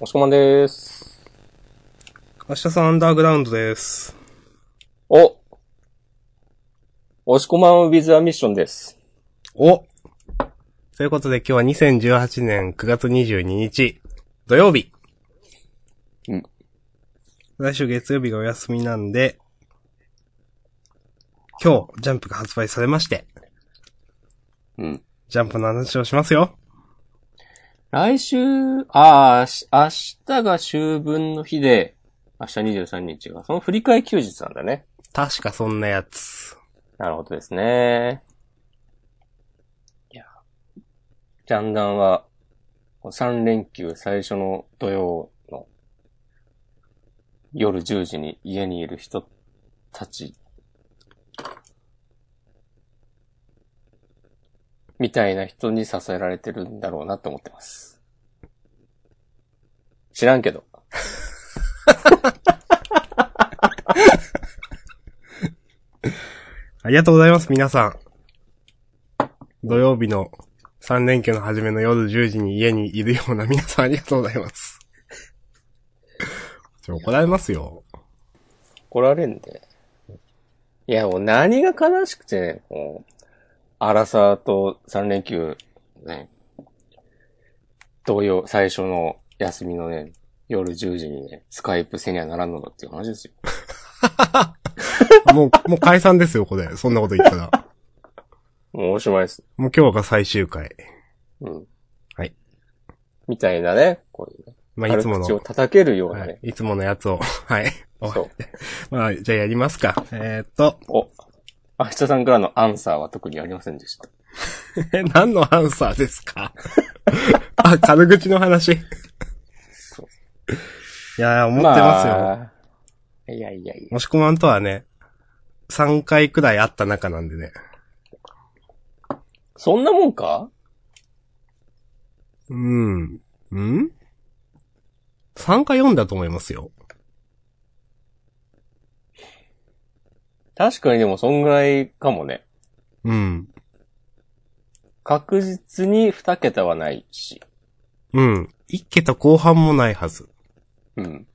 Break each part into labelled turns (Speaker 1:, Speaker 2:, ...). Speaker 1: おしこまんです。
Speaker 2: 明日さんアンダーグラウンドです。
Speaker 1: おおしこまんウィズアミッションです。
Speaker 2: おということで今日は2018年9月22日、土曜日。
Speaker 1: うん。
Speaker 2: 来週月曜日がお休みなんで、今日、ジャンプが発売されまして、
Speaker 1: うん。
Speaker 2: ジャンプの話をしますよ。
Speaker 1: 来週、ああ、し明日が秋分の日で、明日23日が、その振り替え休日なんだね。
Speaker 2: 確かそんなやつ。
Speaker 1: なるほどですね。いや、ジャンダンは、3連休最初の土曜の夜10時に家にいる人たち、みたいな人に支えられてるんだろうなと思ってます。知らんけど。
Speaker 2: ありがとうございます、皆さん。土曜日の3連休の初めの夜10時に家にいるような皆さんありがとうございます。ちょ、怒られますよ。
Speaker 1: 怒られんで。いや、もう何が悲しくてね、もう、荒さと3連休、ね、同様、最初の休みのね、夜10時にね、スカイプせにゃならんのだっていう話ですよ。
Speaker 2: もう、もう解散ですよ、これ。そんなこと言ったら。
Speaker 1: もうおしまいです。
Speaker 2: もう今日が最終回。
Speaker 1: うん。
Speaker 2: はい。
Speaker 1: みたいなね、こういうね、
Speaker 2: まあ、い
Speaker 1: 軽
Speaker 2: つも
Speaker 1: 口を
Speaker 2: の、
Speaker 1: 叩けるような
Speaker 2: はい
Speaker 1: ね。、
Speaker 2: いつものやつを。はい。お
Speaker 1: そう。
Speaker 2: まあ、じゃあやりますか。えーっと、
Speaker 1: お、明日さんからのアンサーは特にありませんでした。
Speaker 2: え何のアンサーですか あ、軽口の話。い
Speaker 1: そう。
Speaker 2: やー、思ってますよ。
Speaker 1: まあいやいやいや。
Speaker 2: もしこまんとはね、3回くらいあった中なんでね。
Speaker 1: そんなもんか
Speaker 2: うん。うん3回読んだと思いますよ。
Speaker 1: 確かにでもそんぐらいかもね。
Speaker 2: うん。
Speaker 1: 確実に二桁はないし。
Speaker 2: うん。1桁後半もないはず。
Speaker 1: うん。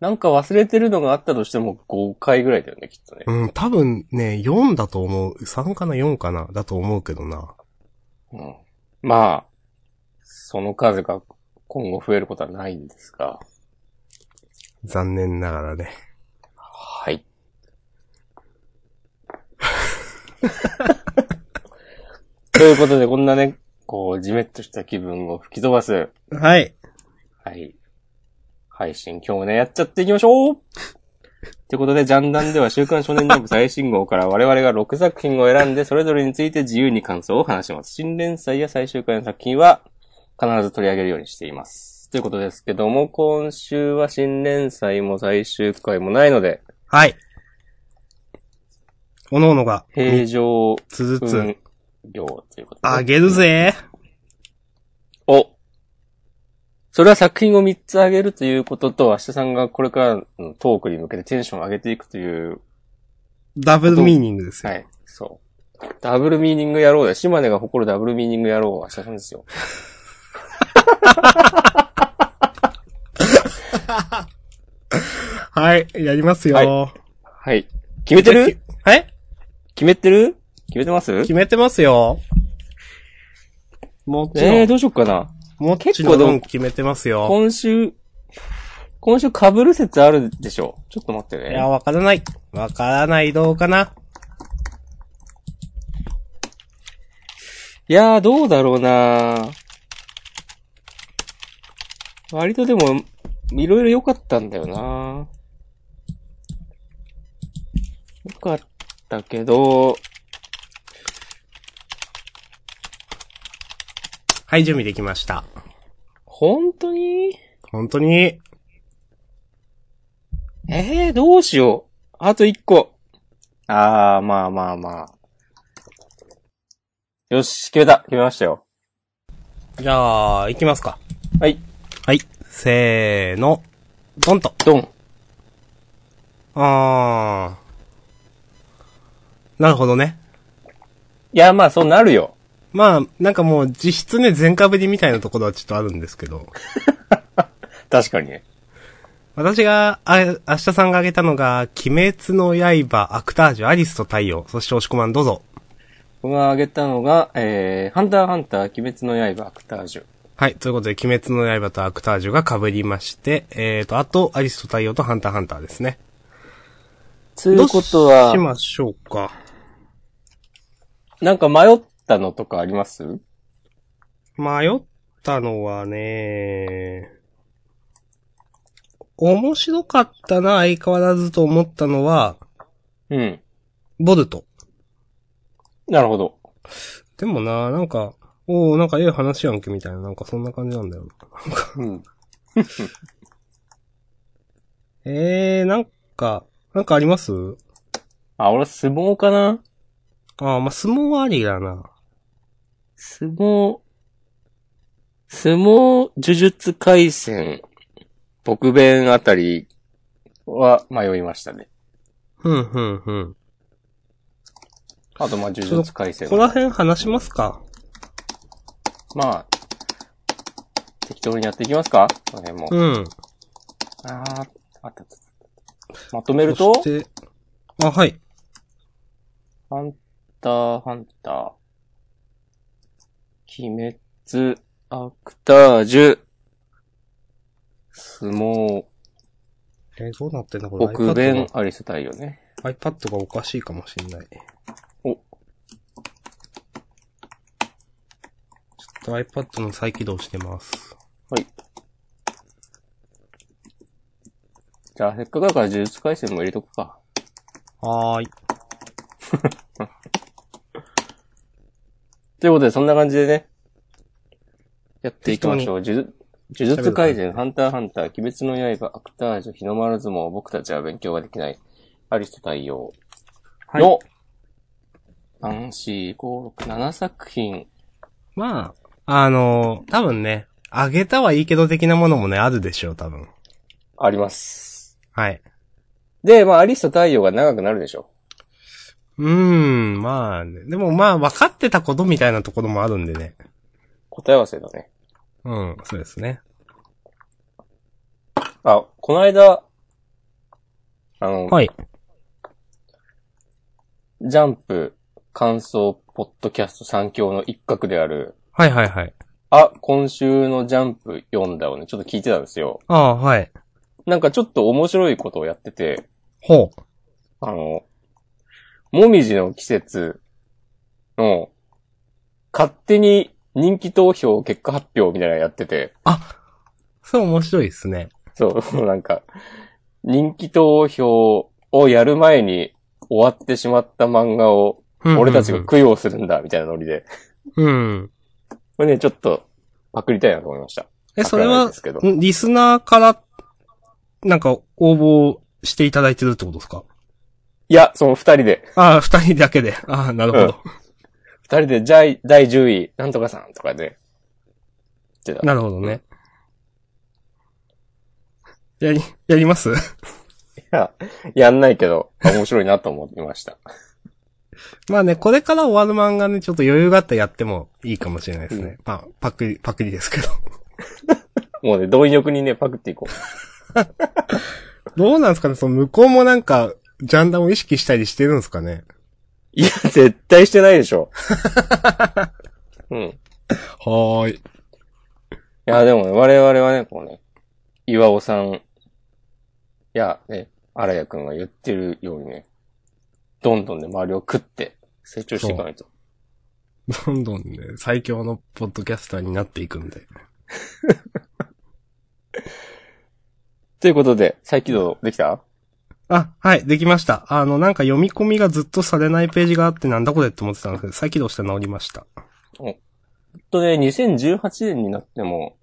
Speaker 1: なんか忘れてるのがあったとしても5回ぐらいだよね、きっとね。
Speaker 2: うん、多分ね、4だと思う。3かな ?4 かなだと思うけどな。
Speaker 1: うん。まあ、その数が今後増えることはないんですが。
Speaker 2: 残念ながらね。
Speaker 1: はい。 ということで、こんなね、こう、じめっとした気分を吹き飛ばす、
Speaker 2: はい。
Speaker 1: はい。配信、今日もね、やっちゃっていきましょうということで、ジャンダンでは週刊少年ジャンプ最新号から我々が6作品を選んで、それぞれについて自由に感想を話します。新連載や最終回の作品は必ず取り上げるようにしています。ということですけども、今週は新連載も最終回もないので、
Speaker 2: はい。おのおのが、
Speaker 1: 平常
Speaker 2: つずつ、
Speaker 1: 運用ということで。
Speaker 2: あげるぜ
Speaker 1: おそれは作品を3つ上げるということと、明日さんがこれからのトークに向けてテンションを上げていくという
Speaker 2: ダブルミーニングですよ。
Speaker 1: はい、そう。ダブルミーニング野郎だ。島根が誇るダブルミーニング野郎は明日さんですよ。
Speaker 2: はい、やりますよ。
Speaker 1: は
Speaker 2: は
Speaker 1: はい。決めてる
Speaker 2: はい
Speaker 1: 決めてる決めてます
Speaker 2: 決めてますよ。もちろん、
Speaker 1: えー、どうしよっかな。
Speaker 2: もち
Speaker 1: 結構で
Speaker 2: ろ
Speaker 1: も
Speaker 2: ん決めてますよ。
Speaker 1: 今週、今週被る説あるでしょちょっと待って
Speaker 2: い
Speaker 1: ね。
Speaker 2: や、わからない。わからない、どうかな。
Speaker 1: いやー、どうだろうな割とでも、いろいろ良かったんだよな良かったけど、
Speaker 2: はい、準備できました。
Speaker 1: 本当に
Speaker 2: 本当に、
Speaker 1: ええー、どうしよう。あと一個。あー、まあまあまあ。よし、決めた。決めましたよ。
Speaker 2: じゃあ、行きますか。
Speaker 1: はい。
Speaker 2: はい。せーの。ドンと。
Speaker 1: ドン。
Speaker 2: あー。なるほどね。
Speaker 1: いや、まあ、そうなるよ。
Speaker 2: まあ、なんかもう実質ね、全かぶりみたいなところはちょっとあるんですけど、
Speaker 1: 確かにね。
Speaker 2: 私が、あ、明日さんが挙げたのが、鬼滅の刃、アクタージュ、アリスと太陽、そして押し込まんどうぞ。
Speaker 1: 僕が挙げたのが、えー、ハンターハンター、鬼滅の刃、アクタージュ。
Speaker 2: はい。ということで、鬼滅の刃とアクタージュが被りまして、えーと、あと、アリスと太陽とハンターハンターですね。
Speaker 1: ということは
Speaker 2: どうし、ましょうか。
Speaker 1: なんか迷ったのとかあります
Speaker 2: 迷ったのはね、面白かったな、相変わらずと思ったのは、
Speaker 1: うん。
Speaker 2: ボルト。
Speaker 1: なるほど。
Speaker 2: でもな、なんか、おおなんかええ話やんけ、みたいな、なんかそんな感じなんだよな。
Speaker 1: うん。
Speaker 2: えー、なんか、なんかあります
Speaker 1: あ、俺相撲かな
Speaker 2: ああ、まあ、相撲ありだな。
Speaker 1: 相撲、相撲、呪術回戦、僕弁あたりは迷いましたね。
Speaker 2: ふんふんふん。
Speaker 1: あと、まあ、呪術回戦
Speaker 2: こ。こら辺話しますか
Speaker 1: まあ、適当にやっていきますかこの辺も。
Speaker 2: うん。
Speaker 1: あー、あったあったあった。まとめると
Speaker 2: そ、してあ、はい。
Speaker 1: ハンター、ハンター、鬼滅、アクタージュ、相撲、
Speaker 2: えーどうなってんだこれ。
Speaker 1: 僕
Speaker 2: iPad
Speaker 1: 弁、アリス対応ね。
Speaker 2: が iPad がおかしいかもしんない。
Speaker 1: お
Speaker 2: ちょっと iPad の再起動してます。
Speaker 1: はい。じゃあ、せっかくだから呪術回戦も入れとくか。
Speaker 2: はーい。
Speaker 1: ということで、そんな感じでね、やっていきましょう。呪術呪術改善、ハンターハンター、鬼滅の刃、アクタージュ、日の丸相撲、僕たちは勉強ができない、アリスト対応の、3、4、5、6、7作品。
Speaker 2: まあ、あのー多分ね、あげたはいいけど的なものもね、あるでしょう、多分。
Speaker 1: あります。
Speaker 2: はい。
Speaker 1: で、まあ、アリスト対応が長くなるでしょ
Speaker 2: うーん、まあね。でもまあ、分かってたことみたいなところもあるんでね。
Speaker 1: 答え合わせだね。
Speaker 2: うん、そうですね。
Speaker 1: あ、この間、あの、
Speaker 2: はい。
Speaker 1: ジャンプ、感想、ポッドキャスト三強の一角である、
Speaker 2: はいはいはい。
Speaker 1: あ、今週のジャンプ読んだをね、ちょっと聞いてたんですよ。
Speaker 2: ああ、はい。
Speaker 1: なんかちょっと面白いことをやってて、
Speaker 2: ほう。
Speaker 1: あの、もみじの季節の、勝手に人気投票結果発表みたいなのやってて、
Speaker 2: あ、そう面白いですね。
Speaker 1: そう、なんか、人気投票をやる前に終わってしまった漫画を、俺たちが供養するんだ、みたいなノリで。
Speaker 2: うん。
Speaker 1: これね、ちょっと、パクりたいなと思いました。
Speaker 2: え、それ
Speaker 1: パクらない
Speaker 2: は
Speaker 1: です、けど
Speaker 2: んリスナーから、なんか、応募していただいてるってことですか
Speaker 1: いや、その二人で。
Speaker 2: ああ、二人だけで。ああ、なるほど。
Speaker 1: 二人で、じゃい第10位、なんとかさんとかで、言ってた。
Speaker 2: なるほどね。やり、やります
Speaker 1: やんないけど、あ面白いなと思いました。
Speaker 2: まあね、これから終わる漫画ね、ちょっと余裕があったらやってもいいかもしれないですね。
Speaker 1: うん
Speaker 2: まあ、パクリ、パクリですけど。
Speaker 1: もうね、貪欲にね、パクっていこ
Speaker 2: どうなんですかねその向こうもなんか、ジャンダンを意識したりしてるんですかね
Speaker 1: う。いや、絶対してないでしょ。 うん。い
Speaker 2: はーい。
Speaker 1: や、でもね、我々はね、こうね、岩尾さんや、ね、荒谷くんが言ってるようにね、どんどんね、周りを食って、成長していかないと。
Speaker 2: どんどんね、最強のポッドキャスターになっていくんで。
Speaker 1: ということで、再起動できた
Speaker 2: あ、はい、できました。あの、なんか読み込みがずっとされないページがあってなんだこれって思ってたんですけど、再起動して直りました。
Speaker 1: えっとね、2018年になっても、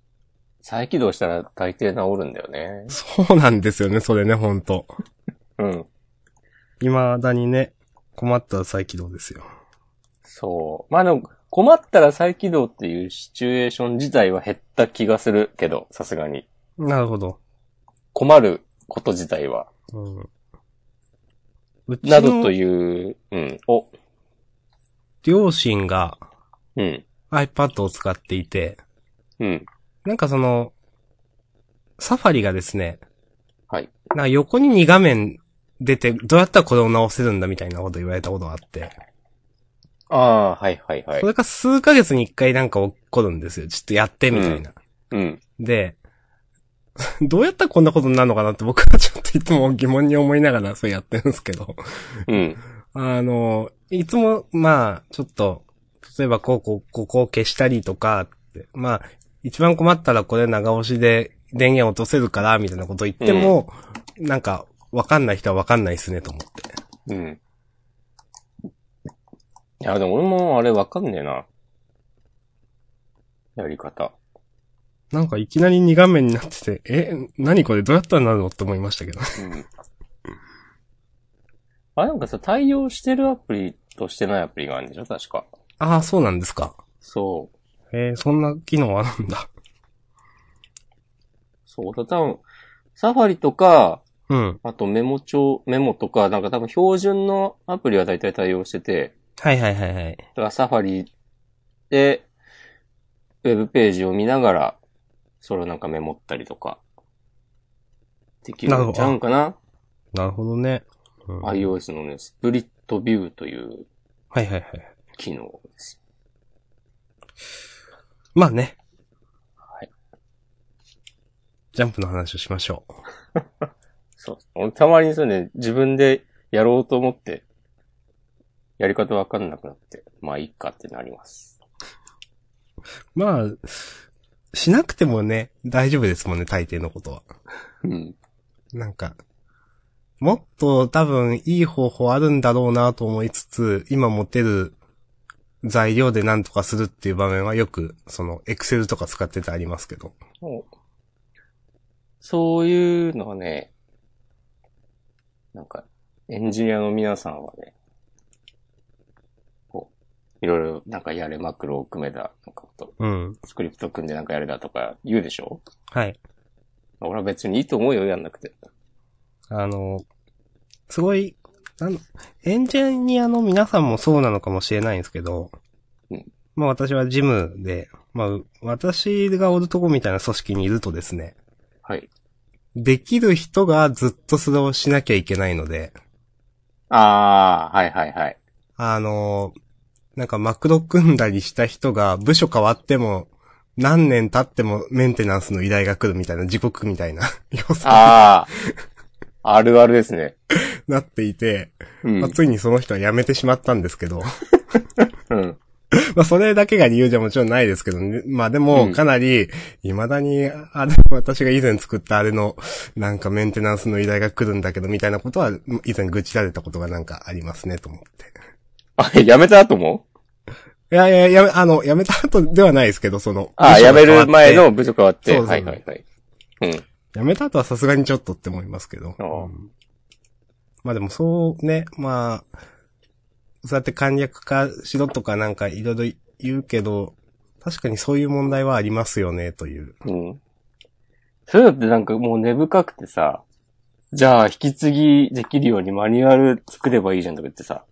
Speaker 1: 再起動したら大抵治るんだよね。
Speaker 2: そうなんですよね、それね、ほんと。
Speaker 1: うん。
Speaker 2: 未だにね、困ったら再起動ですよ。
Speaker 1: そう。まあでも、困ったら再起動っていうシチュエーション自体は減った気がするけど、さすがに。
Speaker 2: なるほど。
Speaker 1: 困ること自体は。
Speaker 2: うん。うち
Speaker 1: などと
Speaker 2: の
Speaker 1: いう、うん。お、
Speaker 2: 両親が、
Speaker 1: うん。
Speaker 2: iPad を使っていて、
Speaker 1: うん。
Speaker 2: なんかその、サファリがですね、
Speaker 1: はい。
Speaker 2: なんか横に2画面出て、どうやったらこれを直せるんだみたいなこと言われたことがあって、
Speaker 1: ああ、はいはいはい
Speaker 2: そ。れが数ヶ月に1回なんか起こるんですよ。ちょっとやってみたいな。
Speaker 1: うん。
Speaker 2: で、 どうやったらこんなことになるのかなって僕はちょっといつも疑問に思いながらそれやってるんですけど。
Speaker 1: うん。
Speaker 2: あの、いつも、まあ、ちょっと、例えばこう、こう、ここを消したりとかって、まあ、一番困ったらこれ長押しで電源落とせるから、みたいなこと言っても、なんか、わかんない人はわかんないっすね、と思って。
Speaker 1: うん。いや、でも俺もあれわかんねえな。やり方。
Speaker 2: なんかいきなり2画面になってて、え、何これどうやったらなるのって思いましたけど。
Speaker 1: うん。あ、なんかさ、対応してるアプリとしてないアプリがあるんでしょ確か。
Speaker 2: ああ、そうなんですか。
Speaker 1: そう。
Speaker 2: えー、そんな機能あるんだ。
Speaker 1: そうだ、多分、サファリとか、
Speaker 2: うん。
Speaker 1: あとメモ帳、メモとか、なんか多分標準のアプリは大体対応してて、
Speaker 2: はいはいはいはい。
Speaker 1: だからサファリで、ウェブページを見ながら、それをなんかメモったりとか、できるんちゃうんかな
Speaker 2: なるほどね。うんはい
Speaker 1: ?iOS のね、スプリットビューという
Speaker 2: はいはい。
Speaker 1: 機能です。
Speaker 2: まあね。
Speaker 1: はい。
Speaker 2: ジャンプの話をしましょう。
Speaker 1: そう。俺たまにそうね、自分でやろうと思って、やり方わかんなくなって、まあいいかってなります。
Speaker 2: まあ、しなくてもね、大丈夫ですもんね、大抵のことは。
Speaker 1: うん。
Speaker 2: なんか、もっと多分いい方法あるんだろうなと思いつつ、今持てる材料でなんとかするっていう場面はよく、その、エクセルとか使っててありますけど。
Speaker 1: そうそういうのはね、なんか、エンジニアの皆さんはね、こう、いろいろなんかやれマクロを組めだ、なんかこと、
Speaker 2: うん。
Speaker 1: スクリプト組んでなんかやれだとか言うでしょ
Speaker 2: はい。
Speaker 1: 俺は別にいいと思うよ、やんなくて。
Speaker 2: あの、すごい、なんエンジニアの皆さんもそうなのかもしれないんですけど
Speaker 1: うん、
Speaker 2: まあ私はジムで、まあ私がおるとこみたいな組織にいるとですね、
Speaker 1: はい。
Speaker 2: できる人がずっとそれをしなきゃいけないので、
Speaker 1: あー、はいはいはい。
Speaker 2: あの、なんかマクロ組んだりした人が部署変わっても、何年経ってもメンテナンスの依頼が来るみたいな、地獄みたいな 要素に
Speaker 1: あー、あるあるですね。
Speaker 2: なっていて、
Speaker 1: うん。
Speaker 2: まあ、ついにその人は辞めてしまったんですけど、
Speaker 1: うん。
Speaker 2: まあそれだけが理由じゃもちろんないですけどね。まあで
Speaker 1: う
Speaker 2: も、
Speaker 1: ん
Speaker 2: かなり、未だに、あれ、私が以前作ったあれの、なんかメンテナンスの依頼が来るんだけど、みたいなことは、以前愚痴られたことがなんかありますね、と思って。
Speaker 1: あ、やめた後も
Speaker 2: いやいや、やめ、あの、やめた後ではないですけど、その。
Speaker 1: あー、
Speaker 2: 部
Speaker 1: や
Speaker 2: 署が
Speaker 1: め
Speaker 2: 変わっ
Speaker 1: る
Speaker 2: て
Speaker 1: 前。の部署変わって。
Speaker 2: そうそう
Speaker 1: はいはいはい。うん。
Speaker 2: やめた後はさすがにちょっとって思いますけど。
Speaker 1: ああ
Speaker 2: うんまあでもそうね、まあ、そうやって簡略化しろとかなんかいろいろ言うけど、確かにそういう問題はありますよね、という。
Speaker 1: うん。そういうのってなんかもう根深くてさ、じゃあ引き継ぎできるようにマニュアル作ればいいじゃんとか言ってさ、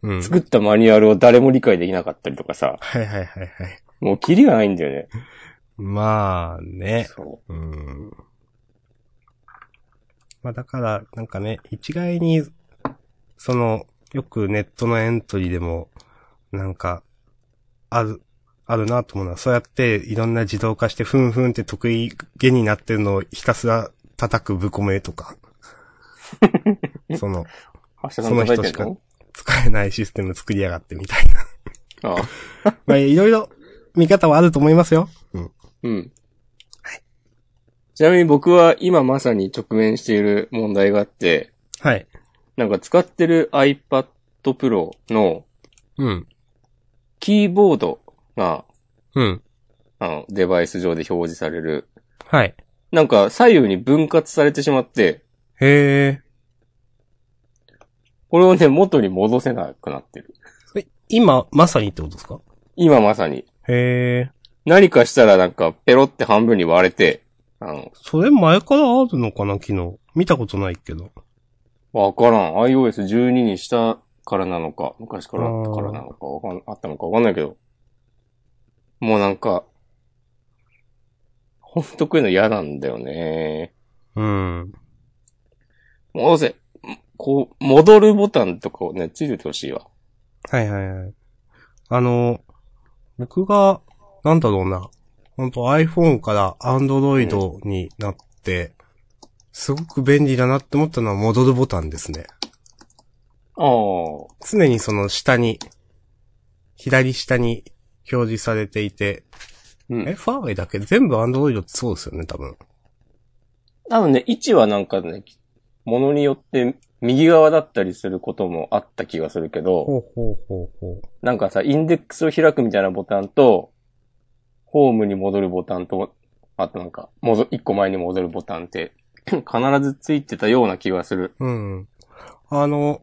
Speaker 2: うん。
Speaker 1: 作ったマニュアルを誰も理解できなかったりとかさ、
Speaker 2: はいはいはいはい。
Speaker 1: もうキリがないんだよね。
Speaker 2: まあね。
Speaker 1: そ
Speaker 2: うん。まあだから、なんかね、一概に、その、よくネットのエントリーでも、なんか、ある、あるなと思うのは、そうやっていろんな自動化して、ふんふんって得意げになってるのをひたすら叩くブコメと か、その、
Speaker 1: う。明日さん叩いてん
Speaker 2: その
Speaker 1: の
Speaker 2: 使えないシステム作りやがってみたいな。
Speaker 1: ああ。
Speaker 2: まあいろいろ見方はあると思いますよ。うん。
Speaker 1: うん。ちなみに僕は今まさに直面している問題があって、
Speaker 2: はい。
Speaker 1: なんか使ってる iPad Pro の
Speaker 2: うん。
Speaker 1: キーボードが、
Speaker 2: うん。
Speaker 1: あの、デバイス上で表示される、
Speaker 2: はい。
Speaker 1: なんか左右に分割されてしまって、
Speaker 2: へー。
Speaker 1: これをね、元に戻せなくなってる。
Speaker 2: え今、まさにってことですか
Speaker 1: 今まさに。
Speaker 2: へえ。
Speaker 1: 何かしたらなんか、ペロって半分に割れて、あの、
Speaker 2: それ前からあるのかな、昨日。見たことないけど。
Speaker 1: わからん。iOS12 にしたからなのか、昔から
Speaker 2: あー
Speaker 1: からなのか、わかん、あったのかわかんないけど。もうなんか、ほんとこういうの嫌なんだよね。
Speaker 2: うん。
Speaker 1: もうどうせ、こう、戻るボタンとかをね、ついててほしいわ。
Speaker 2: はいはいはい。あの、僕が、なんだろうな。本当 iPhone から Android になって、すごく便利だなって思ったのは戻るボタンですね。
Speaker 1: ああ。
Speaker 2: 常にその下に、左下に表示されていて、
Speaker 1: うん
Speaker 2: え、ファーウェイだけ全部 Android ってそうですよね、多分。
Speaker 1: 多分ね、位置はなんかね、ものによって右側だったりすることもあった気がするけど、
Speaker 2: うほうほうほう。
Speaker 1: なんかさ、インデックスを開くみたいなボタンと、ホームに戻るボタンと、あとなんか、戻、一個前に戻るボタンって、 必ずついてたような気がする。
Speaker 2: うん。あの、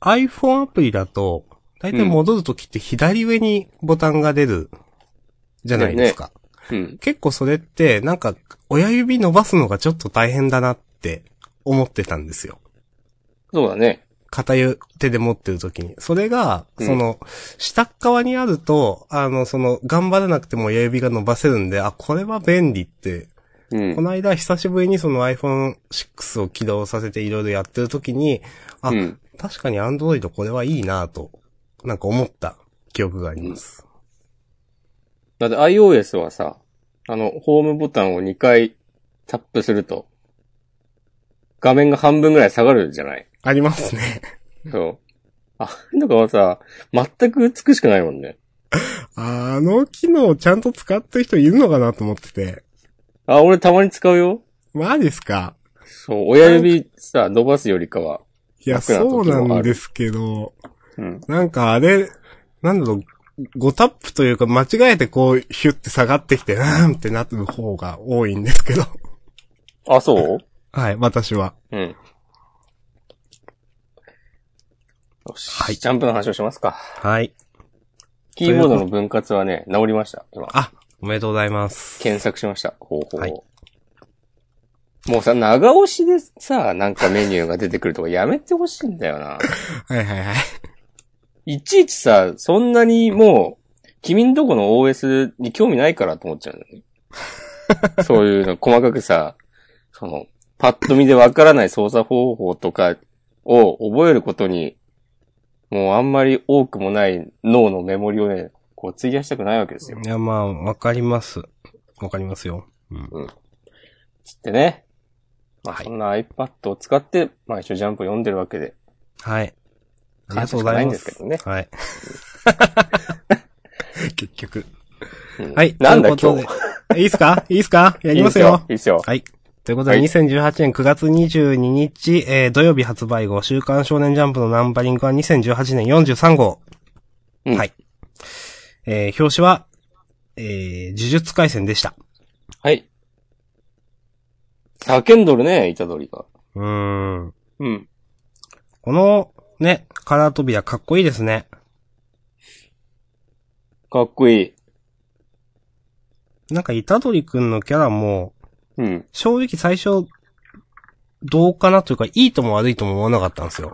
Speaker 2: iPhone アプリだと、だいたい戻るときって左上にボタンが出る、じゃないですか。
Speaker 1: うん。
Speaker 2: 結構それって、なんか、親指伸ばすのがちょっと大変だなって思ってたんですよ。
Speaker 1: そうだね。
Speaker 2: 片手で持ってるときに。それが、
Speaker 1: うん
Speaker 2: その、下っ側にあると、あの、その、頑張らなくても親指が伸ばせるんで、あ、これは便利って
Speaker 1: う
Speaker 2: こ
Speaker 1: ん。
Speaker 2: の間久しぶりにその iPhone6 を起動させていろいろやってる時に、あ、
Speaker 1: うん
Speaker 2: 確かに Android これはいいなぁと、なんか思った記憶があります。
Speaker 1: だって iOS はさ、あの、ホームボタンを2回タップすると、画面が半分ぐらい下がるじゃない
Speaker 2: ありますね。
Speaker 1: そう。あ、なんかはさ、全く美しくないもんね。
Speaker 2: あの機能をちゃんと使ってる人いるのかなと思ってて。
Speaker 1: あ、俺たまに使うよ。
Speaker 2: マジですか
Speaker 1: そう、親指さ、伸ばすよりかは。
Speaker 2: いや、
Speaker 1: 楽な時も
Speaker 2: そ
Speaker 1: あ
Speaker 2: う
Speaker 1: る
Speaker 2: なんですけど、
Speaker 1: うん。
Speaker 2: なんかあれ、なんだろう、5タップというか間違えてこう、ヒュって下がってきて、なんってなってる方が多いんですけど。
Speaker 1: あ、そう
Speaker 2: はい、私は。
Speaker 1: うん。よし、
Speaker 2: はい
Speaker 1: ジャンプの話をしますか。
Speaker 2: はい。
Speaker 1: キーボードの分割はね、治りました。今、
Speaker 2: あ、おめでとうございます。
Speaker 1: 検索しました。方法を。
Speaker 2: はい
Speaker 1: もうさ、長押しでさ、なんかメニューが出てくるとかやめてほしいんだよな。
Speaker 2: はいはいはい。
Speaker 1: いちいちさ、そんなにもう、君んとこの OS に興味ないからと思っちゃうん だよね。そういうの、細かくさ、その、パッと見でわからない操作方法とかを覚えることに、もうあんまり多くもない脳のメモリをね、こう費やしたくないわけですよ。
Speaker 2: いや、まあ、わかります。わかりますよ。うん。
Speaker 1: つってね。まあ、
Speaker 2: はい
Speaker 1: そんな iPad を使って、毎週ジャンプを読んでるわけで。
Speaker 2: はい。あり
Speaker 1: 感
Speaker 2: が
Speaker 1: 謝
Speaker 2: とう
Speaker 1: しか
Speaker 2: ござ
Speaker 1: ないいん
Speaker 2: ま。
Speaker 1: ですすけどね。
Speaker 2: はい。 結局。
Speaker 1: うん
Speaker 2: はい。
Speaker 1: なんだ今日
Speaker 2: とい。うことでいいっすかいいっすかやりますよ。
Speaker 1: いいですよ。
Speaker 2: はい。ということで、
Speaker 1: はい
Speaker 2: 2018年9月22日、えー、土曜日発売後、週刊少年ジャンプのナンバリングは2018年43号。
Speaker 1: うん
Speaker 2: はい。えー、表紙は、えー、呪術回戦でした。
Speaker 1: はい。叫んどるね、虎取が。
Speaker 2: うーん。
Speaker 1: うん。
Speaker 2: この、ね、カラー扉かっこいいですね。
Speaker 1: かっこいい。
Speaker 2: なんか、イタドリくんのキャラも、
Speaker 1: うん。
Speaker 2: 正直最初、どうかなというか、いいとも悪いとも思わなかったんですよ。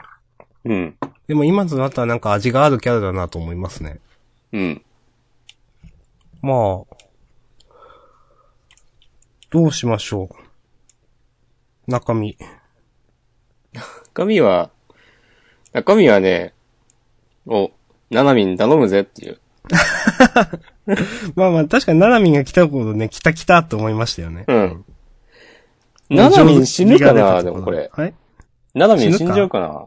Speaker 1: うん。
Speaker 2: でも今となったらなんか味があるキャラだなと思いますね。
Speaker 1: うん。
Speaker 2: まあ、どうしましょう。中身。
Speaker 1: 中身は、中身はね、お、ななみん頼むぜっていう。
Speaker 2: まあまあ、確かにナナミンが来たことね、来た来たと思いました よね。
Speaker 1: うん。ななみん死ぬかな
Speaker 2: 上手
Speaker 1: でもこれ。
Speaker 2: はい
Speaker 1: ななみん
Speaker 2: 死
Speaker 1: 死
Speaker 2: ぬ
Speaker 1: ん
Speaker 2: か
Speaker 1: じゃうかな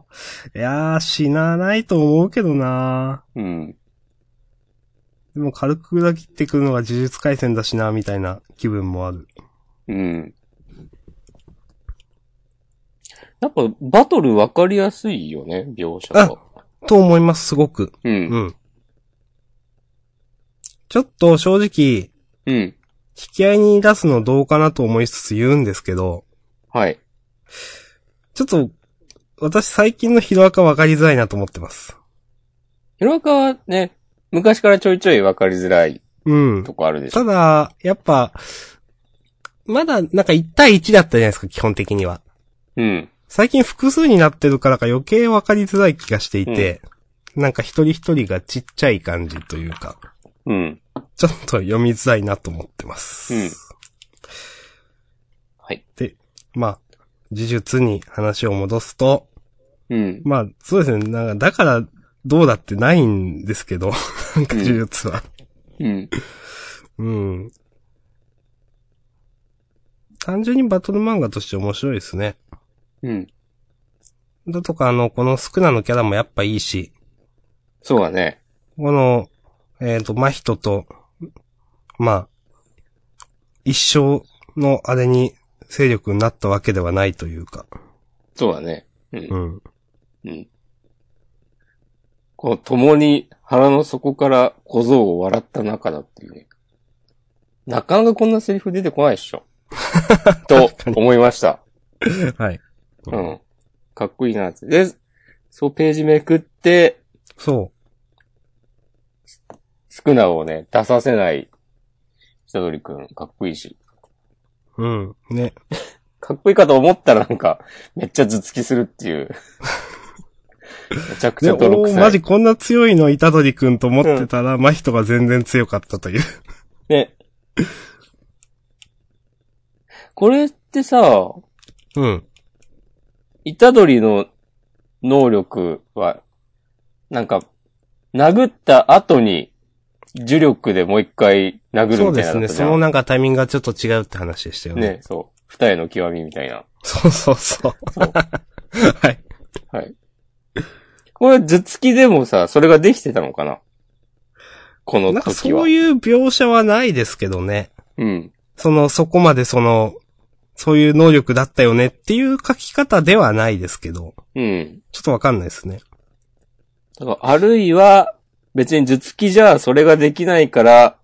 Speaker 1: い
Speaker 2: やー、死なないと思うけどな
Speaker 1: うん。
Speaker 2: でも軽く裏切ってくるのが呪術回戦だしなみたいな気分もある。
Speaker 1: うん。やっぱ、バトル分かりやすいよね、描写が。
Speaker 2: と思います、すごく。
Speaker 1: う。
Speaker 2: うんん。ちょっと正直、
Speaker 1: うん。
Speaker 2: 引き合いに出すのどうかなと思いつつ言うんですけど、
Speaker 1: はい。
Speaker 2: ちょっと、私最近のヒロアカ分かりづらいなと思ってます。
Speaker 1: ヒロアカはね、昔からちょいちょい分かりづらい
Speaker 2: うん
Speaker 1: と。こあるでしょ
Speaker 2: た。だ、やっぱ、まだなんか1対1だったじゃないですか、基本的には。
Speaker 1: うん。
Speaker 2: 最近複数になってるからか余計分かりづらい気がしていて、なんか一人一人がちっちゃい感じというか。
Speaker 1: うん。
Speaker 2: ちょっと読みづらいなと思ってます。
Speaker 1: うんはい。
Speaker 2: まあ、呪術に話を戻すと、
Speaker 1: うん。
Speaker 2: まあ、そうですね。なんか、だから、どうだってないんですけど、 なんか呪術は。
Speaker 1: うん。
Speaker 2: うん。単純にバトル漫画として面白いですね。
Speaker 1: うん。
Speaker 2: だとか、あの、このスクナのキャラもやっぱいいし、
Speaker 1: そうだね。
Speaker 2: この、えっ、と、真人と、まあ、一生のあれに勢力になったわけではないというか。
Speaker 1: そうだね。うん。
Speaker 2: うん。
Speaker 1: うん。こう、共に腹の底から小僧を笑った仲だっていうね。なかなかこんなセリフ出てこないで しょ。と思いました。
Speaker 2: はい。
Speaker 1: うん。かっこいいなって。で、そうページめくって、
Speaker 2: そ
Speaker 1: スクナをね、出させない、下取くん、かっこいいし。
Speaker 2: う。うん。ね。
Speaker 1: かっこいいかと思ったらなんか、めっちゃ頭突きするって いう。めちゃくち
Speaker 2: で、
Speaker 1: ゃ
Speaker 2: お
Speaker 1: 泥
Speaker 2: ー、
Speaker 1: 臭
Speaker 2: マ
Speaker 1: い。
Speaker 2: ジこんな強いの、虎取くんと思ってたら、真人が全然強かったという。
Speaker 1: ね。これってさ、
Speaker 2: うん。
Speaker 1: イタドリの能力は、なんか、殴った後に、呪力でもう一回殴
Speaker 2: そ
Speaker 1: る
Speaker 2: う
Speaker 1: み
Speaker 2: で
Speaker 1: たいな
Speaker 2: す
Speaker 1: の
Speaker 2: ね。
Speaker 1: じ
Speaker 2: そ
Speaker 1: ゃ
Speaker 2: の
Speaker 1: ん。
Speaker 2: なんかタイミングがちょっと違うって話でしたよね。
Speaker 1: ね、そう。二重の極みみたいな。
Speaker 2: そうそうそう。
Speaker 1: そう
Speaker 2: はい。
Speaker 1: はい。これ、頭突きでもさ、それができてたのかなこの
Speaker 2: なんか
Speaker 1: 時
Speaker 2: そ
Speaker 1: は。
Speaker 2: ういう描写はないですけどね。
Speaker 1: うん。
Speaker 2: その、そこまでその、そういう能力だったよねっていう書き方ではないですけど、
Speaker 1: うん。
Speaker 2: ちょっとわかんないですね。
Speaker 1: だから、あるいは、別に頭突きじゃそれができないから、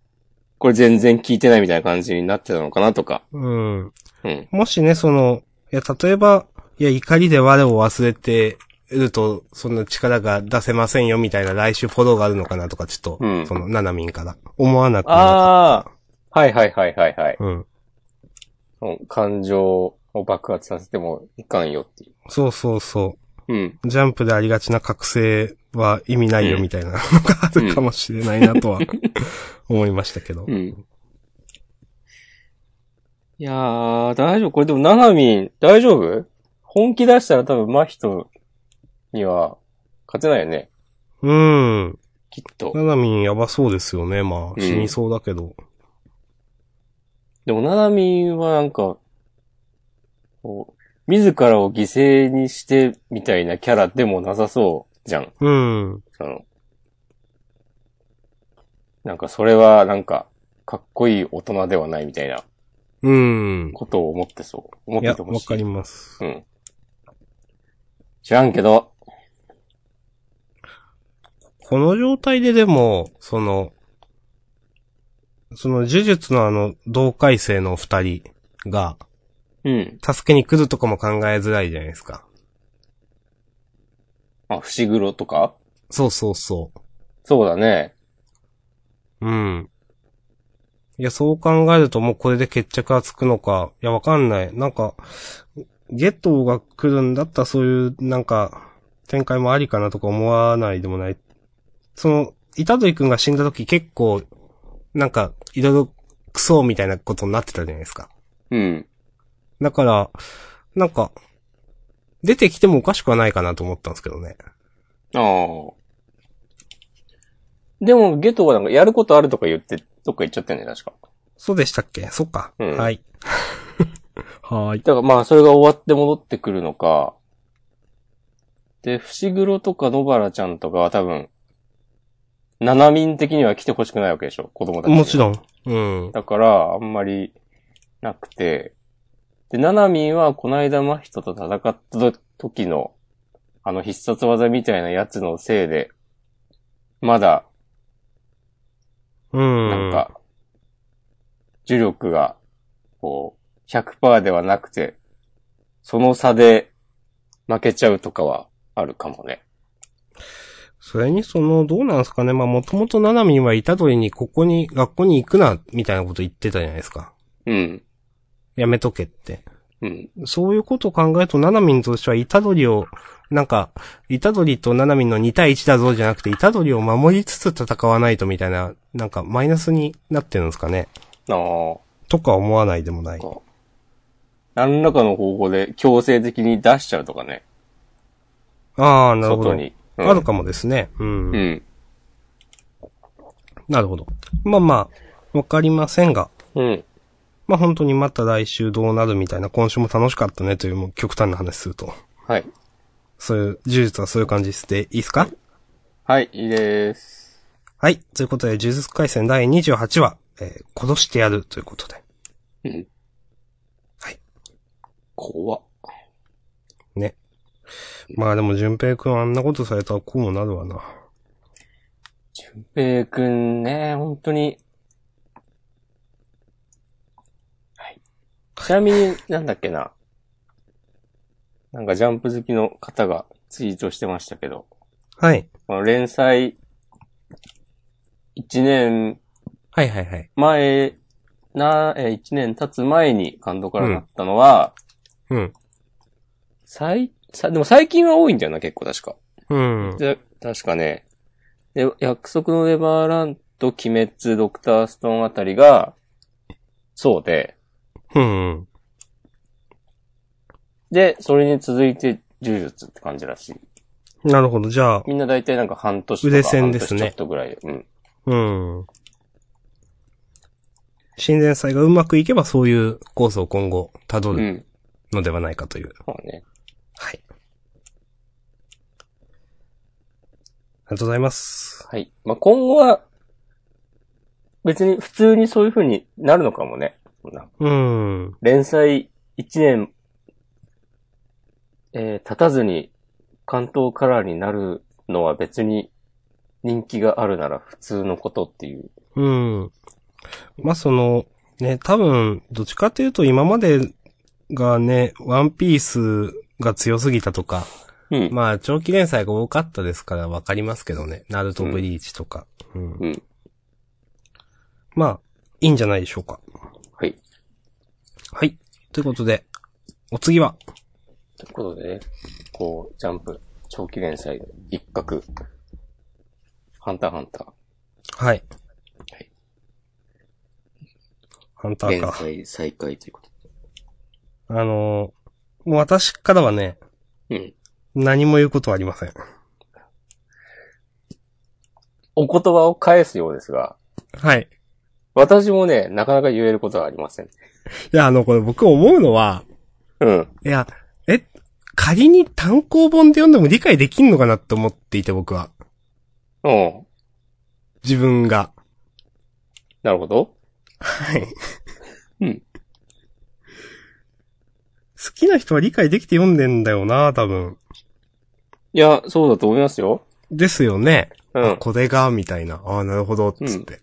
Speaker 1: これ全然効いてないみたいな感じになってたのかなとか。
Speaker 2: うん。
Speaker 1: うん。
Speaker 2: もしね、その、いや、例えば、いや、怒りで我を忘れてると、そんな力が出せませんよみたいな来週フォローがあるのかなとか、ちょっと、
Speaker 1: うん
Speaker 2: その、ナナミンから、思わなくなる。
Speaker 1: ああ、はいはいはいはいはい。
Speaker 2: うん。
Speaker 1: うん感情を爆発させてもいかんよってい。
Speaker 2: そうそうそう
Speaker 1: うん。
Speaker 2: う。ジャンプでありがちな覚醒は意味ないよみたいなのがあるかもしれないなとは、思いましたけど。
Speaker 1: うん。いやー、大丈夫これでも、ななみん、大丈夫本気出したら多分、真人には勝てないよね。
Speaker 2: うん。
Speaker 1: きっと。
Speaker 2: ナナミンやばそうですよね。ま
Speaker 1: うん
Speaker 2: あ、死にそうだけど。
Speaker 1: でも、ななみんはなんか、こう、自らを犠牲にしてみたいなキャラでもなさそうじゃん。
Speaker 2: うん。
Speaker 1: その、なんかそれはなんか、かっこいい大人ではないみたいな
Speaker 2: うん。
Speaker 1: ことを思ってそう。思っ
Speaker 2: いや、
Speaker 1: ててほ
Speaker 2: わ
Speaker 1: しい。
Speaker 2: かります。
Speaker 1: うん。知らんけど、
Speaker 2: この状態ででも、その、その呪術のあの、同回生の二人が、
Speaker 1: うん。
Speaker 2: 助けに来るとかも考えづらいじゃないですか。
Speaker 1: あ、伏黒とか
Speaker 2: そうそうそ
Speaker 1: そうだね。
Speaker 2: う。うん。いや、そう考えるともうこれで決着がつくのか、いや、わかんない。なんか、ゲットーが来るんだったらそういう、なんか、展開もありかなとか思わないでもない。その、イタドリ君が死んだ時結構、なんか、いろいろクソみたいなことになってたじゃないですか。
Speaker 1: うん。
Speaker 2: だから、なんか、出てきてもおかしくはないかなと思ったんですけどね。
Speaker 1: ああ。でも、ゲトがなんかやることあるとか言って、どっか行っちゃったよね、確か。
Speaker 2: そうでしたっけそっか。
Speaker 1: うん
Speaker 2: はい。 はーい。
Speaker 1: だからまあ、それが終わって戻ってくるのか。で、伏黒とか野原ちゃんとかは多分、七民的には来てほしくないわけでしょ、子供たちには。
Speaker 2: もちろん。うん。
Speaker 1: だから、あんまりなくて。で、ナナミンはこの間真人と戦った時の、あの必殺技みたいなやつのせいで、まだ、
Speaker 2: うん。
Speaker 1: なんか、呪力が、こう、100%ではなくて、その差で負けちゃうとかはあるかもね。
Speaker 2: それにその、どうなんですかね。まあ、もともとナナミンはイタドリにここに、学校に行くな、みたいなこと言ってたじゃないですか。
Speaker 1: うん。
Speaker 2: やめとけって。
Speaker 1: うん。
Speaker 2: そういうことを考えると、ナナミンとしては、イタドリを、なんか、イタドリとナナミンの2対1だぞじゃなくて、イタドリを守りつつ戦わないとみたいな、なんか、マイナスになってるんですかね。
Speaker 1: ああ。
Speaker 2: とか思わないでもない。
Speaker 1: こう何らかの方法で強制的に出しちゃうとかね。
Speaker 2: ああ、なるほど。
Speaker 1: 外に。うん
Speaker 2: あるかもですね。うん。
Speaker 1: うん。
Speaker 2: なるほど。まあまあ、わかりませんが、
Speaker 1: うん。
Speaker 2: まあ本当にまた来週どうなるみたいな、今週も楽しかったねという、もう極端な話すると。
Speaker 1: はい。
Speaker 2: そういう、呪術はそういう感じでいいですか
Speaker 1: はい、いいです。
Speaker 2: はい。ということで、呪術回戦第28話、えー殺してやるということで。
Speaker 1: うん。
Speaker 2: はい。
Speaker 1: 怖っ。
Speaker 2: ね。まあでも、淳平くんあんなことされたらこうもなるわな。
Speaker 1: ペイくんね、本当に。はい。ちなみに、なんだっけな。なんかジャンプ好きの方がツイートしてましたけど、
Speaker 2: はい。
Speaker 1: この連載1年
Speaker 2: はいはいはい。
Speaker 1: 前、な、えー、1年経つ前に監督からなったのは、
Speaker 2: うん。
Speaker 1: 最、さ、でも最近は多いんだよな、結構確か。
Speaker 2: うん。
Speaker 1: で、確かね、で、約束のネバーランド、鬼滅、ドクターストーンあたりが、そうで、
Speaker 2: うん。
Speaker 1: で、それに続いて、呪術って感じらしい。
Speaker 2: なるほど。じゃあ、
Speaker 1: みんな大体なんか半年とか
Speaker 2: 腕線ですね
Speaker 1: 半年ちょっとぐらい。うん。
Speaker 2: うん。新前祭がうまくいけばそういうコースを今後辿
Speaker 1: う
Speaker 2: る
Speaker 1: ん。
Speaker 2: のではないかという。
Speaker 1: そうね。
Speaker 2: はい。ありがとうございます。
Speaker 1: はい。まあ、今後は、別に普通にそういう風になるのかもね。なんか
Speaker 2: うん。
Speaker 1: 連載1年、えー経たずに関東カラーになるのは別に人気があるなら普通のことっていう。
Speaker 2: うん。まあ、その、ね、多分、どっちかというと今までがね、ワンピースが強すぎたとか、
Speaker 1: うん。
Speaker 2: まあ、長期連載が多かったですからわかりますけどね。ナルトブリーチとか。うん。
Speaker 1: うん。
Speaker 2: まあ、いいんじゃないでしょうか。
Speaker 1: はい。
Speaker 2: はい。ということで、お次は、
Speaker 1: ということでね、こう、ジャンプ、長期連載、一角、ハンターハンタ
Speaker 2: はい
Speaker 1: はい。
Speaker 2: ハンタ
Speaker 1: ー、
Speaker 2: ー
Speaker 1: 連
Speaker 2: か。
Speaker 1: 載再開ということ。
Speaker 2: あのーもう私からはね、
Speaker 1: うん。
Speaker 2: 何も言うことはありません。
Speaker 1: お言葉を返すようですが、
Speaker 2: はい。
Speaker 1: 私もね、なかなか言えることはありません。
Speaker 2: いや、あの、これ僕思うのは、
Speaker 1: うん。
Speaker 2: いや、え、仮に単行本で読んでも理解できんのかなって思っていて僕は。
Speaker 1: うん。
Speaker 2: 自分が。
Speaker 1: なるほど。
Speaker 2: はい。
Speaker 1: うん。
Speaker 2: 好きな人は理解できて読んでんだよな、多分。
Speaker 1: いや、そうだと思いますよ。
Speaker 2: ですよね。
Speaker 1: うん。
Speaker 2: これが、みたいな。ああ、なるほど、つって。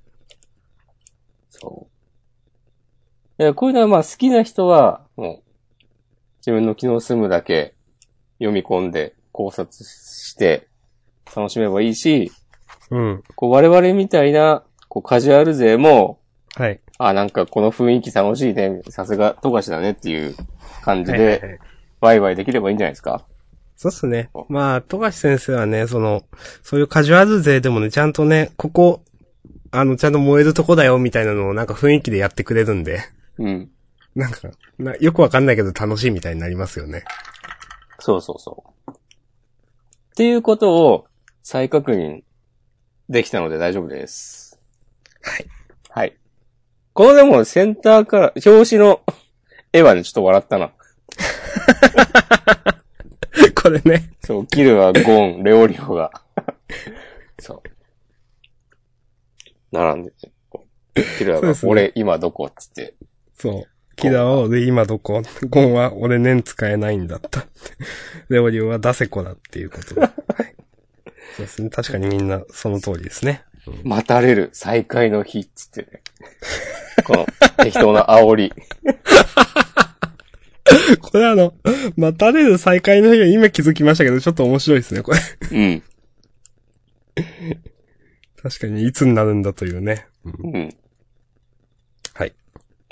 Speaker 1: そう。えこういうのはまあ好きな人は、もう、自分の気の済むだけ読み込んで考察して楽しめばいいし、
Speaker 2: うん。
Speaker 1: こう我々みたいな、こうカジュアル勢も、
Speaker 2: はい。
Speaker 1: あ、なんかこの雰囲気楽しいね、さすが富樫だねっていう感じ
Speaker 2: はいはいは
Speaker 1: で、
Speaker 2: い
Speaker 1: ワイワイできればいいんじゃないですか
Speaker 2: そうっすね。まあ、富樫先生はね、その、そういうカジュアル勢でもね、ちゃんとね、ここ、あの、ちゃんと燃えるとこだよ、みたいなのをなんか雰囲気でやってくれるんで、
Speaker 1: うん。
Speaker 2: なんか、なよくわかんないけど楽しいみたいになりますよね。
Speaker 1: そうそうそう。っていうことを再確認できたので大丈夫です。
Speaker 2: はい。
Speaker 1: はい。このでもセンターから、表紙の絵はね、ちょっと笑ったな。
Speaker 2: これね。
Speaker 1: そう、キルはゴン、レオリオが。そう。並んでて。こうキルア
Speaker 2: そう
Speaker 1: が
Speaker 2: で、すね
Speaker 1: 俺今どこっつって。
Speaker 2: そう。キダを、で、今どこゴンは、俺年使えないんだった。レオリオはダセコだっていう ことで。はいそうですね。確かにみんな、その通りですね。
Speaker 1: 待たれる、再会の日っつってね。この適当な煽り。
Speaker 2: これあの、待たれる再会の日は今気づきましたけど、ちょっと面白いですね、これ。
Speaker 1: うん。
Speaker 2: 確かに、いつになるんだというね。
Speaker 1: うん。
Speaker 2: はい。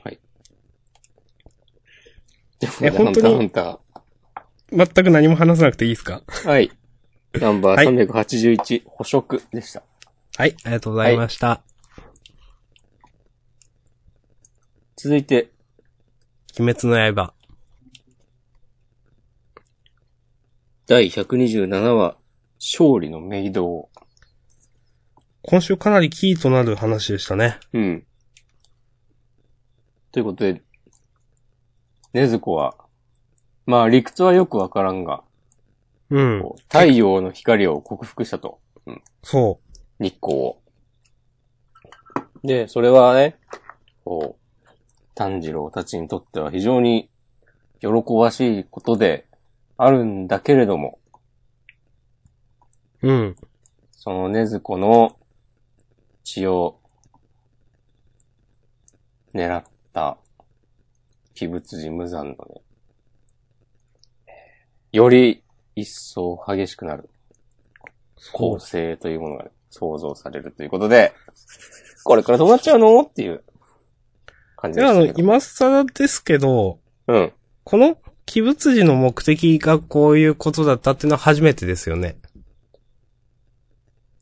Speaker 1: はい。でも
Speaker 2: え、本当
Speaker 1: ハ
Speaker 2: に
Speaker 1: ンター、ハン
Speaker 2: 全く何も話さなくていいですか
Speaker 1: ター。はい。ナンバ
Speaker 2: はい
Speaker 1: ー381、捕食でした。
Speaker 2: はい、ありがとうございました。
Speaker 1: 続いて、
Speaker 2: 鬼滅の刃。
Speaker 1: 第127話、勝利のメイド。
Speaker 2: 今週かなりキーとなる話でしたね。
Speaker 1: うん。ということで、ねずこは、まあ理屈はよくわからんが、
Speaker 2: うん。
Speaker 1: こう太陽の光を克服したと、
Speaker 2: そ
Speaker 1: 日光を。で、それはね、こう、炭治郎たちにとっては非常に喜ばしいことであるんだけれども、
Speaker 2: う。うん。
Speaker 1: そのねずこの血を狙った鬼物寺無惨のね、より一層激しくなる構成というものが、ね、想像されるということで、これからどうなっちゃうのっていう感じ
Speaker 2: で、
Speaker 1: で
Speaker 2: あの、
Speaker 1: すけど。
Speaker 2: 今更ですけど、
Speaker 1: うん。
Speaker 2: この鬼物寺の目的がこういうことだったっていうのは初めてですよね。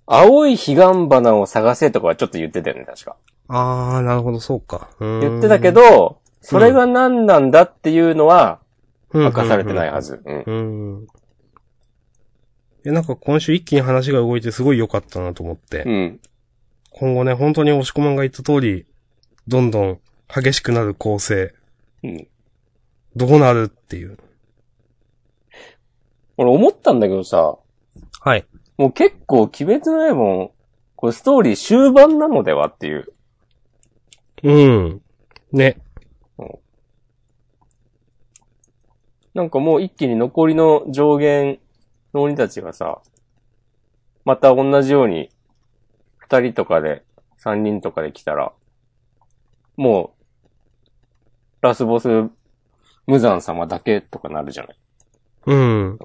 Speaker 1: 青い彼岸花を探せとかはちょっと言ってたよね、確か。
Speaker 2: あー、なるほど、そうか。言
Speaker 1: 言ってたけ、ど、それが何なんだっていうのは
Speaker 2: 明
Speaker 1: 明かされてないは。ず。うん。
Speaker 2: うん。え、なんか今週一気に話が動いてすごい良かったなと思って。
Speaker 1: うん。
Speaker 2: 今後ね、本当に押し込まんが言った通り、どんどん激しくなる構成、
Speaker 1: うん。
Speaker 2: どうなるっていう。
Speaker 1: 俺思ったんだけどさ、
Speaker 2: はい。
Speaker 1: もう結構鬼滅の刃も、これストーリー終盤なのではっていう。
Speaker 2: うん。ね。
Speaker 1: なんかもう一気に残りの上限の鬼たちがさ、また同じように、二人とかで、三人とかで来たら、もう、ラスボス、無惨様だけとかなるじゃない。
Speaker 2: うん。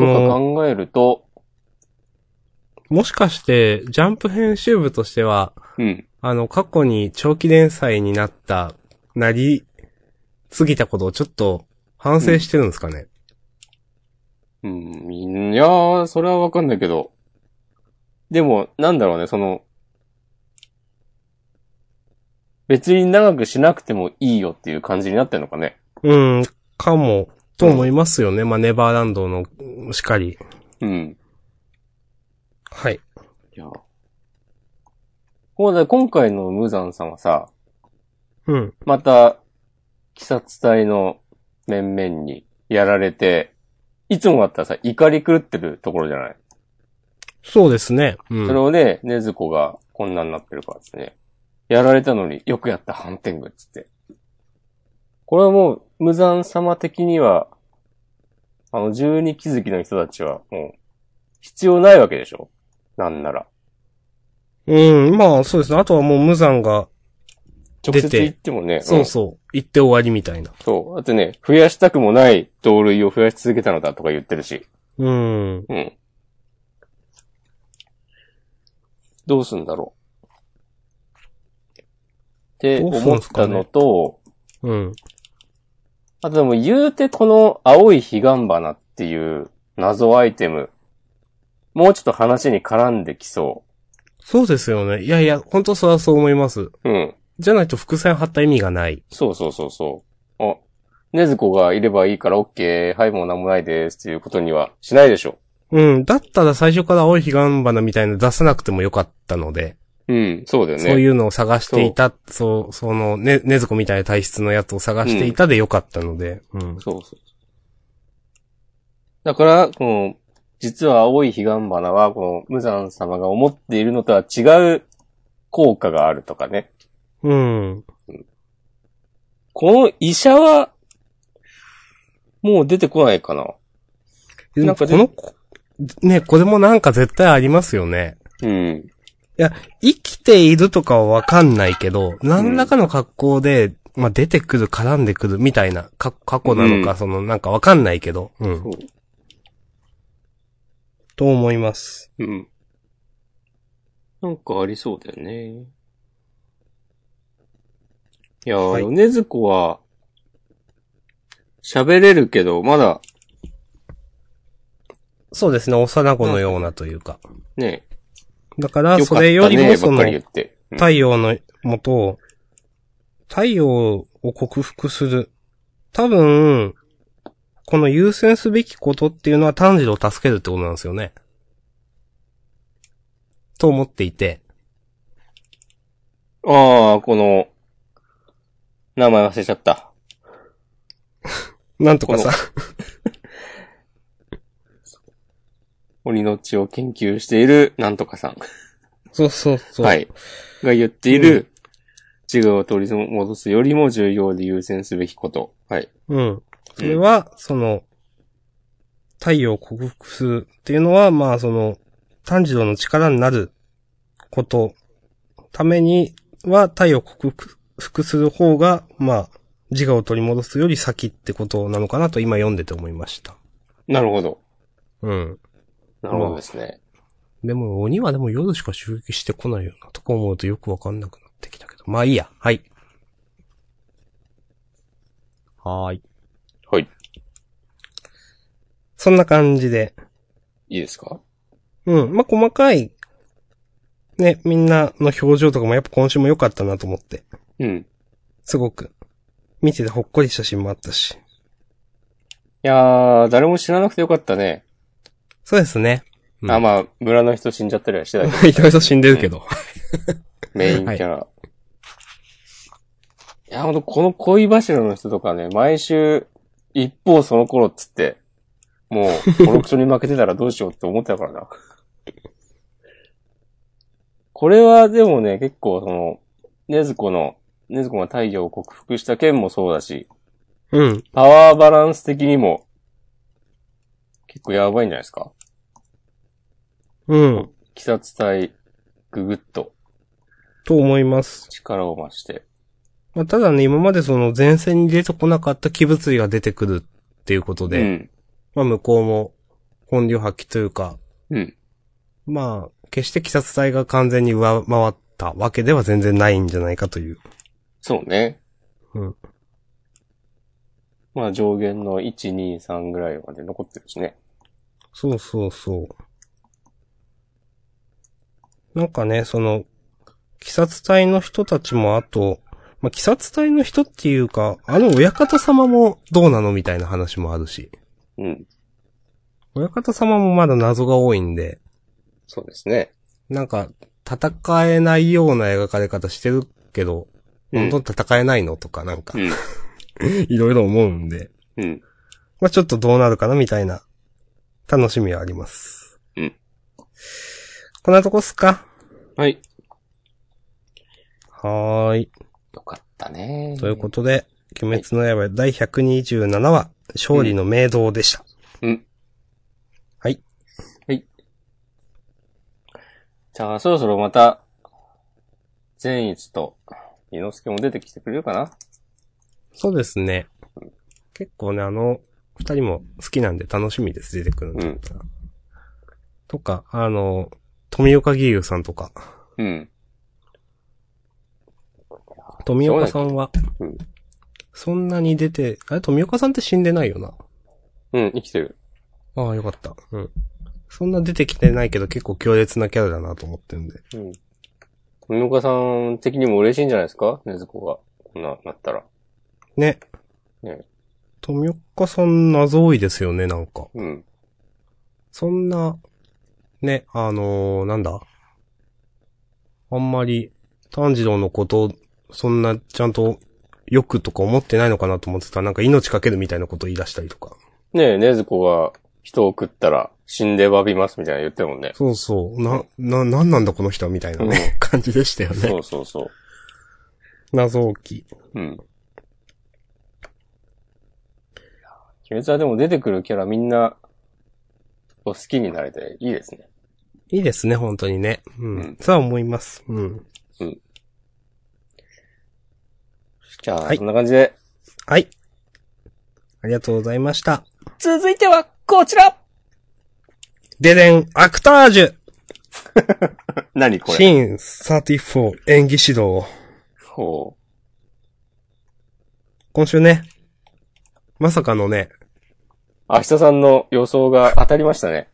Speaker 1: とか
Speaker 2: の、
Speaker 1: 考えると、
Speaker 2: もしかして、ジャンプ編集部としては、
Speaker 1: うん。
Speaker 2: あの、過去に長期連載になった、なり、過ぎたことをちょっと反省してるんですかね。
Speaker 1: うん、いやー、それはわかんないけど。でも、なんだろうね、その、別に長くしなくてもいいよっていう感じになってんのかね。
Speaker 2: うん、かも、と思いますよね。まあ、ネバーランドの、しかり。
Speaker 1: うん。
Speaker 2: はい。
Speaker 1: いや。ほうだ、今回の無惨さんはさ、
Speaker 2: うん。
Speaker 1: また、鬼殺隊の面々にやられて、いつもだったらさ、怒り狂ってるところじゃない、
Speaker 2: そうですね。うん
Speaker 1: それをね、ねずこがこんなになってるからですね。やられたのによくやった反転具っつって。これはもう、無惨様的には、あの、十二気づきの人たちは、もう、必要ないわけでしょなんなら。
Speaker 2: うん、まあそうですね。あとはもう無惨が、
Speaker 1: 直
Speaker 2: 出て
Speaker 1: 接言ってもね。
Speaker 2: そ
Speaker 1: ん
Speaker 2: うそう、行って終わりみたいな。
Speaker 1: そう。だってね、増やしたくもない同類を増やし続けたのだとか言ってるし。
Speaker 2: うん。
Speaker 1: うん。どうすんだろう。って
Speaker 2: どうする
Speaker 1: 思
Speaker 2: ん
Speaker 1: っ
Speaker 2: すかね
Speaker 1: たのと、
Speaker 2: うん。
Speaker 1: あとでも言うてこの青い彼岸花っていう謎アイテム、もうちょっと話に絡んできそ
Speaker 2: そうですよね。いやいや、本当それはそう思います。
Speaker 1: う。うん。
Speaker 2: じゃないと伏線張った意味がない。
Speaker 1: そうそうそうそう。あ、ねずこがいればいいからオッケー、はいもうなんもないですっていうことにはしないでしょ。
Speaker 2: うん。だったら最初から青い彼岸花みたいなの出さなくてもよかったので、
Speaker 1: うん、そうだよね。
Speaker 2: そういうのを探していた、そう、その、ね、ねずこみたいな体質のやつを探していたでよかったので、うん。
Speaker 1: そうそう。だから、この、実は青い彼岸花は、この、無惨様が思っているのとは違う効果があるとかね。
Speaker 2: うん。
Speaker 1: この医者は、もう出てこないかな。
Speaker 2: な
Speaker 1: なんんか
Speaker 2: かこの、ね、これもなんか絶対ありますよね。
Speaker 1: うん。
Speaker 2: 生きているとかはわかんないけど、何らかの格好で、まあ、出てくる、絡んでくるみたいな、か過去なのか、
Speaker 1: うん
Speaker 2: その、なんかわかんないけど、うん。
Speaker 1: そう
Speaker 2: と思います。
Speaker 1: うん。なんかありそうだよね。いやー、
Speaker 2: はい
Speaker 1: 米津子は、喋れるけど、まだ、
Speaker 2: そうですね、幼子のようなというか。
Speaker 1: ね、
Speaker 2: だから、
Speaker 1: よ
Speaker 2: そ
Speaker 1: かった
Speaker 2: れよりも
Speaker 1: ね、
Speaker 2: そ
Speaker 1: ばっ
Speaker 2: の
Speaker 1: かり言、って。うん
Speaker 2: 太陽の元を、太陽を克服する。多分、この優先すべきことっていうのは炭治郎を助けるってことなんですよね。と思っていて。
Speaker 1: ああ、この、名前忘れちゃった。
Speaker 2: なんとかさ、
Speaker 1: 鬼の血を研究している、なんとかさん。
Speaker 2: そうそうそう。
Speaker 1: はい。が言っている、自我を取り戻すよりも重要で優先すべきこと。はい。
Speaker 2: うん。それは、その、太陽を克服するっていうのは、まあその、炭治郎の力になること、ためには太陽を克服する方が、まあ、自我を取り戻すより先ってことなのかなと今読んでて思いました。
Speaker 1: なるほど。
Speaker 2: うん。
Speaker 1: なるほどですね。
Speaker 2: でも鬼はでも夜しか襲撃してこないよなとか思うとよくわかんなくなってきたけど。まあいいや。はい。はーい。
Speaker 1: はい。
Speaker 2: そんな感じで。
Speaker 1: いいですか
Speaker 2: うん。まあ、細かい、ね、みんなの表情とかもやっぱ今週も良かったなと思って。
Speaker 1: うん。い
Speaker 2: すごく。見ててほっこりしたシーンもあったし。
Speaker 1: やー、誰も知らなくてよかったね。
Speaker 2: そうですね。うん
Speaker 1: あ、まあ、村の人死んじゃったりはしてた けど、
Speaker 2: いろいろ死んでるけど。
Speaker 1: メインキャラ。い、や、ほんと、この恋柱の人とかね、毎週、一方その頃っつって、もう、コロクショに負けてたらどうしようって思ってたからな。これはでもね、結構その、ねずこの、ねずこが太陽を克服した件もそうだし、
Speaker 2: うん。
Speaker 1: パワーバランス的にも、結構やばいんじゃないですか
Speaker 2: うん。
Speaker 1: 鬼殺隊、ぐぐっと
Speaker 2: と思います。
Speaker 1: 力を増して。
Speaker 2: まあ、ただね、今までその前線に出てこなかった鬼物類が出てくるっていうことで、
Speaker 1: うん。
Speaker 2: まあ、向こうも本領発揮というか、
Speaker 1: うん。
Speaker 2: まあ、決して鬼殺隊が完全に上回ったわけでは全然ないんじゃないかという。
Speaker 1: そうね。
Speaker 2: うん。
Speaker 1: まあ上限の1、2、3ぐらいまで残ってるしね。
Speaker 2: そうそうそう。なんかね、その、鬼殺隊の人たちもあと、まあ、鬼殺隊の人っていうか、あの親方様もどうなのみたいな話もあるし。
Speaker 1: うん。
Speaker 2: 親方様もまだ謎が多いんで、
Speaker 1: そうですね。
Speaker 2: なんか、戦えないような描かれ方してるけど、
Speaker 1: うん
Speaker 2: 本当に戦えないのとかなんか
Speaker 1: う、ん。
Speaker 2: いろいろ思うんで、
Speaker 1: うん。
Speaker 2: まあ、ちょっとどうなるかなみたいな、楽しみはあります。
Speaker 1: うん。
Speaker 2: こんなとこっすか
Speaker 1: はい。
Speaker 2: はーい。
Speaker 1: よかったね。
Speaker 2: ということで、鬼滅の刃第127話、勝利の名道でした。
Speaker 1: うん。
Speaker 2: はい。
Speaker 1: はい。じゃあ、そろそろまた、善逸と、伊之助も出てきてくれるかな
Speaker 2: そうですね。結構ね、あの、二人も好きなんで楽しみです、出てくるの。
Speaker 1: うん
Speaker 2: とか、あの、富岡義勇さんとか、
Speaker 1: うん。
Speaker 2: 富岡さんは
Speaker 1: うん、
Speaker 2: そんなに出て、あれ、富岡さんって死んでないよな。
Speaker 1: うん、生きてる。
Speaker 2: ああ、よかった。うん。そんな出てきてないけど結構強烈なキャラだなと思ってるんで。
Speaker 1: うん。富岡さん的にも嬉しいんじゃないですかねずこが。こんな、なったら。
Speaker 2: ね。
Speaker 1: ね
Speaker 2: 富岡さん謎多いですよね、なんか。
Speaker 1: うん。
Speaker 2: そんな、ね、あのーなんだ。あんまり、炭治郎のこと、そんな、ちゃんと、よくとか思ってないのかなと思ってたら、なんか命かけるみたいなこと言い出したりとか。
Speaker 1: ねえ、ねずこが人を食ったら死んで詫びますみたいな言ってるもん ね。
Speaker 2: そうそう。な、な、なんなんだこの人はみたいなね、感じでしたよね
Speaker 1: そ。うそうそ
Speaker 2: 謎大きい。
Speaker 1: う。うん。鬼滅はでも出てくるキャラみんな、お好きになれていいですね。
Speaker 2: いいですね、本当にね。うん。
Speaker 1: うん
Speaker 2: そうは思います。うん。
Speaker 1: じゃあ、
Speaker 2: はい
Speaker 1: そんな感じで。
Speaker 2: はい。ありがとうございました。
Speaker 1: 続いては、こちら
Speaker 2: ででん、アクタージュ
Speaker 1: 何こ
Speaker 2: シ
Speaker 1: れ
Speaker 2: ーン34演技指導。
Speaker 1: ほ
Speaker 2: 今週ね、まさかのね、
Speaker 1: 明日さんの予想が当たりましたね。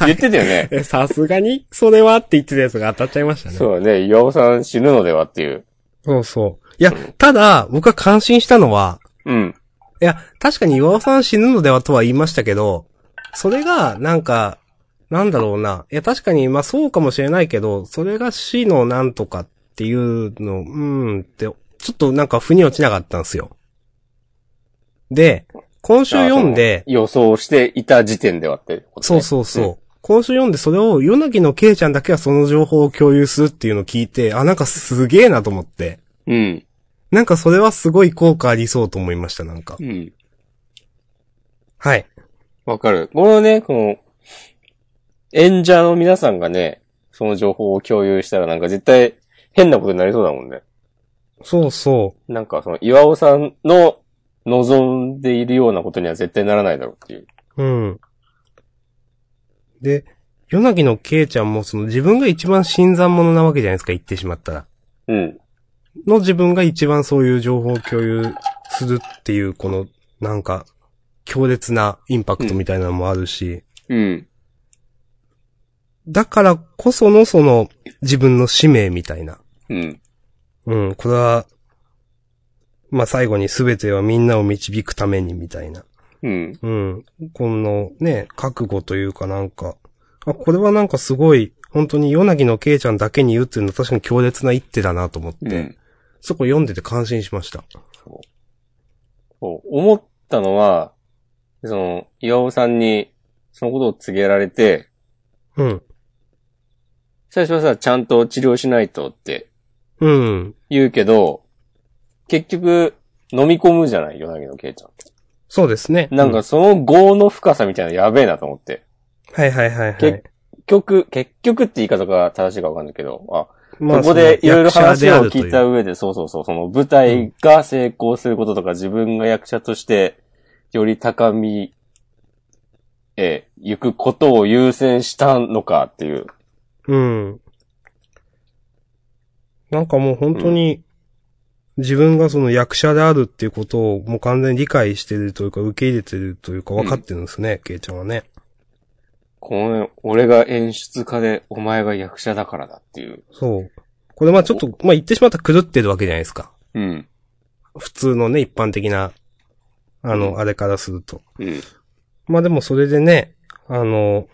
Speaker 1: 言ってたよね。
Speaker 2: え、さすがに、 それはって言ってたやつが当たっちゃいましたね。そ
Speaker 1: そ
Speaker 2: う
Speaker 1: うね、岩尾さん死ぬのではっていう。
Speaker 2: そういや、ただ、僕が感心したのは、
Speaker 1: うん。
Speaker 2: いや、確かに岩尾さん死ぬのではとは言いましたけど、それが、なんか、なんだろうな。いや、確かに、まあそうかもしれないけど、それが死のなんとかっていうの、うーんって、ちょっとなんか腑に落ちなかったんですよ。で、今週読んで、
Speaker 1: 予想していた時点ではってこと、
Speaker 2: そう
Speaker 1: ね。
Speaker 2: そうそう。今週読んでそれを、夜泣きのケイちゃんだけはその情報を共有するっていうのを聞いて、あ、なんかすげえなと思って。
Speaker 1: う。うん。
Speaker 2: なんかそれはすごい効果ありそうと思いました、なんか
Speaker 1: う。ん。
Speaker 2: はい。
Speaker 1: わかる。このね、この、演者の皆さんがね、その情報を共有したらなんか絶対変なことになりそうだもんね。
Speaker 2: そうそう。
Speaker 1: なんかその岩尾さんの望んでいるようなことには絶対ならないだろうっていう。
Speaker 2: うん。で、夜なぎのケイちゃんもその自分が一番新参者なわけじゃないですか、言ってしまったら。
Speaker 1: うん。
Speaker 2: の自分が一番そういう情報を共有するっていう、この、なんか、強烈なインパクトみたいなのもあるし、
Speaker 1: うん。
Speaker 2: だからこそのその、自分の使命みたいな。
Speaker 1: うん。
Speaker 2: うん、これは、まあ、最後に全てはみんなを導くためにみたいな。
Speaker 1: うん。
Speaker 2: うん。このね、覚悟というかなんか、あ、これはなんかすごい、本当に夜なぎのけいちゃんだけに言うっていうのは確かに強烈な一手だなと思って、
Speaker 1: うん。
Speaker 2: そこ読んでて感心しました。
Speaker 1: そう、思ったのは、その、岩尾さんに、そのことを告げられて、
Speaker 2: うん。
Speaker 1: 最初はさ、ちゃんと治療しないとって
Speaker 2: うん。
Speaker 1: 言うけど、結局、飲み込むじゃない、夜なぎのけいちゃんって。
Speaker 2: そうですね。
Speaker 1: なんか
Speaker 2: う、
Speaker 1: その業の深さみたいなのやべえなと思って。
Speaker 2: はいはいはいは
Speaker 1: け
Speaker 2: い。
Speaker 1: 結局、結局って言い方が正しいかわかんないけど、あ、
Speaker 2: まあ
Speaker 1: ここでいろいろ話を聞い。た
Speaker 2: その役者であるとう
Speaker 1: 上で、そうそうそう、その舞台が成功することとか、自分が役者として、より高みへ行くことを優先したのかっていう。
Speaker 2: うん。なんかもう本当に、自分がその役者であるっていうことをもう完全に理解してるというか、受け入れてるというか、分かってるんですね、けいちゃんはね。
Speaker 1: この、俺が演出家で、お前が役者だからだっていう。
Speaker 2: そう。これまあちょっと、まあ言ってしまったら狂ってるわけじゃないですか。
Speaker 1: うん。
Speaker 2: 普通のね、一般的な、あの、
Speaker 1: うん
Speaker 2: あれからすると。
Speaker 1: うん。
Speaker 2: まあでもそれでね、あの、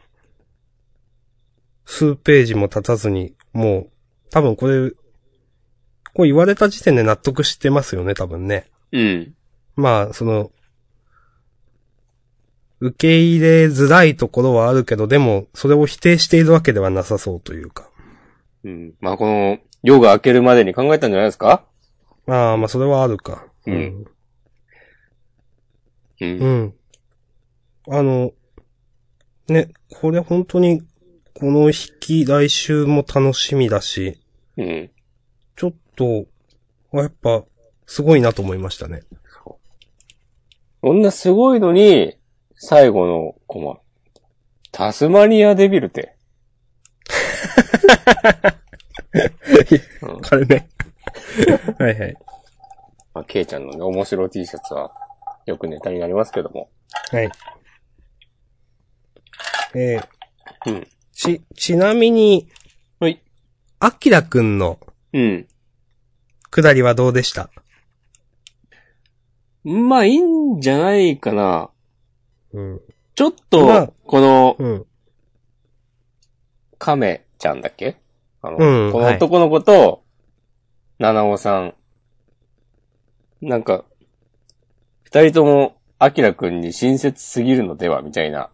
Speaker 2: 数ページも経たずに、もう、多分これ、こう言われた時点で納得してますよね、多分ね。
Speaker 1: うん。
Speaker 2: まあ、その、受け入れづらいところはあるけど、でも、それを否定しているわけではなさそうというか。
Speaker 1: うん。まあ、この、夜が明けるまでに考えたんじゃないですか
Speaker 2: ああ、まあそれはあるか。
Speaker 1: うんう。
Speaker 2: うんん。あの、ね、これ本当に、この引き来週も楽しみだし、
Speaker 1: うん。
Speaker 2: ちょっと、あやっぱ、すごいなと思いましたね。
Speaker 1: そんなすごいのに、最後のコマ。タスマニアデビルって。うん
Speaker 2: こ れね。はいはい。
Speaker 1: まあ、ケイちゃんのね、面白い T シャツは、よくネタになりますけども。
Speaker 2: はい。えー
Speaker 1: うん
Speaker 2: ち、ちなみに、
Speaker 1: はい。
Speaker 2: アキラくんの
Speaker 1: うん。
Speaker 2: くだりはどうでした
Speaker 1: まあ、いいんじゃないかな。
Speaker 2: うん。
Speaker 1: ちょっ
Speaker 2: ま
Speaker 1: と
Speaker 2: あ、
Speaker 1: この、
Speaker 2: うん。
Speaker 1: カメちゃんだっけあの、
Speaker 2: うん
Speaker 1: この
Speaker 2: はい
Speaker 1: 男の子と、七尾さん。なんか、二人とも、アキラくんに親切すぎるのでは、みたいな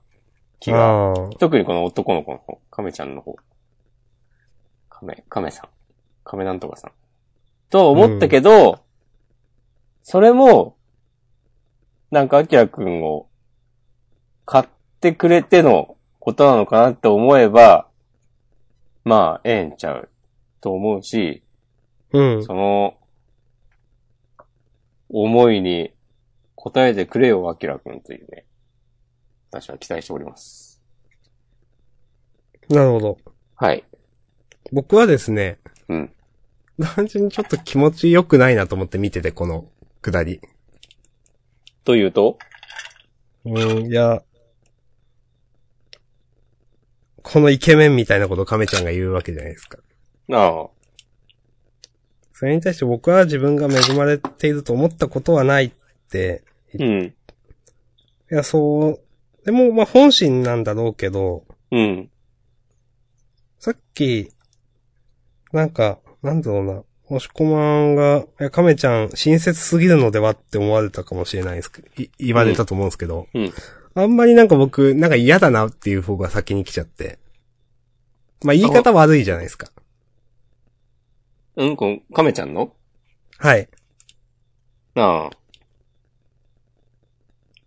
Speaker 1: 気が
Speaker 2: あー
Speaker 1: 特にこの男の子の方、亀ちゃんの方。亀、亀さん。亀なんとかさん。と思ったけど、それも、なんか、あきらくんを買ってくれてのことなのかなって思えば、まあ、ええんちゃうと思うし、
Speaker 2: うん。
Speaker 1: その、思いに答えてくれよ、あきらくんというね。私は期待しております。
Speaker 2: なるほど。
Speaker 1: はい。
Speaker 2: 僕はですね、
Speaker 1: うん。
Speaker 2: 単純にちょっと気持ち良くないなと思って見てて、このくだり。
Speaker 1: というと
Speaker 2: うん、いや、このイケメンみたいなことを亀ちゃんが言うわけじゃないですか。
Speaker 1: ああ。
Speaker 2: それに対して僕は自分が恵まれていると思ったことはないって、
Speaker 1: うん。
Speaker 2: いや、そう、でも、まあ、本心なんだろうけど、
Speaker 1: うん。
Speaker 2: さっき、なんか、なんだろうな、押し込まんが、いや、亀ちゃん、親切すぎるのではって思われたかもしれないですけど、い言われたと思うんですけど、
Speaker 1: うん。
Speaker 2: あんまりなんか僕、なんか嫌だなっていう方が先に来ちゃって。まあ、言い方悪いじゃないですか。
Speaker 1: うんこ、亀ちゃんの
Speaker 2: はい。
Speaker 1: ああ。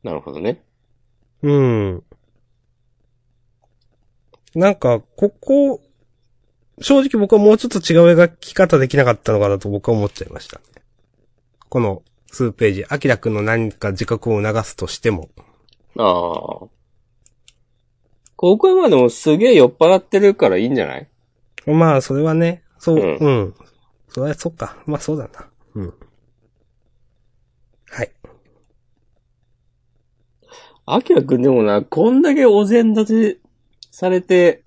Speaker 1: なるほどね。
Speaker 2: うん。なんか、ここ、正直僕はもうちょっと違う描き方できなかったのかなと僕は思っちゃいました。この数ページ、アキラくんの何か自覚を促すとしても。
Speaker 1: ああ。ここはまあでもすげえ酔っ払ってるからいいんじゃない
Speaker 2: まあ、それはね、そう、
Speaker 1: うん
Speaker 2: うん。それは、そっか。まあ、そうだな。うん。はい。
Speaker 1: アキラくんでもな、こんだけお膳立てされて、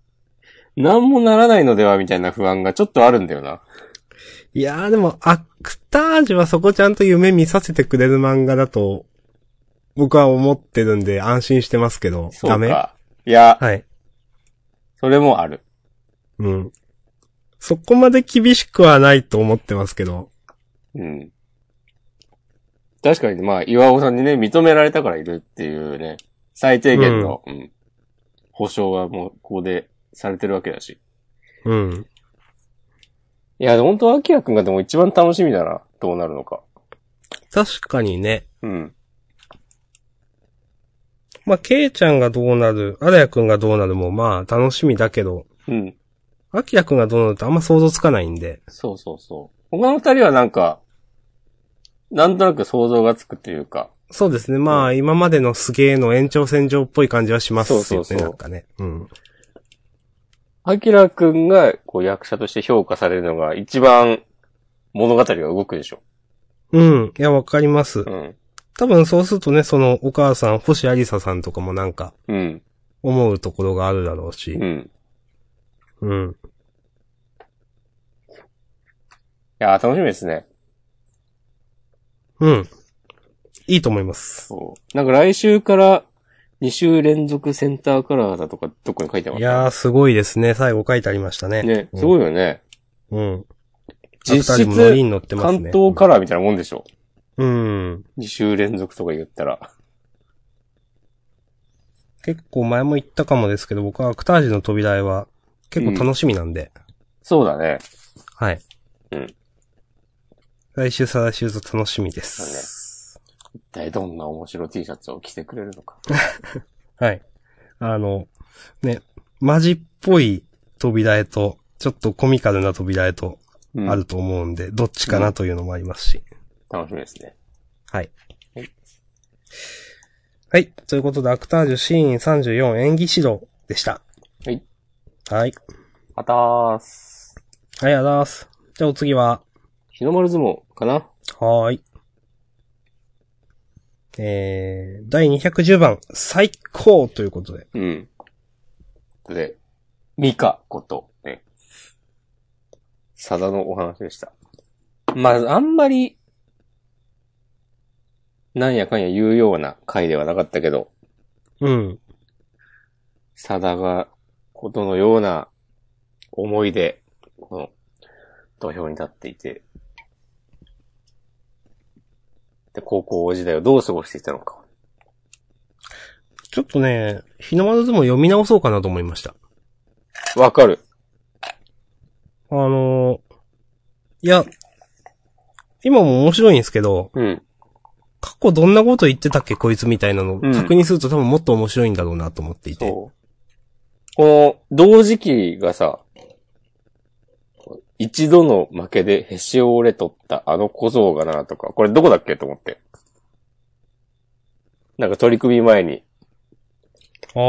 Speaker 1: なんもならないのではみたいな不安がちょっとあるんだよな。
Speaker 2: いやーでも、アクタージュはそこちゃんと夢見させてくれる漫画だと、僕は思ってるんで安心してますけど、
Speaker 1: そ
Speaker 2: ダ
Speaker 1: う
Speaker 2: メは
Speaker 1: か。いや、
Speaker 2: い。
Speaker 1: それもある。
Speaker 2: うん。そこまで厳しくはないと思ってますけど、
Speaker 1: うん。確かに、まあ、岩尾さんにね、認められたからいるっていうね、最低限の、うん、保証はもう、ここでされてるわけだし。
Speaker 2: うん。
Speaker 1: いや、本当はアキラくんがでも一番楽しみだな、どうなるのか。
Speaker 2: 確かにね。
Speaker 1: うん。
Speaker 2: まあ、ケイちゃんがどうなる、アラヤくんがどうなるも、まあ、楽しみだけど、
Speaker 1: うん。
Speaker 2: アキラくんがどうなるってあんま想像つかないんで。
Speaker 1: そうそうそう。他の二人はなんか、なんとなく想像がつくというか、
Speaker 2: そうですね。まあ、今までのすげーの延長線上っぽい感じはしますよね。
Speaker 1: そうそうそう
Speaker 2: なんかね。うん。
Speaker 1: アキラくんが、こう、役者として評価されるのが一番物語が動くでしょ。
Speaker 2: うん。いや、わかります。
Speaker 1: うん。
Speaker 2: 多分そうするとね、そのお母さん、星ありささんとかもなんか
Speaker 1: うん。
Speaker 2: 思うところがあるだろうし
Speaker 1: う。ん。
Speaker 2: うん。
Speaker 1: いや、楽しみですね。
Speaker 2: うん。いいと思います。
Speaker 1: そう。なんか来週から2週連続センターカラーだとか、どっかに書いてなか
Speaker 2: い
Speaker 1: っ
Speaker 2: やー、すごいですね。最後書いてありましたね。
Speaker 1: た。ね、すごいよね。
Speaker 2: うん。
Speaker 1: 実
Speaker 2: 二人ともノリ
Speaker 1: 質、
Speaker 2: に乗ってます
Speaker 1: 関
Speaker 2: ね。
Speaker 1: 東カラーみたいなもんでしょ。
Speaker 2: うん。
Speaker 1: 2週連続とか言ったら。
Speaker 2: 結構前も言ったかもですけど、僕はアクタージュの扉絵は結構楽しみなんで。
Speaker 1: そうだね。
Speaker 2: はい。
Speaker 1: うん。
Speaker 2: 来週、再来週と楽しみです。
Speaker 1: 一体どんな面白 T シャツを着てくれるのか。
Speaker 2: はい。あの、ね、マジっぽい扉絵と、ちょっとコミカルな扉絵と
Speaker 1: うん、
Speaker 2: あると思うんで、どっちかなというのもありますし。
Speaker 1: 楽しみですね。
Speaker 2: はい
Speaker 1: はい。
Speaker 2: はい。ということで、アクタージュシーン34演技指導でした。
Speaker 1: はい。
Speaker 2: はい。
Speaker 1: またーす。
Speaker 2: ありがとうございます。じゃあお次は、
Speaker 1: 日の丸相撲かな
Speaker 2: はーい。えー、第210番、最高ということで。
Speaker 1: うん。で、ミカこと、ね。サダのお話でした。まあ、あんまり、なんやかんや言うような回ではなかったけど、
Speaker 2: うん。
Speaker 1: サダが、ことのような思いで、この、土俵に立っていて、で、高校時代をどう過ごしていたのか。
Speaker 2: ちょっとね、日の丸相撲読み直そうかなと思いました。
Speaker 1: わかる。
Speaker 2: あのー、いや、今も面白いんですけど、
Speaker 1: うん。
Speaker 2: 過去どんなこと言ってたっけこいつみたいなのを
Speaker 1: うん
Speaker 2: 確認すると多分もっと面白いんだろうなと思っていて。
Speaker 1: そう。この、同時期がさ、一度の負けでへし折れとったあの小僧がなとか、これどこだっけと思って。なんか取り組み前に、
Speaker 2: ああ。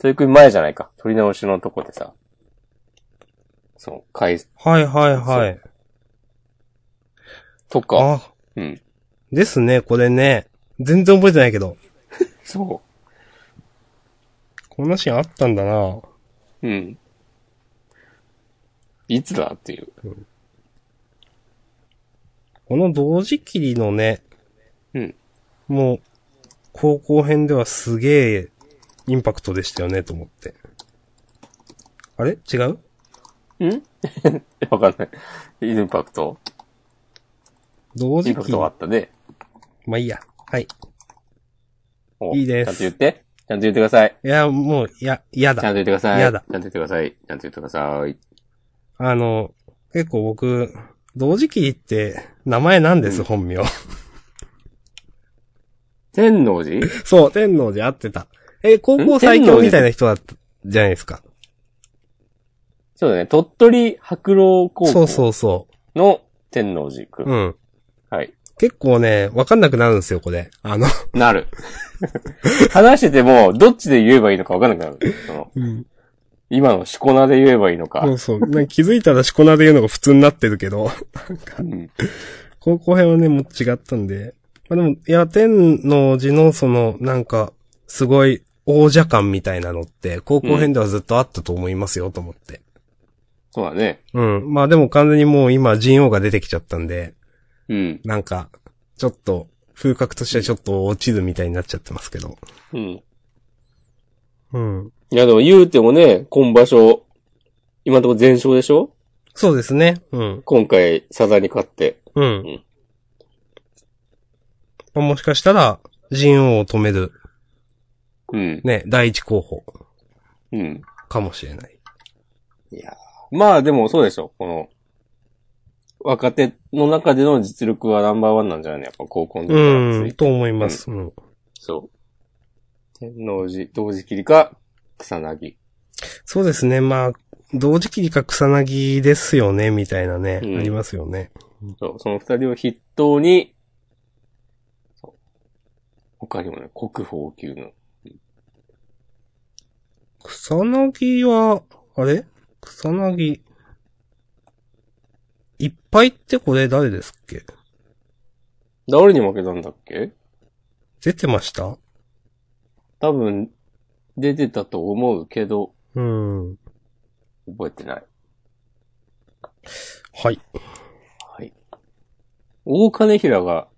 Speaker 1: 取り組み前じゃないか。取り直しのとこでさ、そう、回
Speaker 2: はいはいはい。
Speaker 1: とか、
Speaker 2: あ、
Speaker 1: うん。
Speaker 2: ですね、これね。全然覚えてないけど。
Speaker 1: そ
Speaker 2: こんなシーンあったんだな
Speaker 1: う。うん。いつだっていう。
Speaker 2: この同時切りのね、
Speaker 1: うん。
Speaker 2: もう、高校編ではすげえインパクトでしたよね、と思って。あれ違うん
Speaker 1: わかんない。インパクト
Speaker 2: 同
Speaker 1: イン
Speaker 2: 時
Speaker 1: パク
Speaker 2: 期。
Speaker 1: トがあ
Speaker 2: ま
Speaker 1: ったね。
Speaker 2: あいいや。はい。い
Speaker 1: お
Speaker 2: いいで
Speaker 1: ちゃ
Speaker 2: す
Speaker 1: んと言って。ちゃんと言ってください。
Speaker 2: や、もう、いや、嫌
Speaker 1: ちゃんと
Speaker 2: だ。
Speaker 1: 言ってください。
Speaker 2: やだ
Speaker 1: ちゃんと言ってください。ちゃんと言ってください。
Speaker 2: あの、結構僕、同時切りって、名前なんです、
Speaker 1: うん
Speaker 2: 本名。
Speaker 1: 天王寺
Speaker 2: そう、天皇寺合ってた。え、高校最強みたいな人だった、じゃないですか。
Speaker 1: そうだね。鳥取白老高
Speaker 2: そうそ
Speaker 1: 校
Speaker 2: うそ
Speaker 1: の天王寺く。
Speaker 2: う。うんん。
Speaker 1: はい。
Speaker 2: 結構ね、わかんなくなるんですよ、これ。あの、
Speaker 1: なる。 話してても、どっちで言えばいいのかわかんなくなる。その今のしこなで言えばいいのか。
Speaker 2: そうそう。なんか気づいたらしこなで言うのが普通になってるけど、
Speaker 1: うん。
Speaker 2: 高校編はね、もう違ったんで。まあでも、いや、天王寺のその、なんか、すごい王者感みたいなのって、高校編ではずっとあったと思いますよ、と思って。
Speaker 1: そうだね。
Speaker 2: うん。まあでも完全にもう今、人王が出てきちゃったんで、
Speaker 1: うん。
Speaker 2: なんか、ちょっと、風格としてはちょっと落ちるみたいになっちゃってますけど。
Speaker 1: うん。
Speaker 2: うん。
Speaker 1: いやでも言うてもね、今場所、今のところ全勝でしょ
Speaker 2: そうですね。うん。
Speaker 1: 今回、サザに勝って。
Speaker 2: うん。まあ、もしかしたら、人王を止める、
Speaker 1: うん。
Speaker 2: ね、第一候補
Speaker 1: うん。
Speaker 2: かもしれない。
Speaker 1: いやーまあでもそうでしょ。この、若手の中での実力はナンバーワンなんじゃないのやっぱ高校の時
Speaker 2: う
Speaker 1: から
Speaker 2: ん、と思います。うん。
Speaker 1: そう。天王寺、同時切りか、草薙。
Speaker 2: そうですね。まあ、同時期にか草薙ですよね、みたいなね、
Speaker 1: うん
Speaker 2: ありますよね。
Speaker 1: そう。その二人を筆頭に、そう。他にもね、国宝級の。
Speaker 2: 草薙は、あれ草薙。いっぱいってこれ誰ですっけ
Speaker 1: 誰に負けたんだっけ
Speaker 2: 出てました
Speaker 1: 多分、出てたと思うけど、
Speaker 2: うん。
Speaker 1: 覚えてない。
Speaker 2: はい。
Speaker 1: はい。大金平が、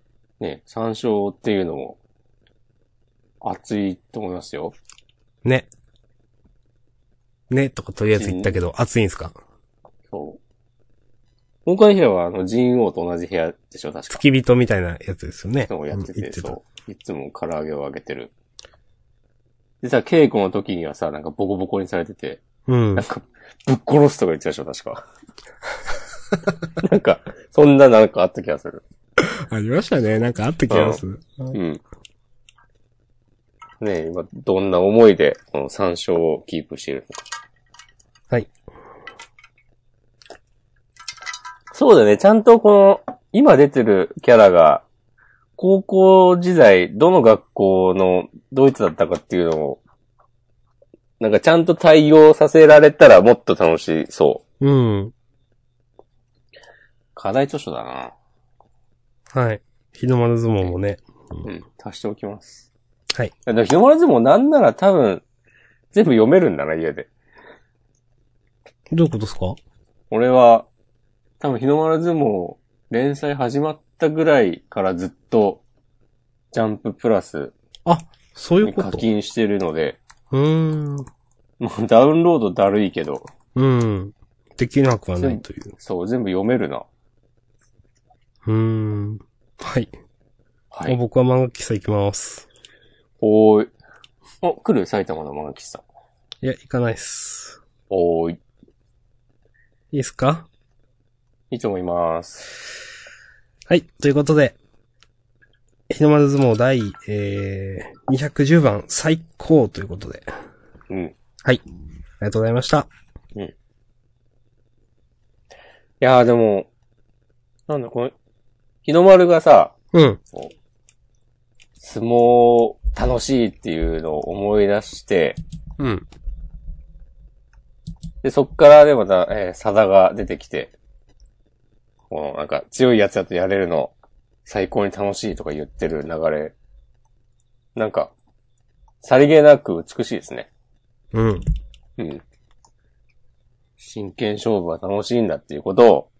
Speaker 1: ね、参照っていうのも、熱いと思いますよ。
Speaker 2: ね。ね、とかとりあえず言ったけど、暑いんすか
Speaker 1: そう。大金平は、あの、人王と同じ部屋でしょ、確か。
Speaker 2: 付き人みたいなやつですよね。
Speaker 1: そうやって
Speaker 2: うん言
Speaker 1: て、
Speaker 2: ってた。
Speaker 1: そう。いつも唐揚げをあげてる。でさ、稽古の時にはさ、なんかボコボコにされてて、
Speaker 2: うん
Speaker 1: なん。か、ぶっ殺すとか言ってたでしょ、確 か。なんか、そんななんかあった気がする。
Speaker 2: ありましたね。なんかあった気がする。
Speaker 1: うん。ねえ、今、どんな思いで、この参照をキープしているのか。
Speaker 2: はい。
Speaker 1: そうだね、ちゃんとこの、今出てるキャラが、高校時代、どの学校の、どいつだったかっていうのを、なんかちゃんと対応させられたらもっと楽しそう。
Speaker 2: うん。
Speaker 1: 課題著書だな。
Speaker 2: はい。日の丸相撲もね。
Speaker 1: うん、足しておきます。
Speaker 2: はい。
Speaker 1: でも日の丸相撲なんなら多分、全部読めるんだな、家で。
Speaker 2: どういうことですか
Speaker 1: 俺は、多分日の丸相撲、連載始まったぐらいからずっと、ジャンププラス
Speaker 2: あ、そうい
Speaker 1: に
Speaker 2: うこ
Speaker 1: 課
Speaker 2: と。
Speaker 1: 金してるので、
Speaker 2: うーん。
Speaker 1: もうダウンロードだるいけど、
Speaker 2: うん。できなくはないという。
Speaker 1: そう、全部読めるな。
Speaker 2: うーん。はい。
Speaker 1: は
Speaker 2: もう
Speaker 1: い。
Speaker 2: 僕は漫画喫茶行きます。
Speaker 1: おーい。お、来る埼玉の漫画喫茶。
Speaker 2: いや、行かないっす。
Speaker 1: おーい。
Speaker 2: いいっすか
Speaker 1: いつもいます。
Speaker 2: はい。ということで、日の丸相撲第、えー、210番最高ということで、あ
Speaker 1: うん。
Speaker 2: りがとうございました。
Speaker 1: いやーでも、なんだ、この、日の丸がさ、
Speaker 2: うん。
Speaker 1: 相撲楽しいっていうのを思い出して、
Speaker 2: うん。
Speaker 1: で、そっからでまた、えー、サダが出てきて、このなんか強いやつだとやれるの、最高に楽しいとか言ってる流れ、なんか、さりげなく美しいですね。
Speaker 2: うん。
Speaker 1: うん。真剣勝負は楽しいんだっていうことを、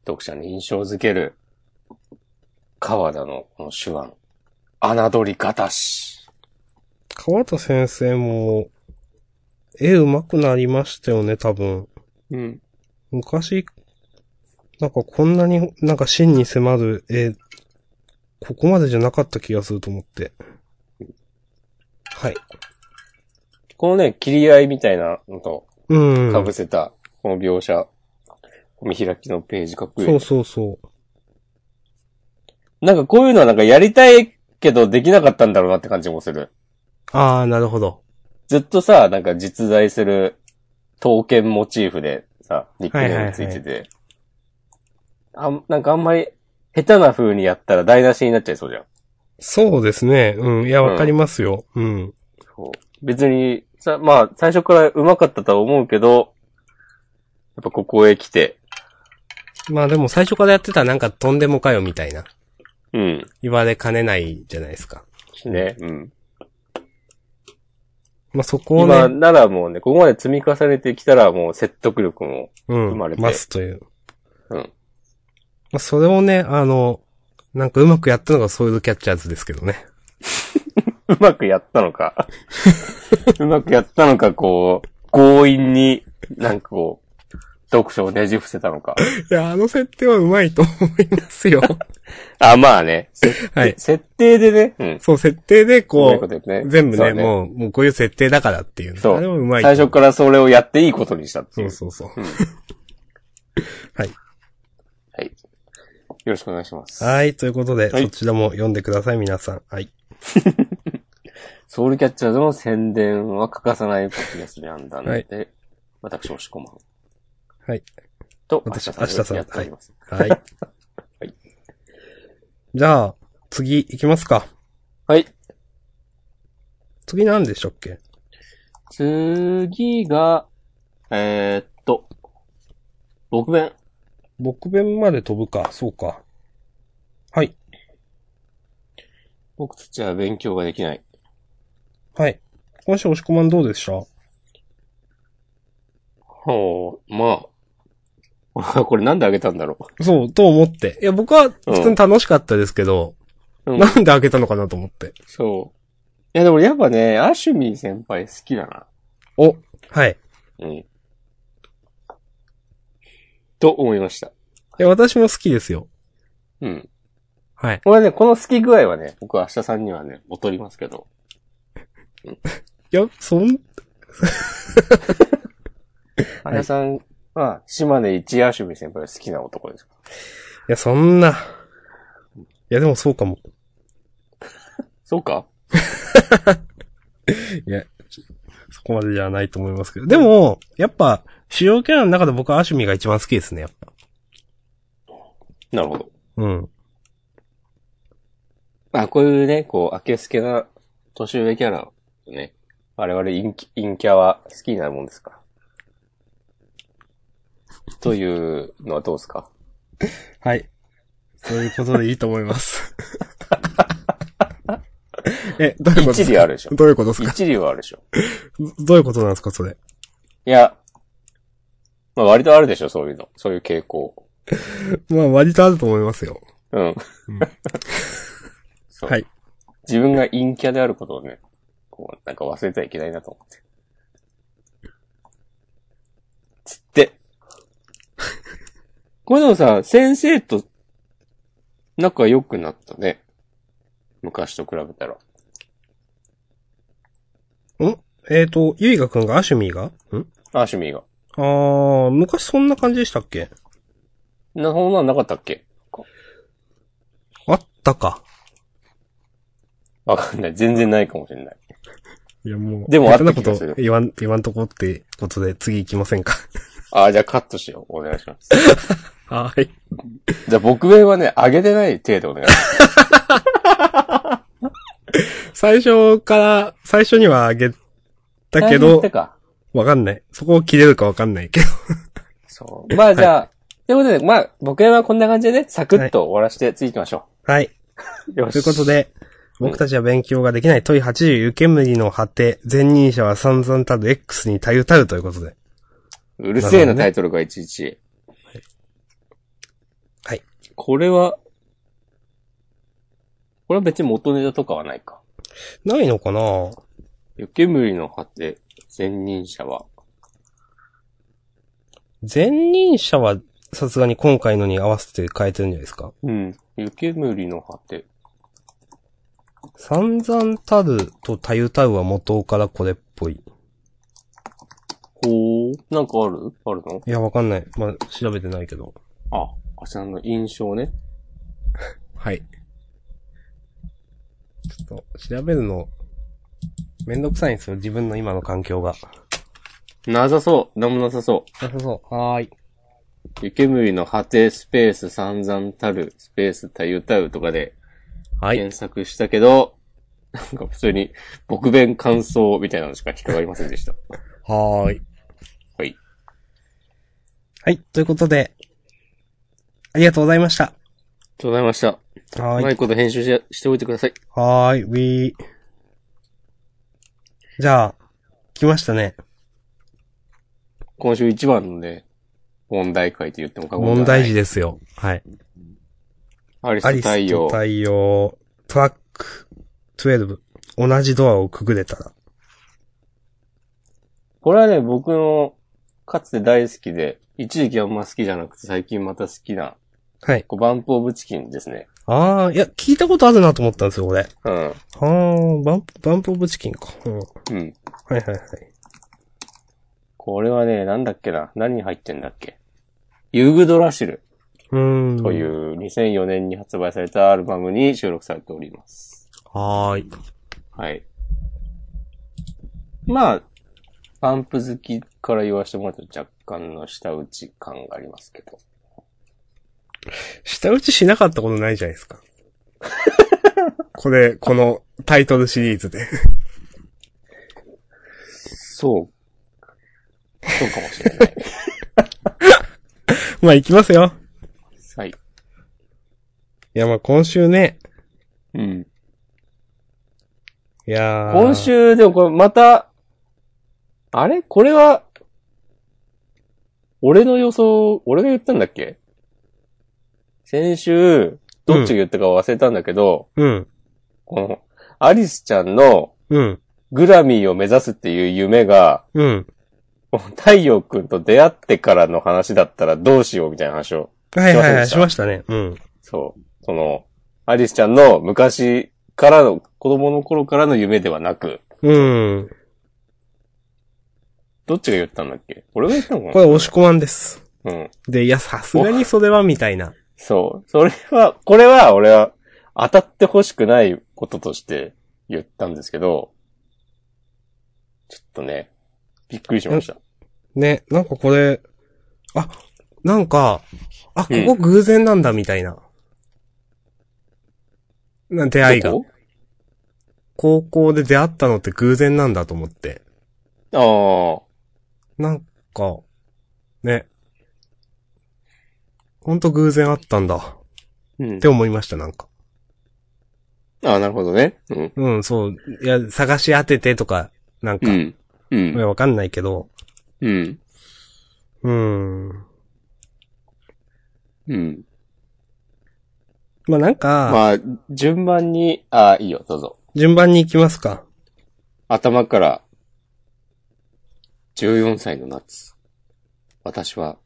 Speaker 1: 読者に印象づける、川田のこの手腕。侮りがたし。
Speaker 2: 川田先生も、絵上手くなりましたよね、多分。
Speaker 1: うん。
Speaker 2: 昔、なんかこんなに、なんか真に迫る絵、ここまでじゃなかった気がすると思って。はい。
Speaker 1: このね、切り合いみたいなのと
Speaker 2: うん。
Speaker 1: 被せた、この描写、見開きのページかっこいい
Speaker 2: そうそうそ
Speaker 1: なんかこういうのはなんかやりたいけどできなかったんだろうなって感じもする。
Speaker 2: う。ああ、なるほど。
Speaker 1: ずっとさ、なんか実在する刀剣モチーフでさ、ニックネームついてて。あんなんかあんまり下手な風にやったら台無しになっちゃいそうじゃん。
Speaker 2: そうですね。うん。いや、
Speaker 1: うん
Speaker 2: わかりますよ。うん。
Speaker 1: 別に、さ、まあ最初から上手かったとは思うけど、やっぱここへ来て、
Speaker 2: まあでも最初からやってたらなんかとんでもかよみたいな。
Speaker 1: うん、
Speaker 2: 言われかねないじゃないですか。
Speaker 1: ね、うん。
Speaker 2: まあそこを
Speaker 1: 今
Speaker 2: ね、
Speaker 1: ならもうね、ここまで積み重ねてきたらもう説得力も、
Speaker 2: うん、
Speaker 1: まれて
Speaker 2: 増すという。
Speaker 1: うん。
Speaker 2: まあそれをね、あの、なんかうまくやったのがソイルキャッチャーズですけどね。
Speaker 1: うまくやったの か。うまくやったのか、こう、強引に、なんかこう、読書をねじ伏せたの か。
Speaker 2: いや、あの設定はうまいと思います よ。
Speaker 1: あ、まあね。せ
Speaker 2: はい。
Speaker 1: 設定でね。うん。
Speaker 2: そう、設定で
Speaker 1: うまい
Speaker 2: こ
Speaker 1: こと
Speaker 2: う、
Speaker 1: 言ってね
Speaker 2: 全部
Speaker 1: そ
Speaker 2: ね
Speaker 1: うね
Speaker 2: もう、もうこういう設定だからっていう。
Speaker 1: そう
Speaker 2: あれもうまい。
Speaker 1: 最初からそれをやっていいことにしたってい。
Speaker 2: そううそうそう。
Speaker 1: はい。よろしくお願いします。
Speaker 2: はい、ということで、
Speaker 1: はい
Speaker 2: そちらも読んでください、皆さん。はい。
Speaker 1: ソウルキャッチャーズの宣伝は欠かさないポッドキャストなんだので、私、押し込まん。
Speaker 2: はい。
Speaker 1: と、
Speaker 2: 私
Speaker 1: 明日さんで
Speaker 2: 明
Speaker 1: や
Speaker 2: 日
Speaker 1: って
Speaker 2: さん
Speaker 1: おります。
Speaker 2: はい。じゃあ、次行きますか。
Speaker 1: はい。
Speaker 2: 次何でしたっけ
Speaker 1: 次が、えー、っと、僕弁。
Speaker 2: 僕弁まで飛ぶか、そうか。はい、
Speaker 1: 僕たちは勉強ができない。
Speaker 2: はい。今週押し込まんどうでした
Speaker 1: ほう、まあ。 これなんであげたんだろ
Speaker 2: そう、と思って。いや、僕は普通に楽しかったですけど、
Speaker 1: う。うん
Speaker 2: な、んで開けたのかなと思って。
Speaker 1: そう。いやでもやっぱね、アシュミー先輩好きだな。
Speaker 2: お、はい。
Speaker 1: うん。と思いました。
Speaker 2: いや、私も好きですよ。
Speaker 1: うん。
Speaker 2: はい。
Speaker 1: これね、この好き具合はね、僕は明日さんにはね、劣りますけど。
Speaker 2: いや、そん、
Speaker 1: 明
Speaker 2: い
Speaker 1: 日さんは、島根一アシュミー先輩が好きな男です。
Speaker 2: いや、そんな。いや、でもそうかも。
Speaker 1: そうか
Speaker 2: いや、ちそこまでじゃないと思いますけど。でも、やっぱ、主要キャラの中で僕はアシュミが一番好きですね、やっぱ。
Speaker 1: なるほど。
Speaker 2: うん。
Speaker 1: まあ、こういうね、こう、明けすけな年上キャラ、ね、我々陰キ陰キャは好きになるもんですから。というのはどうですか
Speaker 2: はい。そういうことでいいと思い ます。え、どういうことで
Speaker 1: 一
Speaker 2: す
Speaker 1: 理あるで しょ
Speaker 2: かどういうことですか
Speaker 1: 一理はあるでしょ
Speaker 2: どういうことなんですか、それ。
Speaker 1: いや、まあ割とあるでしょ、そういうの。そういう傾向。
Speaker 2: まあ、割とあると思いますよ。
Speaker 1: うん。
Speaker 2: うん
Speaker 1: そう
Speaker 2: はい。
Speaker 1: 自分が陰キャであることをね、こう、なんか忘れてはいけないなと思って。つって。 これでもさ、先生と仲良くなったね。昔と比べたら。
Speaker 2: えっ、と、ゆいがくんがアシュミーがん
Speaker 1: あ、趣味が。
Speaker 2: あー、昔そんな感じでしたっけ
Speaker 1: な、そんなんなかったっけ
Speaker 2: あったか。
Speaker 1: わかんない。全然ないかもしれない。
Speaker 2: いや、もう。
Speaker 1: でもあった
Speaker 2: な
Speaker 1: 気
Speaker 2: こ
Speaker 1: が
Speaker 2: と
Speaker 1: する
Speaker 2: 言わん、言わんとこってことで次行きませ んか。
Speaker 1: あ、じゃあカットしよう。お願いします。
Speaker 2: はい。
Speaker 1: じゃあ僕弁はね、上げてない程度お願 いします。
Speaker 2: 最初から、最初にはあげた
Speaker 1: 言
Speaker 2: け
Speaker 1: っ
Speaker 2: ど
Speaker 1: た、か。
Speaker 2: わかんない。そこを切れるかわかんないけど。
Speaker 1: そう。まあじゃあ、ということで、まあ、僕弁はこんな感じでね、サクッと終わらせて次行きましょ
Speaker 2: はい。
Speaker 1: う。よし
Speaker 2: ということで、僕たちは勉強ができない問い80湯煙の果て、前任者は散々たる X にたゆたるということで。
Speaker 1: うるせえな
Speaker 2: な
Speaker 1: タ
Speaker 2: る
Speaker 1: イトルがいちいち。
Speaker 2: はい。
Speaker 1: これは、これは別に元ネタとかはないか。
Speaker 2: ないのかな
Speaker 1: 湯煙の果て、前任者は。
Speaker 2: 前任者はさすがに今回のに合わせて変えてるんじゃないですか
Speaker 1: うん。湯煙の果て。
Speaker 2: 散々たるとたゆたるは元からこれっぽい。
Speaker 1: ほう。なんかあるあるの
Speaker 2: いや、わかんない。まあ、調べてないけど。
Speaker 1: あ、あちらの印象ね。
Speaker 2: はい。ちょっと、調べるの、めんどくさいんですよ、自分の今の環境が。
Speaker 1: なさそう。なんもなさそ
Speaker 2: なさそう。はーい。
Speaker 1: う。湯煙の果て、スペース散々たる、スペースたゆたうとかで
Speaker 2: はい。
Speaker 1: 検索したけど、 なんか普通に、僕弁感想みたいなのしか引っかかりませんで した。
Speaker 2: はーい。
Speaker 1: はい。
Speaker 2: はい、ということで、ありがとうございました。
Speaker 1: ありがとうございました。
Speaker 2: は
Speaker 1: うま
Speaker 2: ーい。
Speaker 1: いこと編集ししておいてください。
Speaker 2: はーい、ウィー。じゃあ、来ましたね。
Speaker 1: 今週一番のね、問題会と言っても過言ではない
Speaker 2: 問題児ですよ。はい。
Speaker 1: アリ
Speaker 2: ア
Speaker 1: ス
Speaker 2: リス
Speaker 1: 太陽
Speaker 2: と。太陽、トラック12、同じドアをくぐれたら。
Speaker 1: これはね、僕の、かつて大好きで、一時期あんま好きじゃなくて最近また好きな、
Speaker 2: はい。
Speaker 1: こうバンプオブチキンですね。
Speaker 2: ああ、いや、聞いたことあるなと思ったんですよ、俺。
Speaker 1: うん。
Speaker 2: ああ、バンプ、バンプオブチキンか。うん。はい
Speaker 1: うん。
Speaker 2: はいはい。
Speaker 1: これはね、なんだっけな。何に入ってんだっけ。ユグドラシル
Speaker 2: うーん。
Speaker 1: とい。う2004年に発売されたアルバムに収録されております。
Speaker 2: はーい。
Speaker 1: はい。まあ、パンプ好きから言わせてもらうと若干の下打ち感がありますけど。
Speaker 2: 下打ちしなかったことないじゃないです か。これ、このタイトルシリーズで。
Speaker 1: そう。そうかもしれない。
Speaker 2: まあ、いきますよ。
Speaker 1: はい。
Speaker 2: いや、まあ、今週ね。
Speaker 1: うん。
Speaker 2: いやー
Speaker 1: 今週、でもこれまた、あれこれは、俺の予想、俺が言ったんだっけ先週、どっちが言ったか忘れたんだけど、
Speaker 2: うん。
Speaker 1: この、アリスちゃんの
Speaker 2: うん。
Speaker 1: グラミーを目指すっていう夢が、
Speaker 2: うん。
Speaker 1: 太陽くんと出会ってからの話だったらどうしようみたいな話を。
Speaker 2: はいはいはい、
Speaker 1: し
Speaker 2: し
Speaker 1: ま
Speaker 2: ましたね。うん。
Speaker 1: そう。その、アリスちゃんの昔からの、子供の頃からの夢ではなく、
Speaker 2: うん。
Speaker 1: どっちが言ったんだっけ俺が言ったのかな
Speaker 2: これ、押し込まんです。
Speaker 1: うん。
Speaker 2: で、いや、さすがにそれは、みたいな。
Speaker 1: そう。それは、これは俺は当たってほしくないこととして言ったんですけど、ちょっとね、びっくりしました。
Speaker 2: ね、なんかこれ、あ、なんか、あ、こ
Speaker 1: うん
Speaker 2: こ偶然なんだ、みたいな。な、出会いが
Speaker 1: ど。こ
Speaker 2: 高校で出会ったのって偶然なんだと思って。
Speaker 1: あ
Speaker 2: なんか、ね。ほんと偶然あったんだ。っ
Speaker 1: あ。うん
Speaker 2: て。思いました、なんか。
Speaker 1: ああ、なるほどね。うん。
Speaker 2: うん、そう。いや、探し当ててとか、なんか、
Speaker 1: う
Speaker 2: い
Speaker 1: ん。うん。
Speaker 2: やわかんないけど。
Speaker 1: うん。
Speaker 2: うん。
Speaker 1: うん。
Speaker 2: まあ、なんか、
Speaker 1: まあ、順番に、あいいよ、どうぞ。
Speaker 2: 順番に行きますか。
Speaker 1: 頭から、14歳の夏。私は、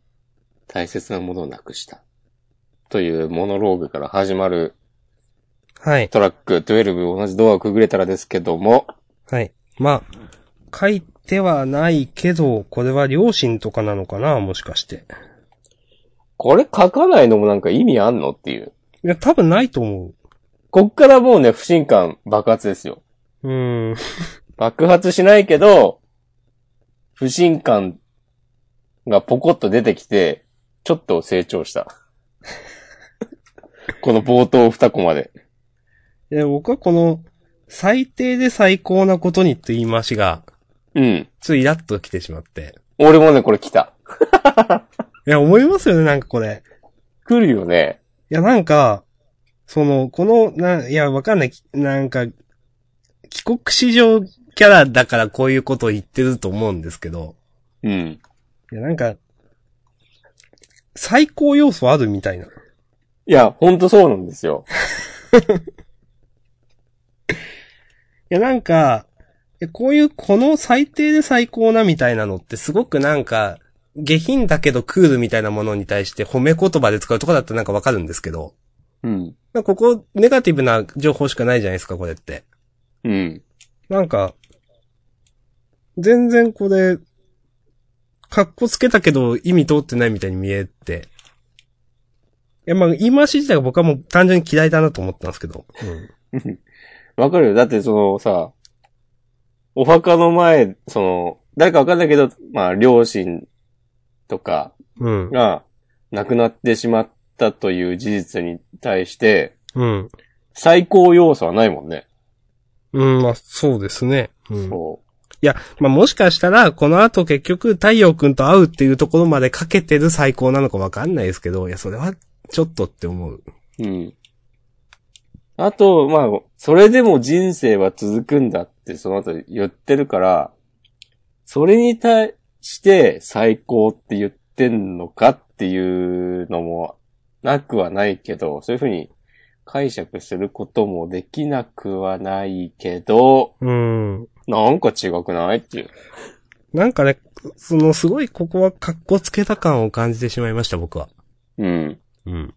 Speaker 1: 大切なものをなくした。というモノローグから始まる
Speaker 2: はい。
Speaker 1: トラック12同じドアをくぐれたらですけども、
Speaker 2: はい。まあ、書いてはないけど、これは両親とかなのかなもしかして。
Speaker 1: これ書かないのもなんか意味あんのっていう。
Speaker 2: いや、多分ないと思
Speaker 1: こっからもうね、不信感爆発ですよ。
Speaker 2: う。うん。
Speaker 1: 爆発しないけど、不信感がポコッと出てきて、ちょっと成長した。 この冒頭二コマで。
Speaker 2: で僕はこの、最低で最高なことにって言い回しが、
Speaker 1: うん。
Speaker 2: ちょっとイラッと来てしまって。
Speaker 1: 俺もね、これ来た。
Speaker 2: いや、思いますよね、なんかこれ。
Speaker 1: 来るよね。
Speaker 2: いや、なんか、その、この、な、いや、わかんない。なんか、帰国子女キャラだからこういうことを言ってると思うんですけど、
Speaker 1: うん。
Speaker 2: いや、なんか、最高要素あるみたいな。
Speaker 1: いや、ほんとそうなんですよ。
Speaker 2: いや、なんか、いやこういう、この最低で最高なみたいなのってすごくなんか、下品だけどクールみたいなものに対して褒め言葉で使うとかだったらなんかわかるんですけど、
Speaker 1: うん。
Speaker 2: なんかここ、ネガティブな情報しかないじゃないですか、これって。
Speaker 1: うん。
Speaker 2: なんか、全然これ、格好つけたけど意味通ってないみたいに見えて。いや、まあ、言い回し自体が僕はもう単純に嫌いだなと思ったんですけど。
Speaker 1: わかるよ。だってそのさ、お墓の前、その、誰かわかんないけど、まあ、両親とか
Speaker 2: うん。
Speaker 1: が亡くなってしまったという事実に対して、
Speaker 2: うん。
Speaker 1: 最高要素はないもんね。
Speaker 2: うん、まあ、そうですね。うん。
Speaker 1: そ
Speaker 2: いや、まあ、もしかしたら、この後結局、太陽くんと会うっていうところまでかけてる最高なのかわかんないですけど、いや、それは、ちょっとって思う。
Speaker 1: う。うん。あと、まあ、それでも人生は続くんだってその後言ってるから、それに対して最高って言ってんのかっていうのもなくはないけど、そういうふうに解釈することもできなくはないけど、
Speaker 2: うん。
Speaker 1: なんか違くないっていう。
Speaker 2: なんかね、その、すごいここは格好つけた感を感じてしまいました、僕は。
Speaker 1: うん。
Speaker 2: うん。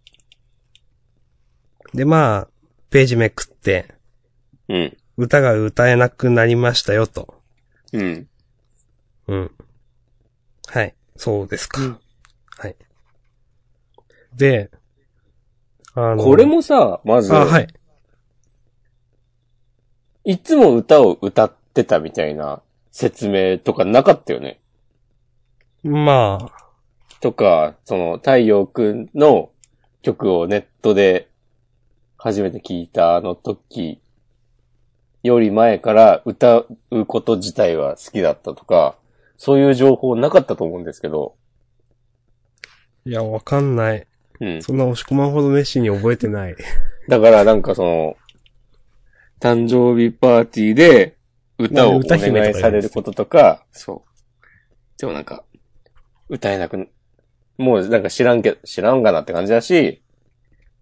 Speaker 2: で、まあ、ページめくって、
Speaker 1: うん。
Speaker 2: 歌が歌えなくなりましたよと。
Speaker 1: うん。
Speaker 2: うん。はい。そうですか。はい。で、あ
Speaker 1: これもさ、まず、
Speaker 2: あ、はい。
Speaker 1: いつも歌を歌ってたみたいな説明とかなかったよね。
Speaker 2: まあ、
Speaker 1: とか、その、太陽くんの曲をネットで初めて聞いたあの時より前から歌うこと自体は好きだったとか、そういう情報なかったと思うんですけど、
Speaker 2: いや、わかんない。
Speaker 1: うん。
Speaker 2: そんな押し込まんほど熱心に覚えてない。
Speaker 1: だからなんかその、誕生日パーティーで歌をお
Speaker 2: 歌姫とか
Speaker 1: 願いされることとか、そう。でもなんか、歌えなくな、もうなんか知らんけ、知らんがなって感じだし、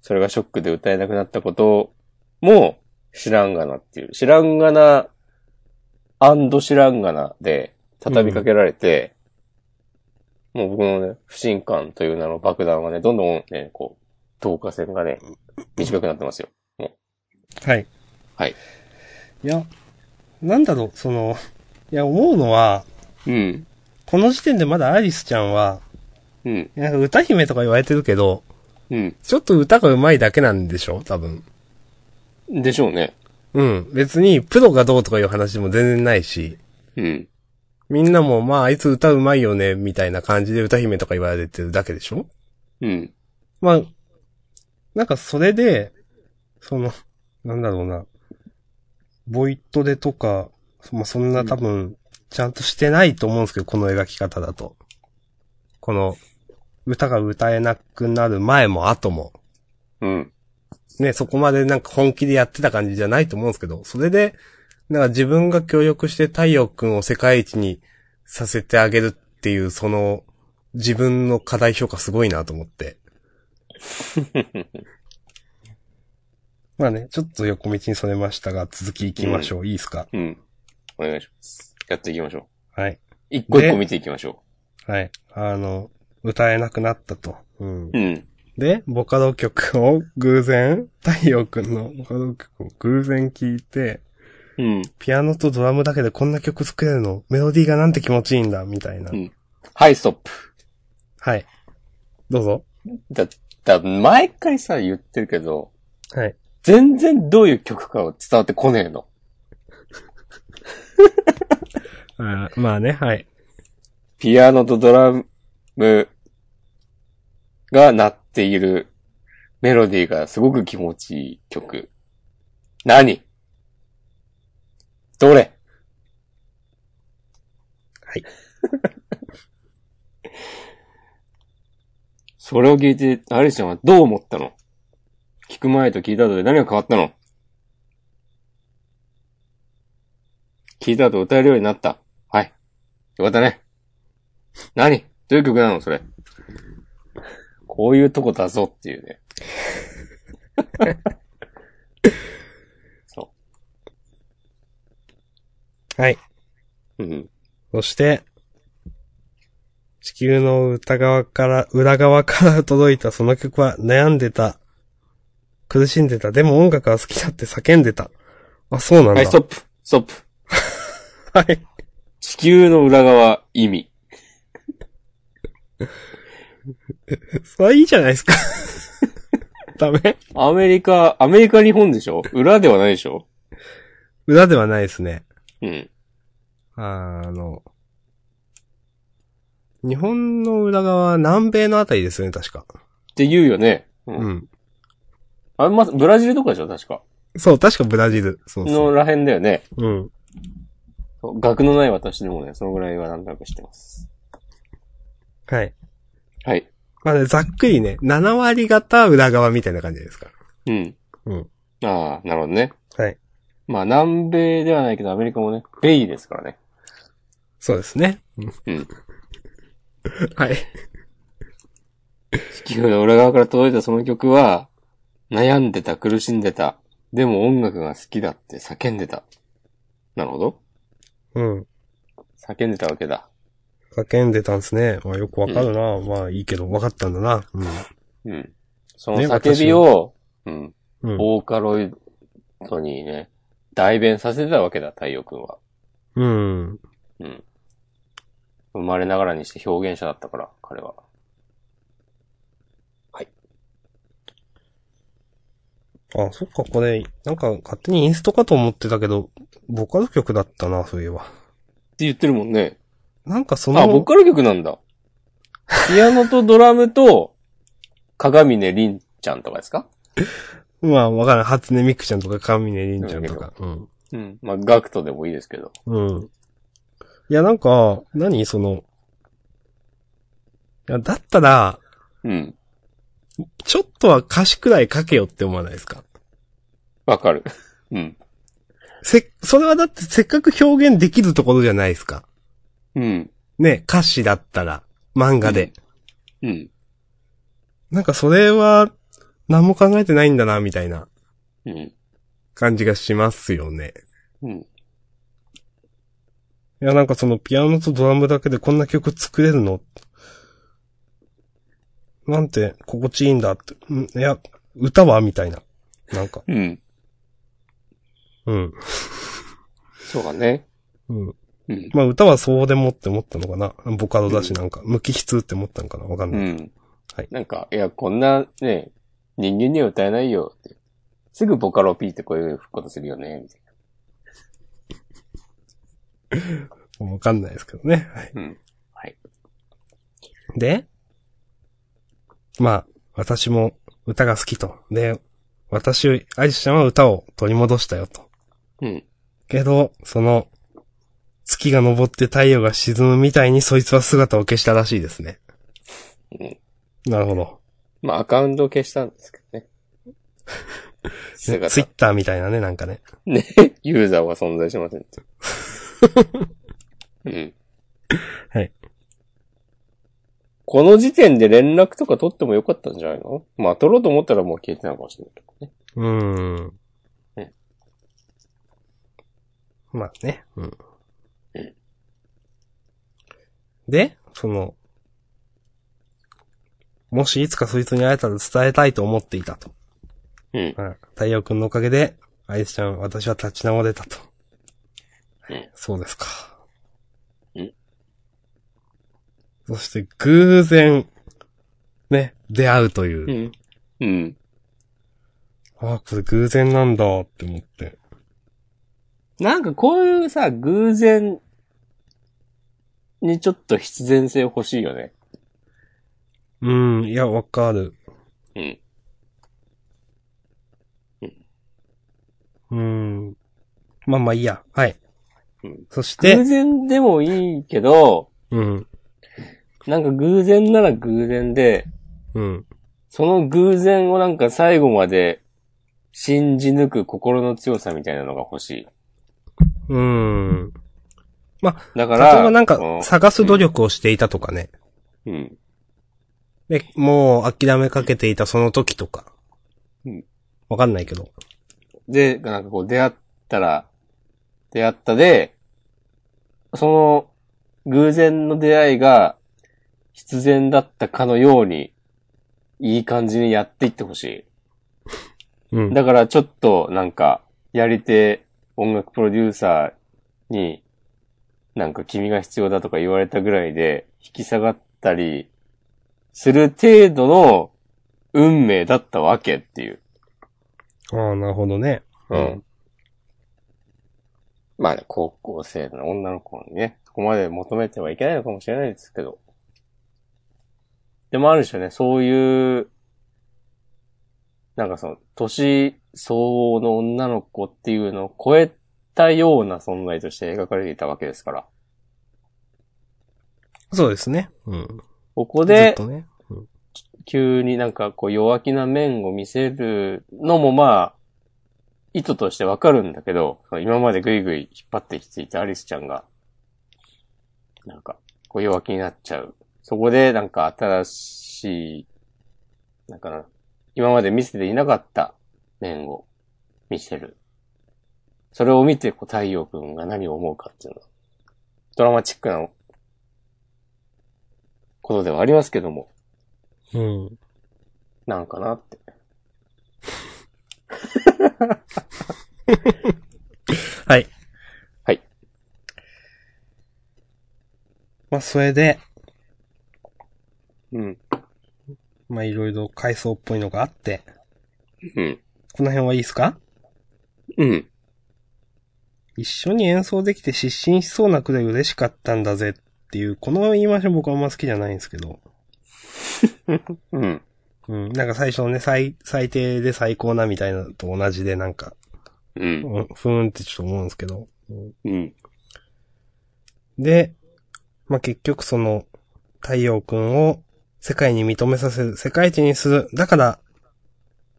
Speaker 1: それがショックで歌えなくなったことも知らんがなっていう、知らんがな、アンド知らんがなで畳みかけられて、もう僕のね、不信感という名の爆弾がね、どんどんね、こう、透過線がね、短くなってますよ。
Speaker 2: はい。
Speaker 1: はい。
Speaker 2: いや、なんだろう、その、いや、思うのは、
Speaker 1: うん。
Speaker 2: この時点でまだアリスちゃんは、
Speaker 1: うん。
Speaker 2: なんか歌姫とか言われてるけど、
Speaker 1: うん。
Speaker 2: ちょっと歌が上手いだけなんでしょ多分。
Speaker 1: でしょうね。
Speaker 2: うん。別に、プロがどうとかいう話も全然ないし、
Speaker 1: うん。
Speaker 2: みんなも、まあ、あいつ歌上手いよね、みたいな感じで歌姫とか言われてるだけでしょ
Speaker 1: うん。
Speaker 2: まあ、なんかそれで、その、なんだろうな、ボイトレとか、まあそんな多分、ちゃんとしてないと思うんですけど、この描き方だと。この、歌が歌えなくなる前も後も。
Speaker 1: うん。
Speaker 2: ね、そこまでなんか本気でやってた感じじゃないと思うんですけど、それで、なんか自分が協力して太陽くんを世界一にさせてあげるっていう、その、自分の課題評価すごいなと思って。 まあね、ちょっと横道にそれましたが、続き行きましょう。いいですか
Speaker 1: うん。お願いします。やっていきましょう。
Speaker 2: はい。
Speaker 1: 一個一個
Speaker 2: で
Speaker 1: 見ていきましょ
Speaker 2: はい。あの、歌えなくなったと。うん
Speaker 1: う。。うん。
Speaker 2: で、ボカロ曲を偶然、太陽くんのボカロ曲を偶然聴いて、
Speaker 1: うん。
Speaker 2: ピアノとドラムだけでこんな曲作れるのメロディーがなんて気持ちいいんだみたいな。
Speaker 1: うんはい、ストップ。
Speaker 2: はい。どうぞ。
Speaker 1: だ、だ、毎回さ、言ってるけど、
Speaker 2: はい。
Speaker 1: 全然どういう曲かは伝わってこねえの。
Speaker 2: あーまあね、はい。
Speaker 1: ピアノとドラムが鳴っているメロディーがすごく気持ちいい曲。何どれ
Speaker 2: はい。
Speaker 1: それを聞いて、アリスちゃんはどう思ったの聞く前と聞いた後で何が変わったの聞いた後歌えるようになった。はい。よかったね。何どういう曲なのそれ。こういうとこだぞっていうね。そ
Speaker 2: はい。
Speaker 1: う。うん。
Speaker 2: そして、地球の歌側から、裏側から届いたその曲は悩んでた、苦しんでた、でも音楽は好きだって叫んでた。あ、そうなん
Speaker 1: は
Speaker 2: だ。
Speaker 1: い、ストップ。ストップ。
Speaker 2: はい。
Speaker 1: 地球の裏側、意味。
Speaker 2: それはいいじゃないですか。 ダメ
Speaker 1: アメリカ、アメリカ日本でしょ裏ではないでしょ
Speaker 2: 裏ではないですね。
Speaker 1: うん。
Speaker 2: あーあの、日本の裏側は南米のあたりですよね、確か。
Speaker 1: って言うよね。う。
Speaker 2: うんん。
Speaker 1: あれ、ま、ブラジルとかでしょ確か。
Speaker 2: そう、確かブラジル。そうそ
Speaker 1: の
Speaker 2: う。
Speaker 1: らへんだよね。
Speaker 2: うん。
Speaker 1: そう学のない私でもね、そのぐらいはなんとなく知ってます。
Speaker 2: はい。
Speaker 1: はい。
Speaker 2: まあね、ざっくりね、7割方裏側みたいな感じですか
Speaker 1: うん。
Speaker 2: うん。
Speaker 1: ああ、なるほどね。
Speaker 2: ら。はい。
Speaker 1: まあ、南米ではないけど、アメリカもね、ベイですからね。
Speaker 2: そうですね。
Speaker 1: うん。
Speaker 2: はい。
Speaker 1: 地球の裏側から届いたその曲は、悩んでた、苦しんでた。でも音楽が好きだって叫んでた。なるほど。
Speaker 2: うん。
Speaker 1: 叫んでたわけだ。
Speaker 2: 叫んでたんですね。まあよくわかるな。まあいいけど、わかったんだな。
Speaker 1: うん。その
Speaker 2: ね
Speaker 1: 叫びを、うん。
Speaker 2: うん。うん。
Speaker 1: ボーカロイドにね、代弁させてたわけだ、太陽くんは。
Speaker 2: うん。
Speaker 1: うん。生まれながらにして表現者だったから、彼は。
Speaker 2: あ、そっか、これ、なんか勝手にインストかと思ってたけど、ボカロ曲だったな、そういえば。
Speaker 1: って言ってるもんね。
Speaker 2: なんかその、
Speaker 1: あ、ボカロ曲なんだ。ピアノとドラム と、鏡ねりんちゃんとかですか
Speaker 2: まあわからん。初音ミクちゃんとか、神ねりんちゃんとか。うん。
Speaker 1: うん。まあ、ガクトでもいいですけど。
Speaker 2: うん。いや、なんか、何その、いや、だったら、
Speaker 1: うん。
Speaker 2: ちょっとは歌詞くらい書けよって思わないですか
Speaker 1: わかる。うん。
Speaker 2: せ、それはだってせっかく表現できるところじゃないですか。
Speaker 1: うん。
Speaker 2: ね、歌詞だったら、漫画で。
Speaker 1: うん。
Speaker 2: なんかそれは、何も考えてないんだな、みたいな
Speaker 1: うん。
Speaker 2: 感じがしますよね。
Speaker 1: うん。
Speaker 2: いや、なんかそのピアノとドラムだけでこんな曲作れるのなんて、心地いいんだって。うんいや、歌はみたいな。なんか、
Speaker 1: うん。
Speaker 2: うん。
Speaker 1: そうだね。
Speaker 2: うん。
Speaker 1: うん。
Speaker 2: まあ歌はそうでもって思ったのかな。ボカロだしなんか、無機質って思ったのかなわかん
Speaker 1: う
Speaker 2: ない。
Speaker 1: ん。
Speaker 2: はい
Speaker 1: なんか、いや、こんなね、人間には歌えないよって。すぐボカロ P ってこういうことするよね、みたい
Speaker 2: わかんないですけどね。はい。
Speaker 1: な。うん。はい。
Speaker 2: で、まあ、私も歌が好きと。で、私、愛ちゃんは歌を取り戻したよと。
Speaker 1: うん。
Speaker 2: けど、その、月が昇って太陽が沈むみたいにそいつは姿を消したらしいですね。
Speaker 1: うん
Speaker 2: なるほど。
Speaker 1: まあ、アカウントを消したんですけどね。
Speaker 2: ツイ
Speaker 1: 姿
Speaker 2: ッターみたいなね、なんかね。
Speaker 1: ね、 ユーザーは存在し ませんって。うん。
Speaker 2: はい。
Speaker 1: この時点で連絡とか取ってもよかったんじゃないのまあ、取ろうと思ったらもう消えてたのかもしれないけどね。
Speaker 2: うーん
Speaker 1: うん。
Speaker 2: まあね。うん
Speaker 1: うん。
Speaker 2: で、その、もしいつかそいつに会えたら伝えたいと思っていたと。
Speaker 1: うん。
Speaker 2: うん太陽くんのおかげで、アイスちゃん、私は立ち直れたと。
Speaker 1: うん
Speaker 2: そうですか。
Speaker 1: うん
Speaker 2: そして、偶然、ね、出会うという。
Speaker 1: うん。うん。
Speaker 2: ああ、これ偶然なんだって思って。
Speaker 1: なんかこういうさ、偶然にちょっと必然性欲しいよね。
Speaker 2: うん、いや、わかる。
Speaker 1: うん。
Speaker 2: うん。まあまあいいや。はい。
Speaker 1: うん
Speaker 2: そして、
Speaker 1: 偶然でもいいけど、
Speaker 2: うん。
Speaker 1: なんか偶然なら偶然で、
Speaker 2: うん。
Speaker 1: その偶然をなんか最後まで信じ抜く心の強さみたいなのが欲しい。
Speaker 2: うーん。
Speaker 1: だか
Speaker 2: 例え
Speaker 1: ら、
Speaker 2: ばなんか
Speaker 1: う、
Speaker 2: 探す努力をしていたとかね。
Speaker 1: うん。
Speaker 2: で、もう諦めかけていたその時とか
Speaker 1: うん。
Speaker 2: わかんないけど。
Speaker 1: で、なんかこう出会ったら、出会ったで、その偶然の出会いが必然だったかのように、いい感じにやっていってほしい。
Speaker 2: うん。
Speaker 1: だからちょっとなんか、やり手音楽プロデューサーに、なんか君が必要だとか言われたぐらいで引き下がったりする程度の運命だったわけっていう。
Speaker 2: ああ、なるほどね。
Speaker 1: うん。まあね、高校生の女の子にね、そこまで求めてはいけないのかもしれないですけど。でもあるでしょうね、そういう、なんかその、年相応の女の子っていうのを超えたような存在として描かれていたわけですから。
Speaker 2: そうですね。うん。
Speaker 1: ここ
Speaker 2: ずっ
Speaker 1: で、
Speaker 2: とね。
Speaker 1: 急になんかこう弱気な面を見せるのもまあ、意図としてわかるんだけど、その今までぐいぐい引っ張ってきていたアリスちゃんが、なんか、こう弱気になっちゃう。そこでなんか新しい、なんかな、今まで見せていなかった面を見せる。それを見て、こう、太陽くんが何を思うかっていうのは、ドラマチックなことではありますけども、
Speaker 2: うん。
Speaker 1: なんかなって。
Speaker 2: はい。
Speaker 1: はい。
Speaker 2: まあ、それで、
Speaker 1: うん。
Speaker 2: まあ、いろいろ階層っぽいのがあって、
Speaker 1: うん。
Speaker 2: この辺はいいですか
Speaker 1: うん。
Speaker 2: 一緒に演奏できて失神しそうなくらい嬉しかったんだぜっていう、この言い回しは僕はあんま好きじゃないんですけど。
Speaker 1: うん。
Speaker 2: うん。なんか最初のね、最、最低で最高なみたいなのと同じでなんか、
Speaker 1: うん。
Speaker 2: うん、ふーんってちょっと思うんですけど。
Speaker 1: うん。
Speaker 2: で、まあ、結局その、太陽くんを世界に認めさせる、世界一にする、だから、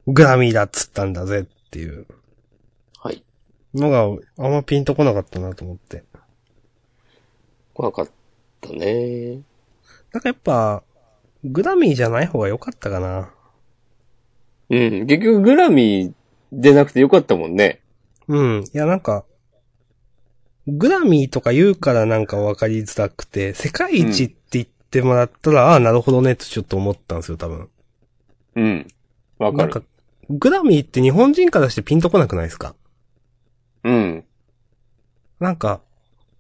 Speaker 2: グラミーだっつったんだぜっていう
Speaker 1: はい。
Speaker 2: のが、あんまピンとこなかったなと思って。
Speaker 1: 来なかったね。
Speaker 2: なんかやっぱ、グラミーじゃない方が良かったかな。
Speaker 1: うん。結局グラミーでなくてよかったもんね。
Speaker 2: うん。いやなんか、グラミーとか言うからなんか分かりづらくて、世界一って言ってもらったら、ああ、なるほどねってちょっと思ったんですよ、多分。
Speaker 1: うん。わ
Speaker 2: な
Speaker 1: か
Speaker 2: ん
Speaker 1: る。
Speaker 2: か、グラミーって日本人からしてピンとこなくないですか
Speaker 1: うん。
Speaker 2: なんか、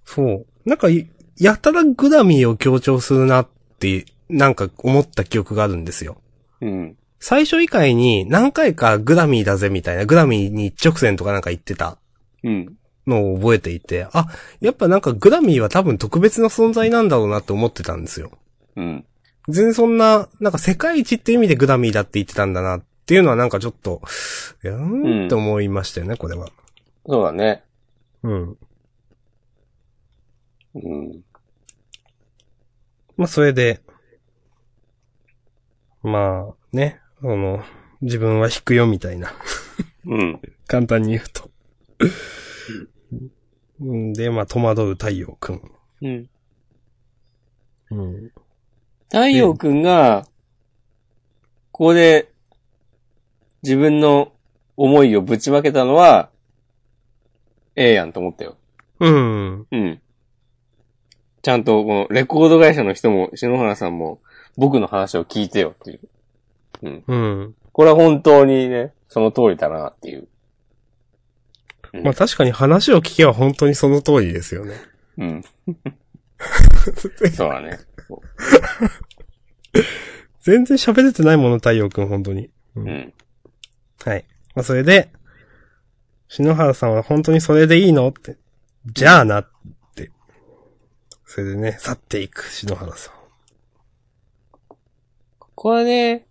Speaker 2: そう。なんかい、やたらグラミーを強調するなって、なんか思った記憶があるんですよ。
Speaker 1: うん。
Speaker 2: 最初以外に何回かグラミーだぜみたいな、グラミーに一直線とかなんか言ってた
Speaker 1: うん。
Speaker 2: のを覚えていて、あ、やっぱなんかグラミーは多分特別な存在なんだろうなって思ってたんですよ。
Speaker 1: うん。
Speaker 2: 全然そんな、なんか世界一って意味でグラミーだって言ってたんだなっていうのはなんかちょっと、うーんって思いましたよね、これは。
Speaker 1: そうだね。
Speaker 2: うん。
Speaker 1: うん。
Speaker 2: まあ、それで、まあ、ね、その、自分は弾くよみたいな、
Speaker 1: うん。
Speaker 2: 簡単に言うと。うんで、まあ、戸惑う太陽くん。
Speaker 1: うん。
Speaker 2: うん。
Speaker 1: 太陽くんが、ここで自分の思いをぶちまけたのは、ええやんと思ったよ。
Speaker 2: うん。
Speaker 1: うん。ちゃんと、この、レコード会社の人も、篠原さんも、僕の話を聞いてよっていう。
Speaker 2: うん。
Speaker 1: これは本当にね、その通りだなっていう。うん
Speaker 2: まあ、確かに話を聞けば本当にその通りですよね。
Speaker 1: うん。そうだね。
Speaker 2: 全然喋れてないもの、太陽くん、本当に。
Speaker 1: うん。
Speaker 2: はい。まあ、それで、篠原さんは本当にそれでいいのって。じゃあなって。それでね、去っていく、篠原さん。
Speaker 1: ここはね、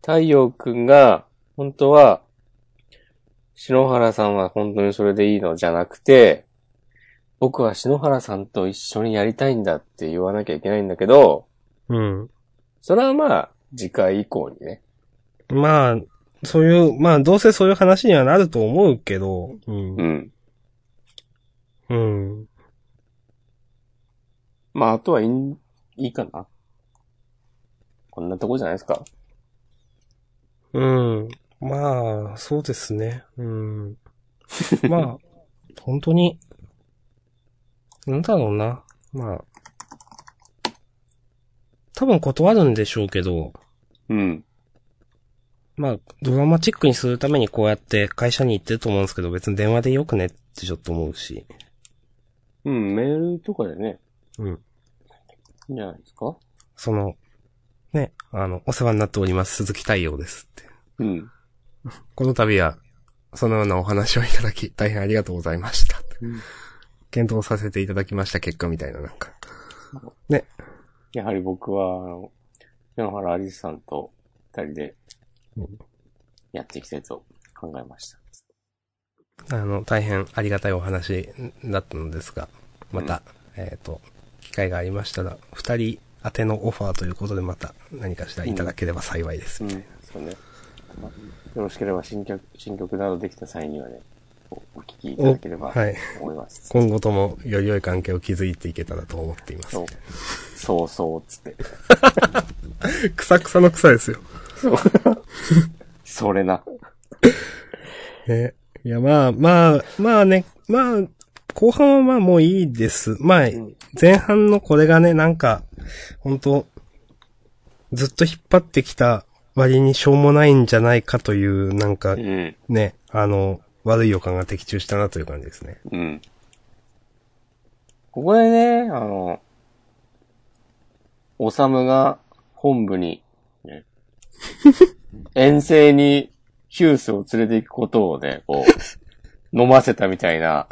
Speaker 1: 太陽くんが、本当は、篠原さんは本当にそれでいいのじゃなくて、僕は篠原さんと一緒にやりたいんだって言わなきゃいけないんだけど、
Speaker 2: うん。
Speaker 1: それはまあ、次回以降にね。
Speaker 2: まあ、そういう、まあ、どうせそういう話にはなると思うけど、うん
Speaker 1: う。ん。
Speaker 2: うん。
Speaker 1: まあ、あとはいいん、いいかな。こんなとこじゃないですか。
Speaker 2: うん。まあ、そうですね。うん。まあ、 本当に、なんだろうな。まあ、多分断るんでしょうけど、
Speaker 1: うん。
Speaker 2: まあ、ドラマチックにするためにこうやって会社に行ってると思うんですけど、別に電話でよくねってちょっと思うし。
Speaker 1: うん、メールとかでね。
Speaker 2: うん。
Speaker 1: いいんじゃないですか
Speaker 2: その、ね、あの、お世話になっております、鈴木太陽ですって。
Speaker 1: うん。
Speaker 2: この度は、そのようなお話をいただき、大変ありがとうございました。検討させていただきました結果みたいな、なんか。
Speaker 1: やはり僕は、あの、野々原有さんと二人で
Speaker 2: うん、
Speaker 1: やっていきたいと考えました。
Speaker 2: あの、大変ありがたいお話だったのですが、また、えっ、と、機会がありましたら、二人宛てのオファーということでまた何かしらいただければ幸いです。
Speaker 1: うん。そうね。まあよろしければ新曲、新曲などできた際にはね、おお聞きいただければと
Speaker 2: はい。
Speaker 1: 思います。
Speaker 2: 今後ともより良い関係を築いていけたらと思っています
Speaker 1: そ。う。そうそう、つって。
Speaker 2: 草草の草ですよ。
Speaker 1: それな。
Speaker 2: ね。いや、まあ、まあ、まあね、まあ、後半はまあもういいです。まあ、
Speaker 1: ん
Speaker 2: 前半のこれがね、なんか、本当ずっと引っ張ってきた割にしょうもないんじゃないかという、なんか
Speaker 1: うん。
Speaker 2: ね、あの、悪い予感が的中したなという感じですね。
Speaker 1: うん。ここでね、あの、おさむが本部に、ね、遠征にヒュースを連れて行くことをね、こう、飲ませたみたいな、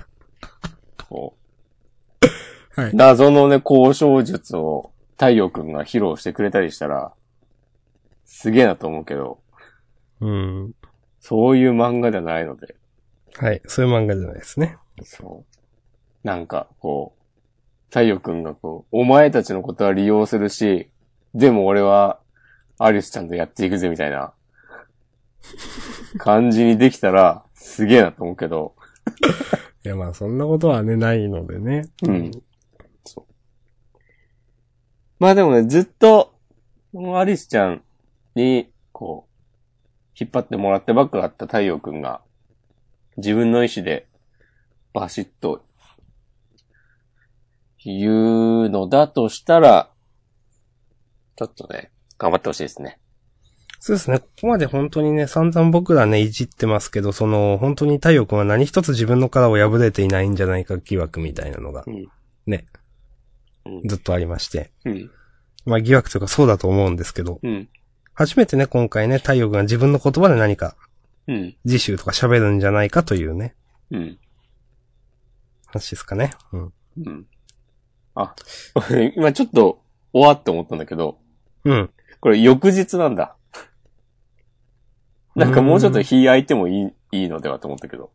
Speaker 1: こう、
Speaker 2: はい
Speaker 1: 謎のね、交渉術を太陽くんが披露してくれたりしたら、すげえなと思うけど、
Speaker 2: うん。
Speaker 1: そういう漫画じゃないので、
Speaker 2: はい。そういう漫画じゃないですね。
Speaker 1: そう。なんか、こう、太陽くんがこう、お前たちのことは利用するし、でも俺は、アリスちゃんとやっていくぜ、みたいな、感じにできたら、すげえなと思うけど、
Speaker 2: いや、まあ、そんなことはね、ないのでね。
Speaker 1: うん。そう。まあでもね、ずっと、このアリスちゃんに、こう、引っ張ってもらってばっかだった太陽くんが、自分の意思で、バシッと、言うのだとしたら、ちょっとね、頑張ってほしいですね。
Speaker 2: そうですね。ここまで本当にね、散々僕らね、いじってますけど、その、本当に太陽君は何一つ自分の殻を破れていないんじゃないか疑惑みたいなのが、
Speaker 1: ん。
Speaker 2: ね、
Speaker 1: うん。
Speaker 2: ずっとありまして。
Speaker 1: うん。
Speaker 2: まあ、疑惑というかそうだと思うんですけど、
Speaker 1: うん。
Speaker 2: 初めてね、今回ね、太陽君が自分の言葉で何か、
Speaker 1: うん。
Speaker 2: 自習とか喋るんじゃないかというね、
Speaker 1: うん。
Speaker 2: 話ですかね。うん。
Speaker 1: うん。あ、今ちょっと、おわって思ったんだけど、
Speaker 2: うん。
Speaker 1: これ翌日なんだ。なんかもうちょっと日空いてもいい、いいのではと思ったけど。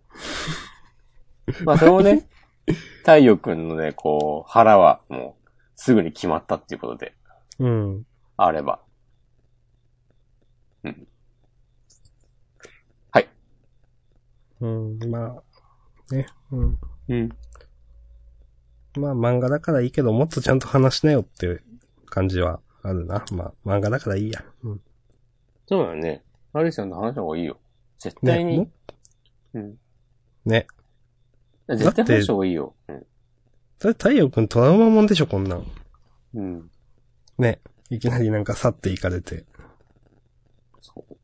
Speaker 1: まあそれも ね、太陽くんのね、こう、腹はもうすぐに決まったっていうことで
Speaker 2: うん。
Speaker 1: あれば。
Speaker 2: うん。まあ、ね。うん。
Speaker 1: うん。
Speaker 2: まあ漫画だからいいけど、もっとちゃんと話しなよっていう感じはあるな。まあ漫画だからいいや。うん。
Speaker 1: そうだよね。アリさんと話した方がいいよ。絶対
Speaker 2: ね
Speaker 1: に。
Speaker 2: も
Speaker 1: うん。
Speaker 2: ね。
Speaker 1: 絶対話した方がいいよ。うん。
Speaker 2: だって太陽くんトラウマもんでしょ、こんなん。
Speaker 1: うん。
Speaker 2: ね。いきなりなんか去っていかれて。
Speaker 1: そう。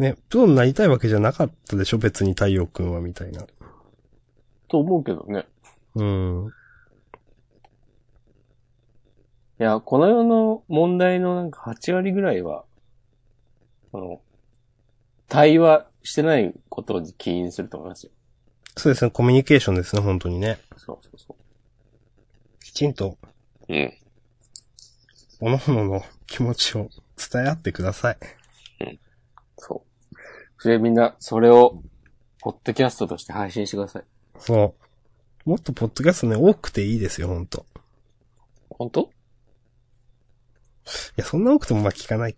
Speaker 2: ね。プロになりたいわけじゃなかったでしょ、別に太陽くんは、みたいな。
Speaker 1: と思うけどね。
Speaker 2: うん。
Speaker 1: いや、この世の問題のなんか8割ぐらいは、あの、対話してないことに起因すると思いますよ。
Speaker 2: そうですね、コミュニケーションですね、本当にね。
Speaker 1: そうそうそ
Speaker 2: きちんと、
Speaker 1: う。うん。
Speaker 2: 各々の気持ちを伝え合ってください。
Speaker 1: そう。それでみんな、それを、ポッドキャストとして配信してください。
Speaker 2: そう。もっとポッドキャストね、多くていいですよ、ほんと。
Speaker 1: 本当
Speaker 2: や、そんな多くてもまあ聞かない。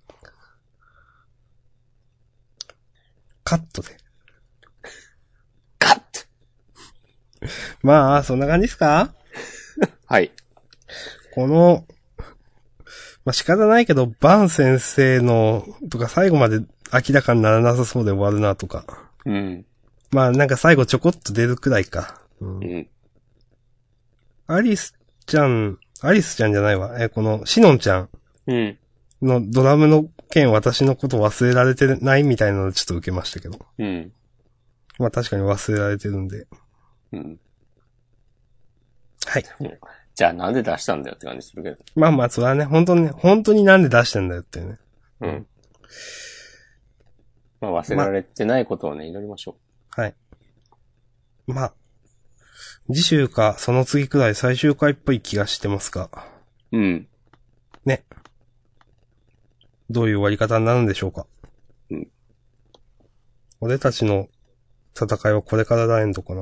Speaker 2: カットで。
Speaker 1: カット
Speaker 2: まあ、そんな感じですか
Speaker 1: はい。
Speaker 2: この、まあ仕方ないけど、バン先生の、とか最後まで明らかにならなさそうで終わるなとか。
Speaker 1: うん。
Speaker 2: まあなんか最後ちょこっと出るくらいか。うん
Speaker 1: うん。
Speaker 2: アリスちゃん、アリスちゃんじゃないわ。え、この、シノンちゃん
Speaker 1: うん。
Speaker 2: のドラムの件私のこと忘れられてないみたいなのちょっと受けましたけど。
Speaker 1: うん。
Speaker 2: まあ確かに忘れられてるんで。
Speaker 1: うん。
Speaker 2: はい。
Speaker 1: じゃあなんで出したんだよって感じするけど。
Speaker 2: まあまあ、それはね、本当にね、本当になんで出してんだよっていうね。
Speaker 1: うん。まあ忘れられてないことをね、祈りましょ
Speaker 2: はい。まあ、次週か、その次くらい最終回っぽい気がしてますが、
Speaker 1: う。うん。
Speaker 2: どういう終わり方になるんでしょうか。
Speaker 1: うん
Speaker 2: 俺たちの戦いはこれからだエンドかな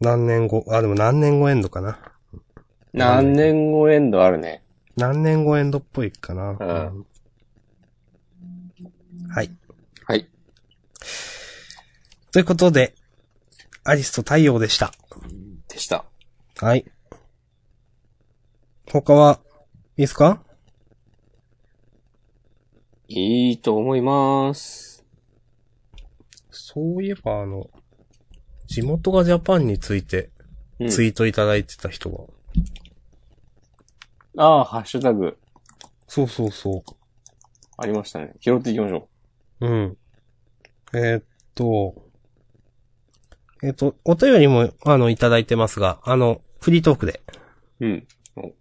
Speaker 2: 何年後、あ、でも何年後エンドかな。
Speaker 1: 何年後エンドあるね。
Speaker 2: 何年後エンドっぽいかな。
Speaker 1: ん
Speaker 2: うんはい。
Speaker 1: はい。
Speaker 2: ということで、アリスと太陽でした。
Speaker 1: でした。
Speaker 2: はい。他は、いいですか
Speaker 1: いいと思います。
Speaker 2: そういえば、あの、地元がジャパンについて
Speaker 1: うん、
Speaker 2: ツイートいただいてた人が。
Speaker 1: ああ、ハッシュタグ
Speaker 2: そうそうそ
Speaker 1: ありましたね。拾っていきましょ
Speaker 2: う。うん。えーっと、えーっと、お便りも、あの、いただいてますが、あの、フリートークで。
Speaker 1: う。うん。お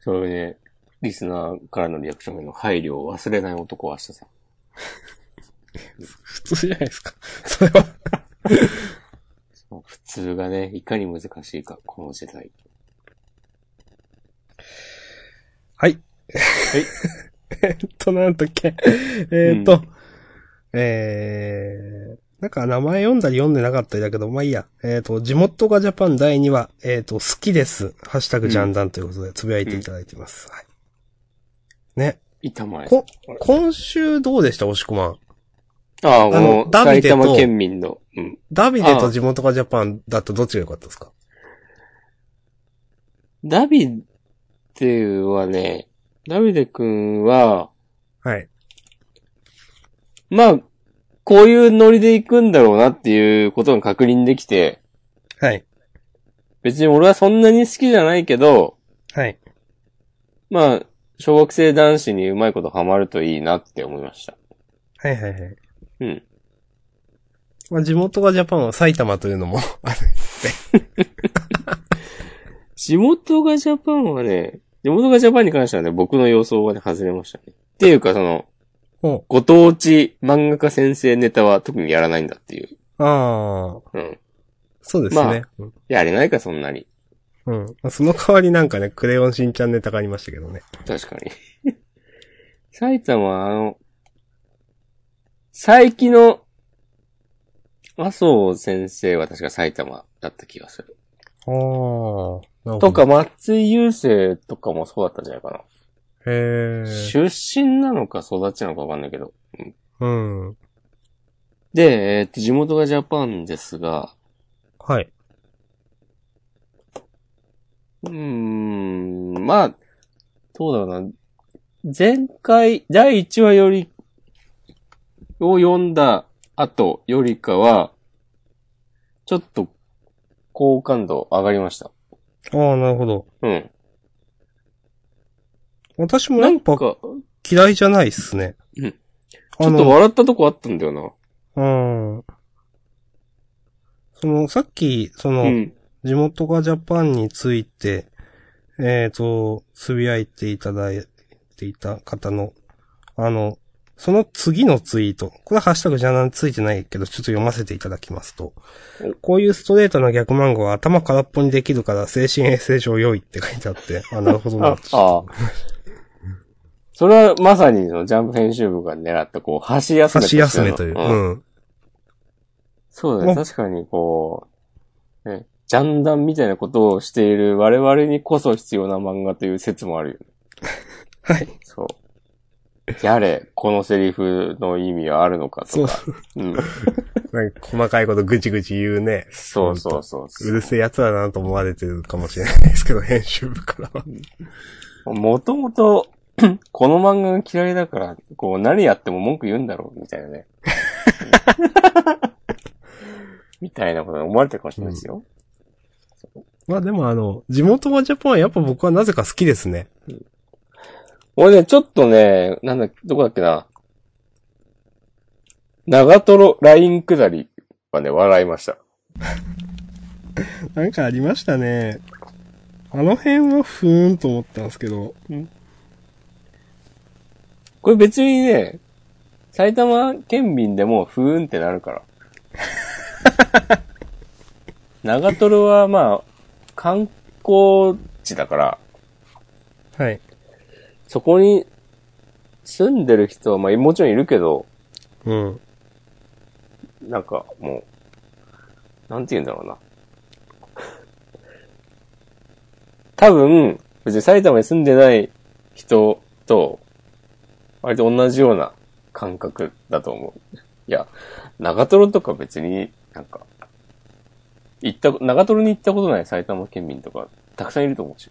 Speaker 1: そういうね、リスナーからのリアクションへの配慮を忘れない男は明日さん。
Speaker 2: 普通じゃない ですか。それは。
Speaker 1: もう普通がね、いかに難しいか、この時代。
Speaker 2: はい。
Speaker 1: い
Speaker 2: えーっと、なんだっけ。えーっと、えー、なんか名前読んだり読んでなかったりだけど、まあいいや。えーっと、地元がジャパン第2話、えーっと、好きです。ハッシュタグジャンダンということで、つぶやいていただいてます。はい。ね。
Speaker 1: 板前。
Speaker 2: こ、今週どうでした、おしこまん。
Speaker 1: ああ、こ
Speaker 2: の
Speaker 1: の、
Speaker 2: ダビ
Speaker 1: 埼
Speaker 2: デと
Speaker 1: 玉県民の。うん。
Speaker 2: ダビデと地元がジャパンだとどっちが良かったですか
Speaker 1: ダビデはね、ダビデくんは、
Speaker 2: はい。
Speaker 1: まあ、こういうノリで行くんだろうなっていうことが確認できて、
Speaker 2: はい。
Speaker 1: 別に俺はそんなに好きじゃないけど、
Speaker 2: はい。
Speaker 1: まあ、小学生男子にうまいことハマるといいなって思いました。
Speaker 2: はいはいはい。
Speaker 1: うん。
Speaker 2: まあ、地元がジャパンは埼玉というのも ある。
Speaker 1: 地元がジャパンはね、地元がジャパンに関してはね、僕の予想はね、外れましたね。っていうか、その、
Speaker 2: ほ
Speaker 1: ご当地漫画家先生ネタは特にやらないんだっていう。
Speaker 2: う。ああ、
Speaker 1: うん。
Speaker 2: そうですね。
Speaker 1: まあ
Speaker 2: うん
Speaker 1: やれないか、そんなに。
Speaker 2: うん。まあその代わりなんかね、クレヨンしんちゃんネタがありましたけどね。
Speaker 1: 確かに。埼玉は、あの、佐伯の、麻生先生は確か埼玉だった気がする。
Speaker 2: ああ。
Speaker 1: とか、。松井優生とかもそうだったんじゃないかな。
Speaker 2: へえ。
Speaker 1: 出身なのか育ちなのかわかんないけど。
Speaker 2: うん。
Speaker 1: で、えーっと、地元がジャパンですが、
Speaker 2: はい。
Speaker 1: うーん、まあ、どうだろうな。前回、第1話より、を読んだ後よりかは、ちょっと、好感度上がりました。
Speaker 2: ああ、なるほど。
Speaker 1: うん。
Speaker 2: 私も
Speaker 1: な
Speaker 2: や
Speaker 1: ん
Speaker 2: っ
Speaker 1: か、
Speaker 2: ぱ
Speaker 1: ちょ
Speaker 2: 嫌いじゃないっすね。
Speaker 1: うん。
Speaker 2: あ
Speaker 1: っと
Speaker 2: の、
Speaker 1: 笑ったとこあったんだよな。
Speaker 2: うん。その、さっき、その、
Speaker 1: うん。
Speaker 2: 地元がジャパンについて、えっ、と、つぶやいていただいていた方の、あの、その次のツイート。これはハッシュタグじゃなんついてないけど、ちょっと読ませていただきますと。こういうストレートな逆漫画は頭空っぽにできるから精神衛生上良いって書いてあって、あ、なるほどな
Speaker 1: あ、ああ。それはまさにそのジャンプ編集部が狙った、こう、箸休め
Speaker 2: 差
Speaker 1: とし
Speaker 2: して
Speaker 1: の
Speaker 2: 休めという。
Speaker 1: うん
Speaker 2: うん。
Speaker 1: そうだね。
Speaker 2: うん
Speaker 1: 確かに、こう、ね、ジャンダンみたいなことをしている我々にこそ必要な漫画という説もあるよね。
Speaker 2: はい。
Speaker 1: そう。やれ、このセリフの意味はあるのか
Speaker 2: そ
Speaker 1: と
Speaker 2: う
Speaker 1: か。。うん。
Speaker 2: なんか細かいことぐちぐち言うね。
Speaker 1: そうそうそうそう
Speaker 2: るせえ奴らだなと思われてるかもしれないですけど、編集部からは。
Speaker 1: う。もともと、 この漫画が嫌いだから、こう何やっても文句言うんだろう、みたいな ね。みたいなことが思われてるかもしれないですよ。
Speaker 2: まあでもあの、地元はジャパンはやっぱ僕はなぜか好きですね。
Speaker 1: 俺ね、ちょっとね、なんだ、どこだっけな。長瀞ライン下りはね、笑いました。
Speaker 2: なんかありましたね。あの辺はふーんと思ったんですけど。
Speaker 1: これ別にね、埼玉県民でもふーんってなるから。長瀞はまあ、観光地だから、
Speaker 2: はい。
Speaker 1: そこに住んでる人はまあもちろんいるけど、
Speaker 2: うん。
Speaker 1: なんかもう、なんて言うんだろうな。 多分、別に埼玉に住んでない人と、割と同じような感覚だと思う。いや、長瀞とか別になんか、行った、長瀞に行ったことない埼玉県民とか、たくさんいると思うし。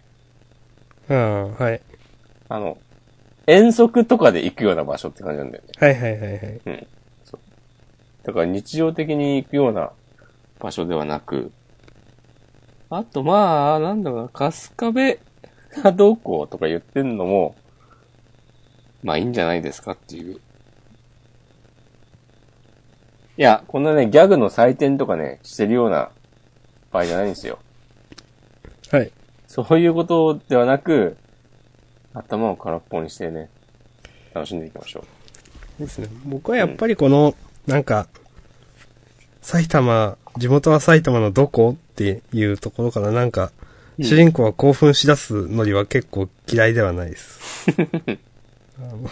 Speaker 2: ああ、はい。
Speaker 1: あの、遠足とかで行くような場所って感じなんだよね。
Speaker 2: はいはいはいはい。
Speaker 1: だから日常的に行くような場所ではなく、あとまあ、なんだろうな、春日部がどうこうとか言ってんのも、まあいいんじゃないですかっていう。いや、こんなね、ギャグの祭典とかね、してるような場合じゃないんですよ。
Speaker 2: はい。
Speaker 1: そういうことではなく、頭を空っぽにしてね、楽しんでいきましょう。
Speaker 2: ですね。僕はやっぱりこの、なんか、埼玉、地元は埼玉のどこっていうところからなんか、
Speaker 1: うん
Speaker 2: 主人公が興奮しだすのりは結構嫌いではないです。 あの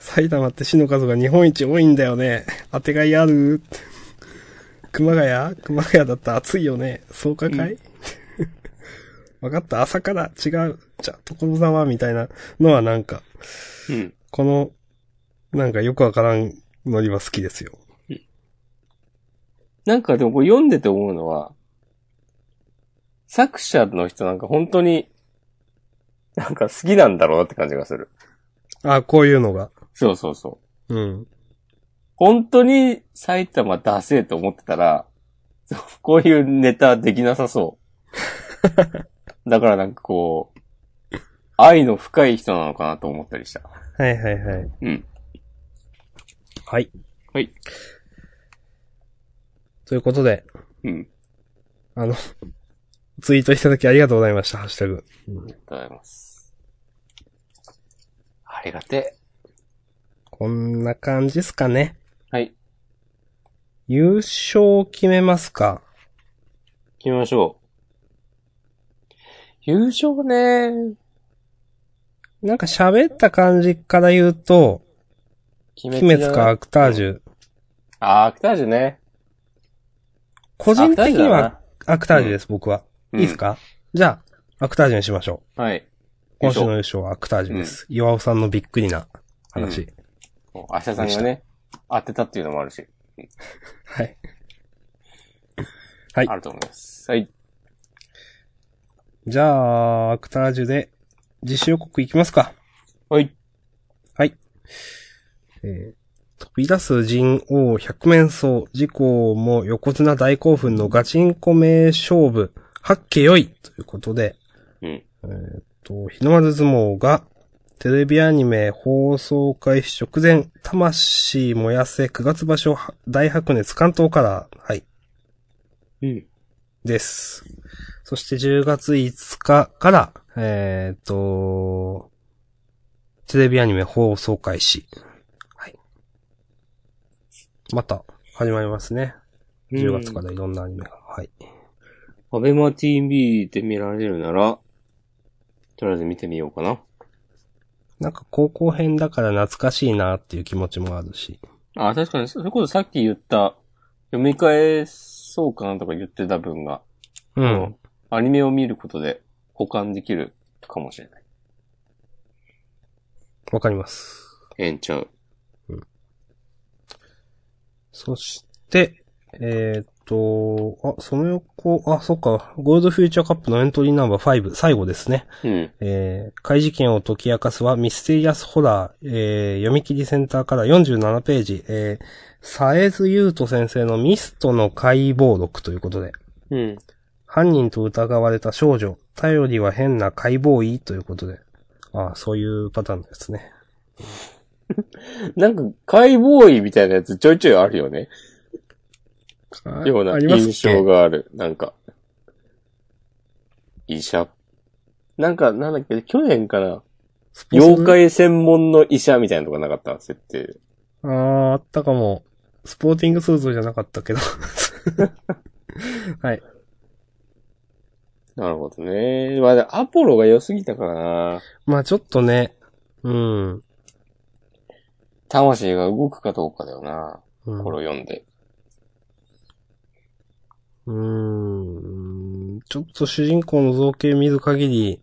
Speaker 2: 埼玉って市の数が日本一多いんだよね。当てがいある。熊谷熊谷だったら暑いよね。草加会、 わかった。朝から違う。じゃあ、所沢みたいなのはなんか、
Speaker 1: うん。
Speaker 2: この、なんかよくわからんノリは好きですよ。
Speaker 1: なんかでもこれ読んでて思うのは、作者の人なんか本当に、なんか好きなんだろうなって感じがする。
Speaker 2: あこういうのが。
Speaker 1: そうそうそう。
Speaker 2: うん。
Speaker 1: 本当に埼玉出せえと思ってたら、そうこういうネタできなさ そう。だからなんかこう、愛の深い人なのかなと思ったりした。
Speaker 2: はいはいはい。
Speaker 1: うん。
Speaker 2: はい。
Speaker 1: はい。
Speaker 2: ということで、
Speaker 1: うん。
Speaker 2: あの、ツイートいただきありがとうございました、ハッシュタグ。
Speaker 1: ありがとうございます。ありがて
Speaker 2: こんな感じっすかね。
Speaker 1: え。はい。
Speaker 2: 優勝決めますか
Speaker 1: 決めましょう。優勝ね、
Speaker 2: なんか喋った感じから言うと、
Speaker 1: 鬼
Speaker 2: 鬼滅かア。クタージュ。
Speaker 1: あー、アクタージュね。
Speaker 2: 個人的に
Speaker 1: ア
Speaker 2: は
Speaker 1: ク
Speaker 2: アクタージュです、僕は。
Speaker 1: タージュだない
Speaker 2: いっすかじゃあ、アクタージュにしましょう。
Speaker 1: うんはい。
Speaker 2: 今週の優勝はアクタージュです。岩尾さんのびっくりな話。
Speaker 1: 明日さんがね、当てたっていうのもあるし、
Speaker 2: はい。はい
Speaker 1: あると思います。はい。
Speaker 2: じゃあ、アクタージュで実施予告いきますか。
Speaker 1: はい。
Speaker 2: えー飛び出す人王百面相、自公も横綱大興奮のガチンコ名勝負、八景よいということで、
Speaker 1: うん。
Speaker 2: えーっと、日の丸相撲が、テレビアニメ放送開始直前、魂燃やせ9月場所は大白熱関東カラー、はい、
Speaker 1: うん。
Speaker 2: です。そして10月5日から、えっ、と、テレビアニメ放送開始。はい。また、始まりますね。10月からいろんなアニメが。はい。
Speaker 1: アベマ TV で見られるなら、とりあえず見てみようかな。
Speaker 2: なんか高校編だから懐かしいなっていう気持ちもあるし。
Speaker 1: あー、確かに、そそれこそさっき言った、読み返そうかなとか言ってた分が、
Speaker 2: うん。
Speaker 1: アニメを見ることで保管できるかもしれない。
Speaker 2: わかります。
Speaker 1: ええんちゃう。
Speaker 2: そして、えーっと、あ、その横、あ、そっか、ゴールドフューチャーカップのエントリーナンバー5、最後ですね。
Speaker 1: うん。
Speaker 2: えー、怪事件を解き明かすはミステリアスホラー、えー、読み切りセンターから47ページ、えー、サエズ・ユート先生のミストの解剖録ということで、
Speaker 1: うん。
Speaker 2: 犯人と疑われた少女、頼りは変な解剖医ということで、ああ、そういうパターンですね。
Speaker 1: なんか、解剖医みたいなやつちょいちょいあるよね。ような印象がある。なんか、医者。なんか、なんだっけ、去年かな。
Speaker 2: スポーツ
Speaker 1: 妖怪専門の医者みたいなのがなかった設定。
Speaker 2: ああ、あったかも。スポーティングスーツじゃなかったけど。 はい。
Speaker 1: なるほどね。まあでも、アポロが良すぎたからな。
Speaker 2: まあちょっとね、うん。
Speaker 1: 魂が動くかどうかだよな。
Speaker 2: うん
Speaker 1: これを読んで。
Speaker 2: うーんちょっと主人公の造形見る限り、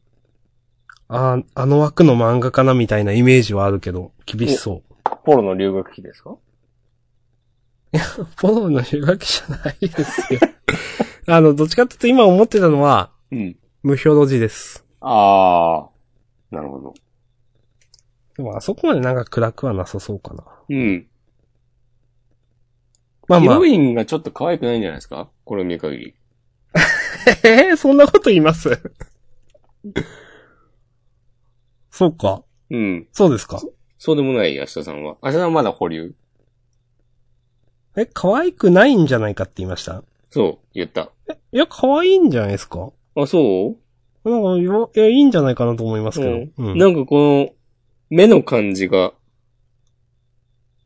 Speaker 2: あー、あの枠の漫画かなみたいなイメージはあるけど、厳しそ
Speaker 1: アポロの留学期ですか
Speaker 2: う。ポロの留学期じゃないですよ。 あの、どっちかっていうと今思ってたのは、
Speaker 1: うん。
Speaker 2: 無表露字です。
Speaker 1: ああ、なるほど。
Speaker 2: でもあそこまでなんか暗くはなさそうかな。
Speaker 1: うん。
Speaker 2: まあ
Speaker 1: ヒ
Speaker 2: まあ
Speaker 1: ロ、インがちょっと可愛くないんじゃないですかこれを見る限り。
Speaker 2: え ー、そんなこと言いますそうか。
Speaker 1: うん。
Speaker 2: そうですか。
Speaker 1: そうでもない、明日さんは。明日さんはまだ保留。
Speaker 2: え、可愛くないんじゃないかって言いました
Speaker 1: そう、言った。
Speaker 2: いや、可愛いんじゃないですか
Speaker 1: あ、そう
Speaker 2: なんか、いわいや、いいんじゃないかなと思いますけど。
Speaker 1: う
Speaker 2: うんん。
Speaker 1: なんかこの、目の感じが、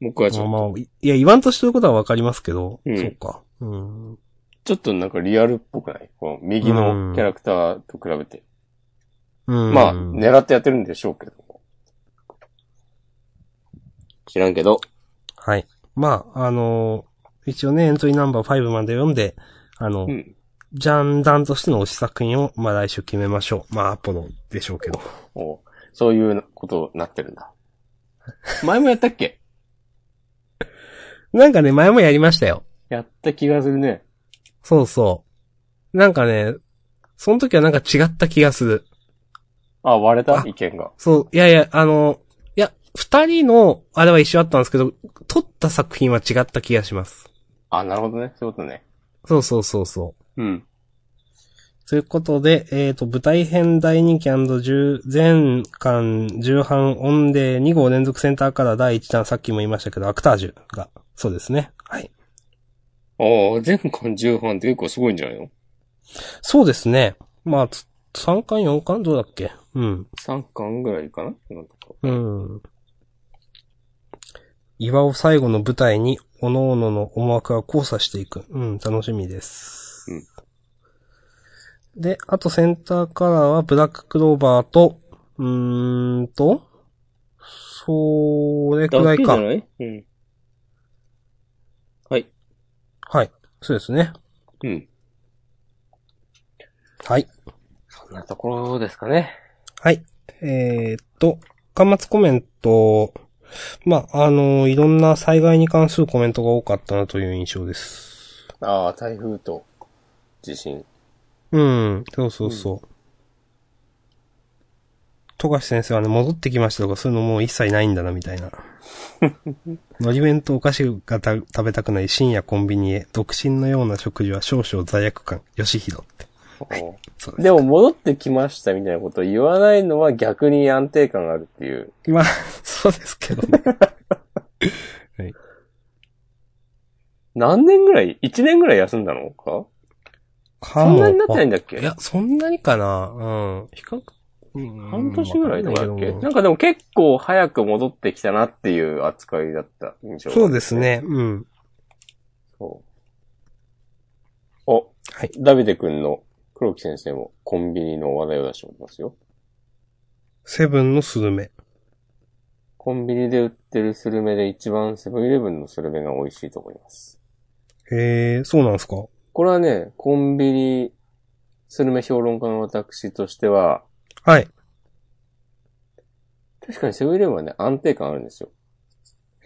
Speaker 1: 僕はち
Speaker 2: まあ
Speaker 1: ょっと、
Speaker 2: まあ、いいや、言わんとしてることはわかりますけど、
Speaker 1: うん
Speaker 2: そうか。うん。
Speaker 1: ちょっとなんかリアルっぽくないこの右のキャラクターと比べて。
Speaker 2: うん、
Speaker 1: まあ、狙ってやってるんでしょうけど。知らんけど。
Speaker 2: はい。まあ、あのー一応ね、エントリーナンバー5まで読んで、あの、
Speaker 1: うん。
Speaker 2: ジャンダンとしての推し作品を、まあ来週決めましょう。まあ、アポロでしょうけど。
Speaker 1: おうそういうことになってるんだ。 前もやったっけ
Speaker 2: なんかね、前もやりましたよ。
Speaker 1: やった気がするね。
Speaker 2: そうそう。なんかね、その時はなんか違った気がする。
Speaker 1: あ、割れた
Speaker 2: あ
Speaker 1: 意見が。
Speaker 2: そう、いやいや、あの、いや、二人の、あれは一緒だったんですけど、撮った作品は違った気がします。
Speaker 1: あ、なるほどね。そういうことね。
Speaker 2: そうそうそうそう。
Speaker 1: うん。
Speaker 2: ということで、えっ、と、舞台編第2期 &10、全巻重版オンデー2号連続センターから第1弾、さっきも言いましたけど、アクタージュが、そうですね。はい。
Speaker 1: ああ、全巻重版って結構すごいんじゃないの
Speaker 2: そうですね。まあ、つ3巻、4巻どうだっけうん。
Speaker 1: ?3 巻ぐらいかな今のとこ
Speaker 2: うん。岩を最後の舞台に、各々の思惑が交差していく。うん、楽しみです。
Speaker 1: うん
Speaker 2: で、あとセンターカラーは、ブラッククローバーと、うーんと、それくら
Speaker 1: だ
Speaker 2: い
Speaker 1: けじゃ
Speaker 2: か。
Speaker 1: ないうん。はい。
Speaker 2: はい。そうですね。
Speaker 1: うん。
Speaker 2: はい。
Speaker 1: そんなところですかね。
Speaker 2: はい。えー、っと、端末コメント、まあ、あの、いろんな災害に関するコメントが多かったなという印象です。
Speaker 1: ああ、台風と地震。
Speaker 2: うん、そうそうそう。富樫先生はね、戻ってきましたとか、そういうのもう一切ないんだな、み たいな。のり弁とお菓子がた食べたくない深夜コンビニへ、独身のような食事は少々罪悪感、よしひろって。そうで
Speaker 1: でも戻ってきましたみたいなことを言わないのは逆に安定感があるっていう。
Speaker 2: す。まあ、そうですけどね。
Speaker 1: 何年ぐらい ?1 年ぐらい休んだのか
Speaker 2: か
Speaker 1: そんなになってない
Speaker 2: い
Speaker 1: んだっけ
Speaker 2: いや、そんなにかな。うん。比較、うん
Speaker 1: 半年ぐらいとかだっけ
Speaker 2: わんない
Speaker 1: なんかでも結構早く戻ってきたなっていう扱いだった印象、
Speaker 2: どそうです。ね。うん。
Speaker 1: そう。お、
Speaker 2: はい
Speaker 1: ダビデ君の黒木先生もコンビニの話題を出しておりますよ。
Speaker 2: セブンのスルメ。
Speaker 1: コンビニで売ってるスルメで一番セブンイレブンのスルメが美味しいと思います。
Speaker 2: へえ、そうなんですか
Speaker 1: これはね、コンビニスルメ評論家の私としては、
Speaker 2: はい。
Speaker 1: 確かにセブンイレブンはね、安定感あるんですよ。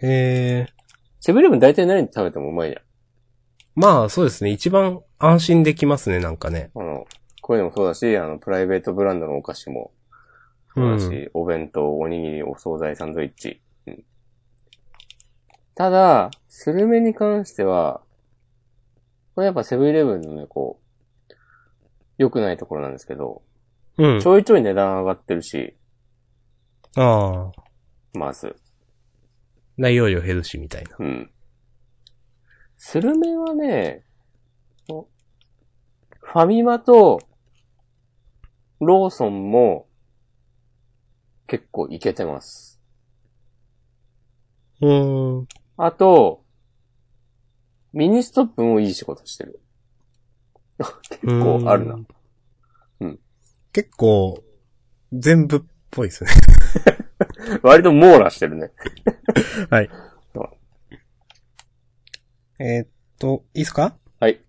Speaker 2: えー、
Speaker 1: セブンイレブン大体何食べてもうまいじゃん。
Speaker 2: まあそうですね。一番安心できますね、なんかね。
Speaker 1: あの、こういうのもそうだし、あの、プライベートブランドのお菓子もそうだし、
Speaker 2: うん
Speaker 1: お弁当、おにぎり、お惣菜、サンドイッチ。うんただ、スルメに関しては、これやっぱセブンイレブンのね、こう、良くないところなんですけど、
Speaker 2: うん
Speaker 1: ち。ょいちょい値段上がってるし、
Speaker 2: ああ。
Speaker 1: まず。
Speaker 2: 内容量減るし、みたいな。
Speaker 1: うん。スルメはね、おファミマと、ローソンも、結構いけてます。
Speaker 2: うーん。
Speaker 1: あと、ミニストップもいい仕事してる。結構あるな。。うん。
Speaker 2: 結構、全部っぽいですね。
Speaker 1: 割と網羅してるね。
Speaker 2: えーっと、いいですか
Speaker 1: はい。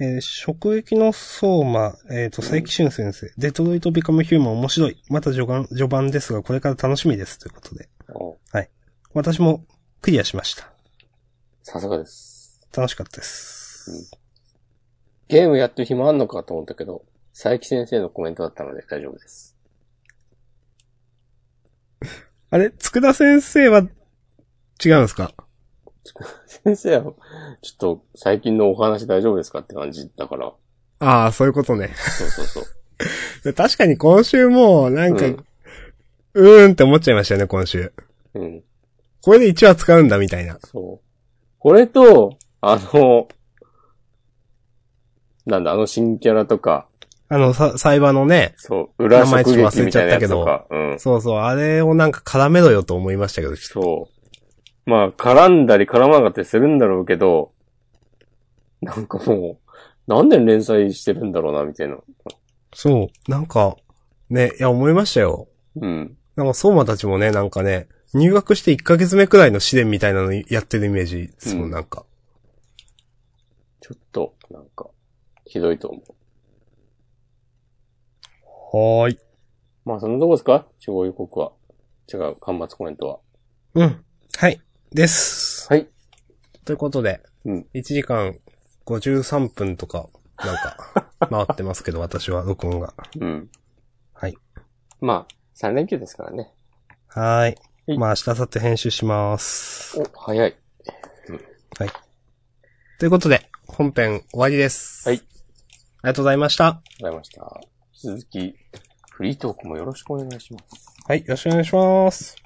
Speaker 2: えー、食益の相馬、えーっと、佐伯俊先生、デトロイトビカムヒューマン面白い。また序盤、序盤ですが、これから楽しみです。ということで。
Speaker 1: お
Speaker 2: 私もクリアしました。
Speaker 1: さすがです。
Speaker 2: 楽しかったです。
Speaker 1: ゲームやってる暇あんのかと思ったけど、佐伯先生のコメントだったので大丈夫です。
Speaker 2: あれ、佃先生は、違うんですか
Speaker 1: 先生は、ちょっと最近のお話大丈夫ですかって感じだから。
Speaker 2: ああ、そういうことね。
Speaker 1: そうそうそう。
Speaker 2: 確かに今週も、なんか、
Speaker 1: う
Speaker 2: うんーんって思っちゃいましたよね、今週。
Speaker 1: うん。
Speaker 2: これで1話使うんだ、みたいな。
Speaker 1: そう。これと、あの、なんだ、あの新キャラとか、
Speaker 2: あの、さ、サイバーのね、
Speaker 1: そう、裏
Speaker 2: 名前ちょ
Speaker 1: 職
Speaker 2: っと
Speaker 1: 撃
Speaker 2: 忘れ
Speaker 1: み
Speaker 2: ちゃ
Speaker 1: たい
Speaker 2: っ
Speaker 1: なや
Speaker 2: た
Speaker 1: つ
Speaker 2: けど
Speaker 1: とか、うん。
Speaker 2: そうそう、あれをなんか絡めろよと思いましたけど、ちょっ
Speaker 1: そう。まあ、絡んだり絡まなかったりするんだろうけど、なんかもう、何年連載してるんだろうな、みたいな。
Speaker 2: とそう、なんか、ね、いや、思いましたよ。
Speaker 1: うん。
Speaker 2: なんか、相馬たちもね、なんかね、入学して1ヶ月目くらいの試練みたいなのやってるイメージですもん、
Speaker 1: うん
Speaker 2: なんか。
Speaker 1: ちょっと、なんか、ひどいと思
Speaker 2: はーい。
Speaker 1: う。まあ、そんなとこですか死亡予告は。違う、間伐コメントは。
Speaker 2: うん。はい。です。
Speaker 1: はい。
Speaker 2: ということで、
Speaker 1: うん
Speaker 2: 1時間53分とか、なん か、回ってますけど、私は録音が。
Speaker 1: うん。
Speaker 2: はい。
Speaker 1: まあ、3連休ですからね。
Speaker 2: はー
Speaker 1: はい
Speaker 2: い。まあ、明日、明後日編集します。
Speaker 1: お、早い。
Speaker 2: ということで、本編終わりです。
Speaker 1: はい
Speaker 2: ありがとうございました。
Speaker 1: ございました。引き続き、フリートークもよろしくお願いします。
Speaker 2: はい、よろしくお願いします。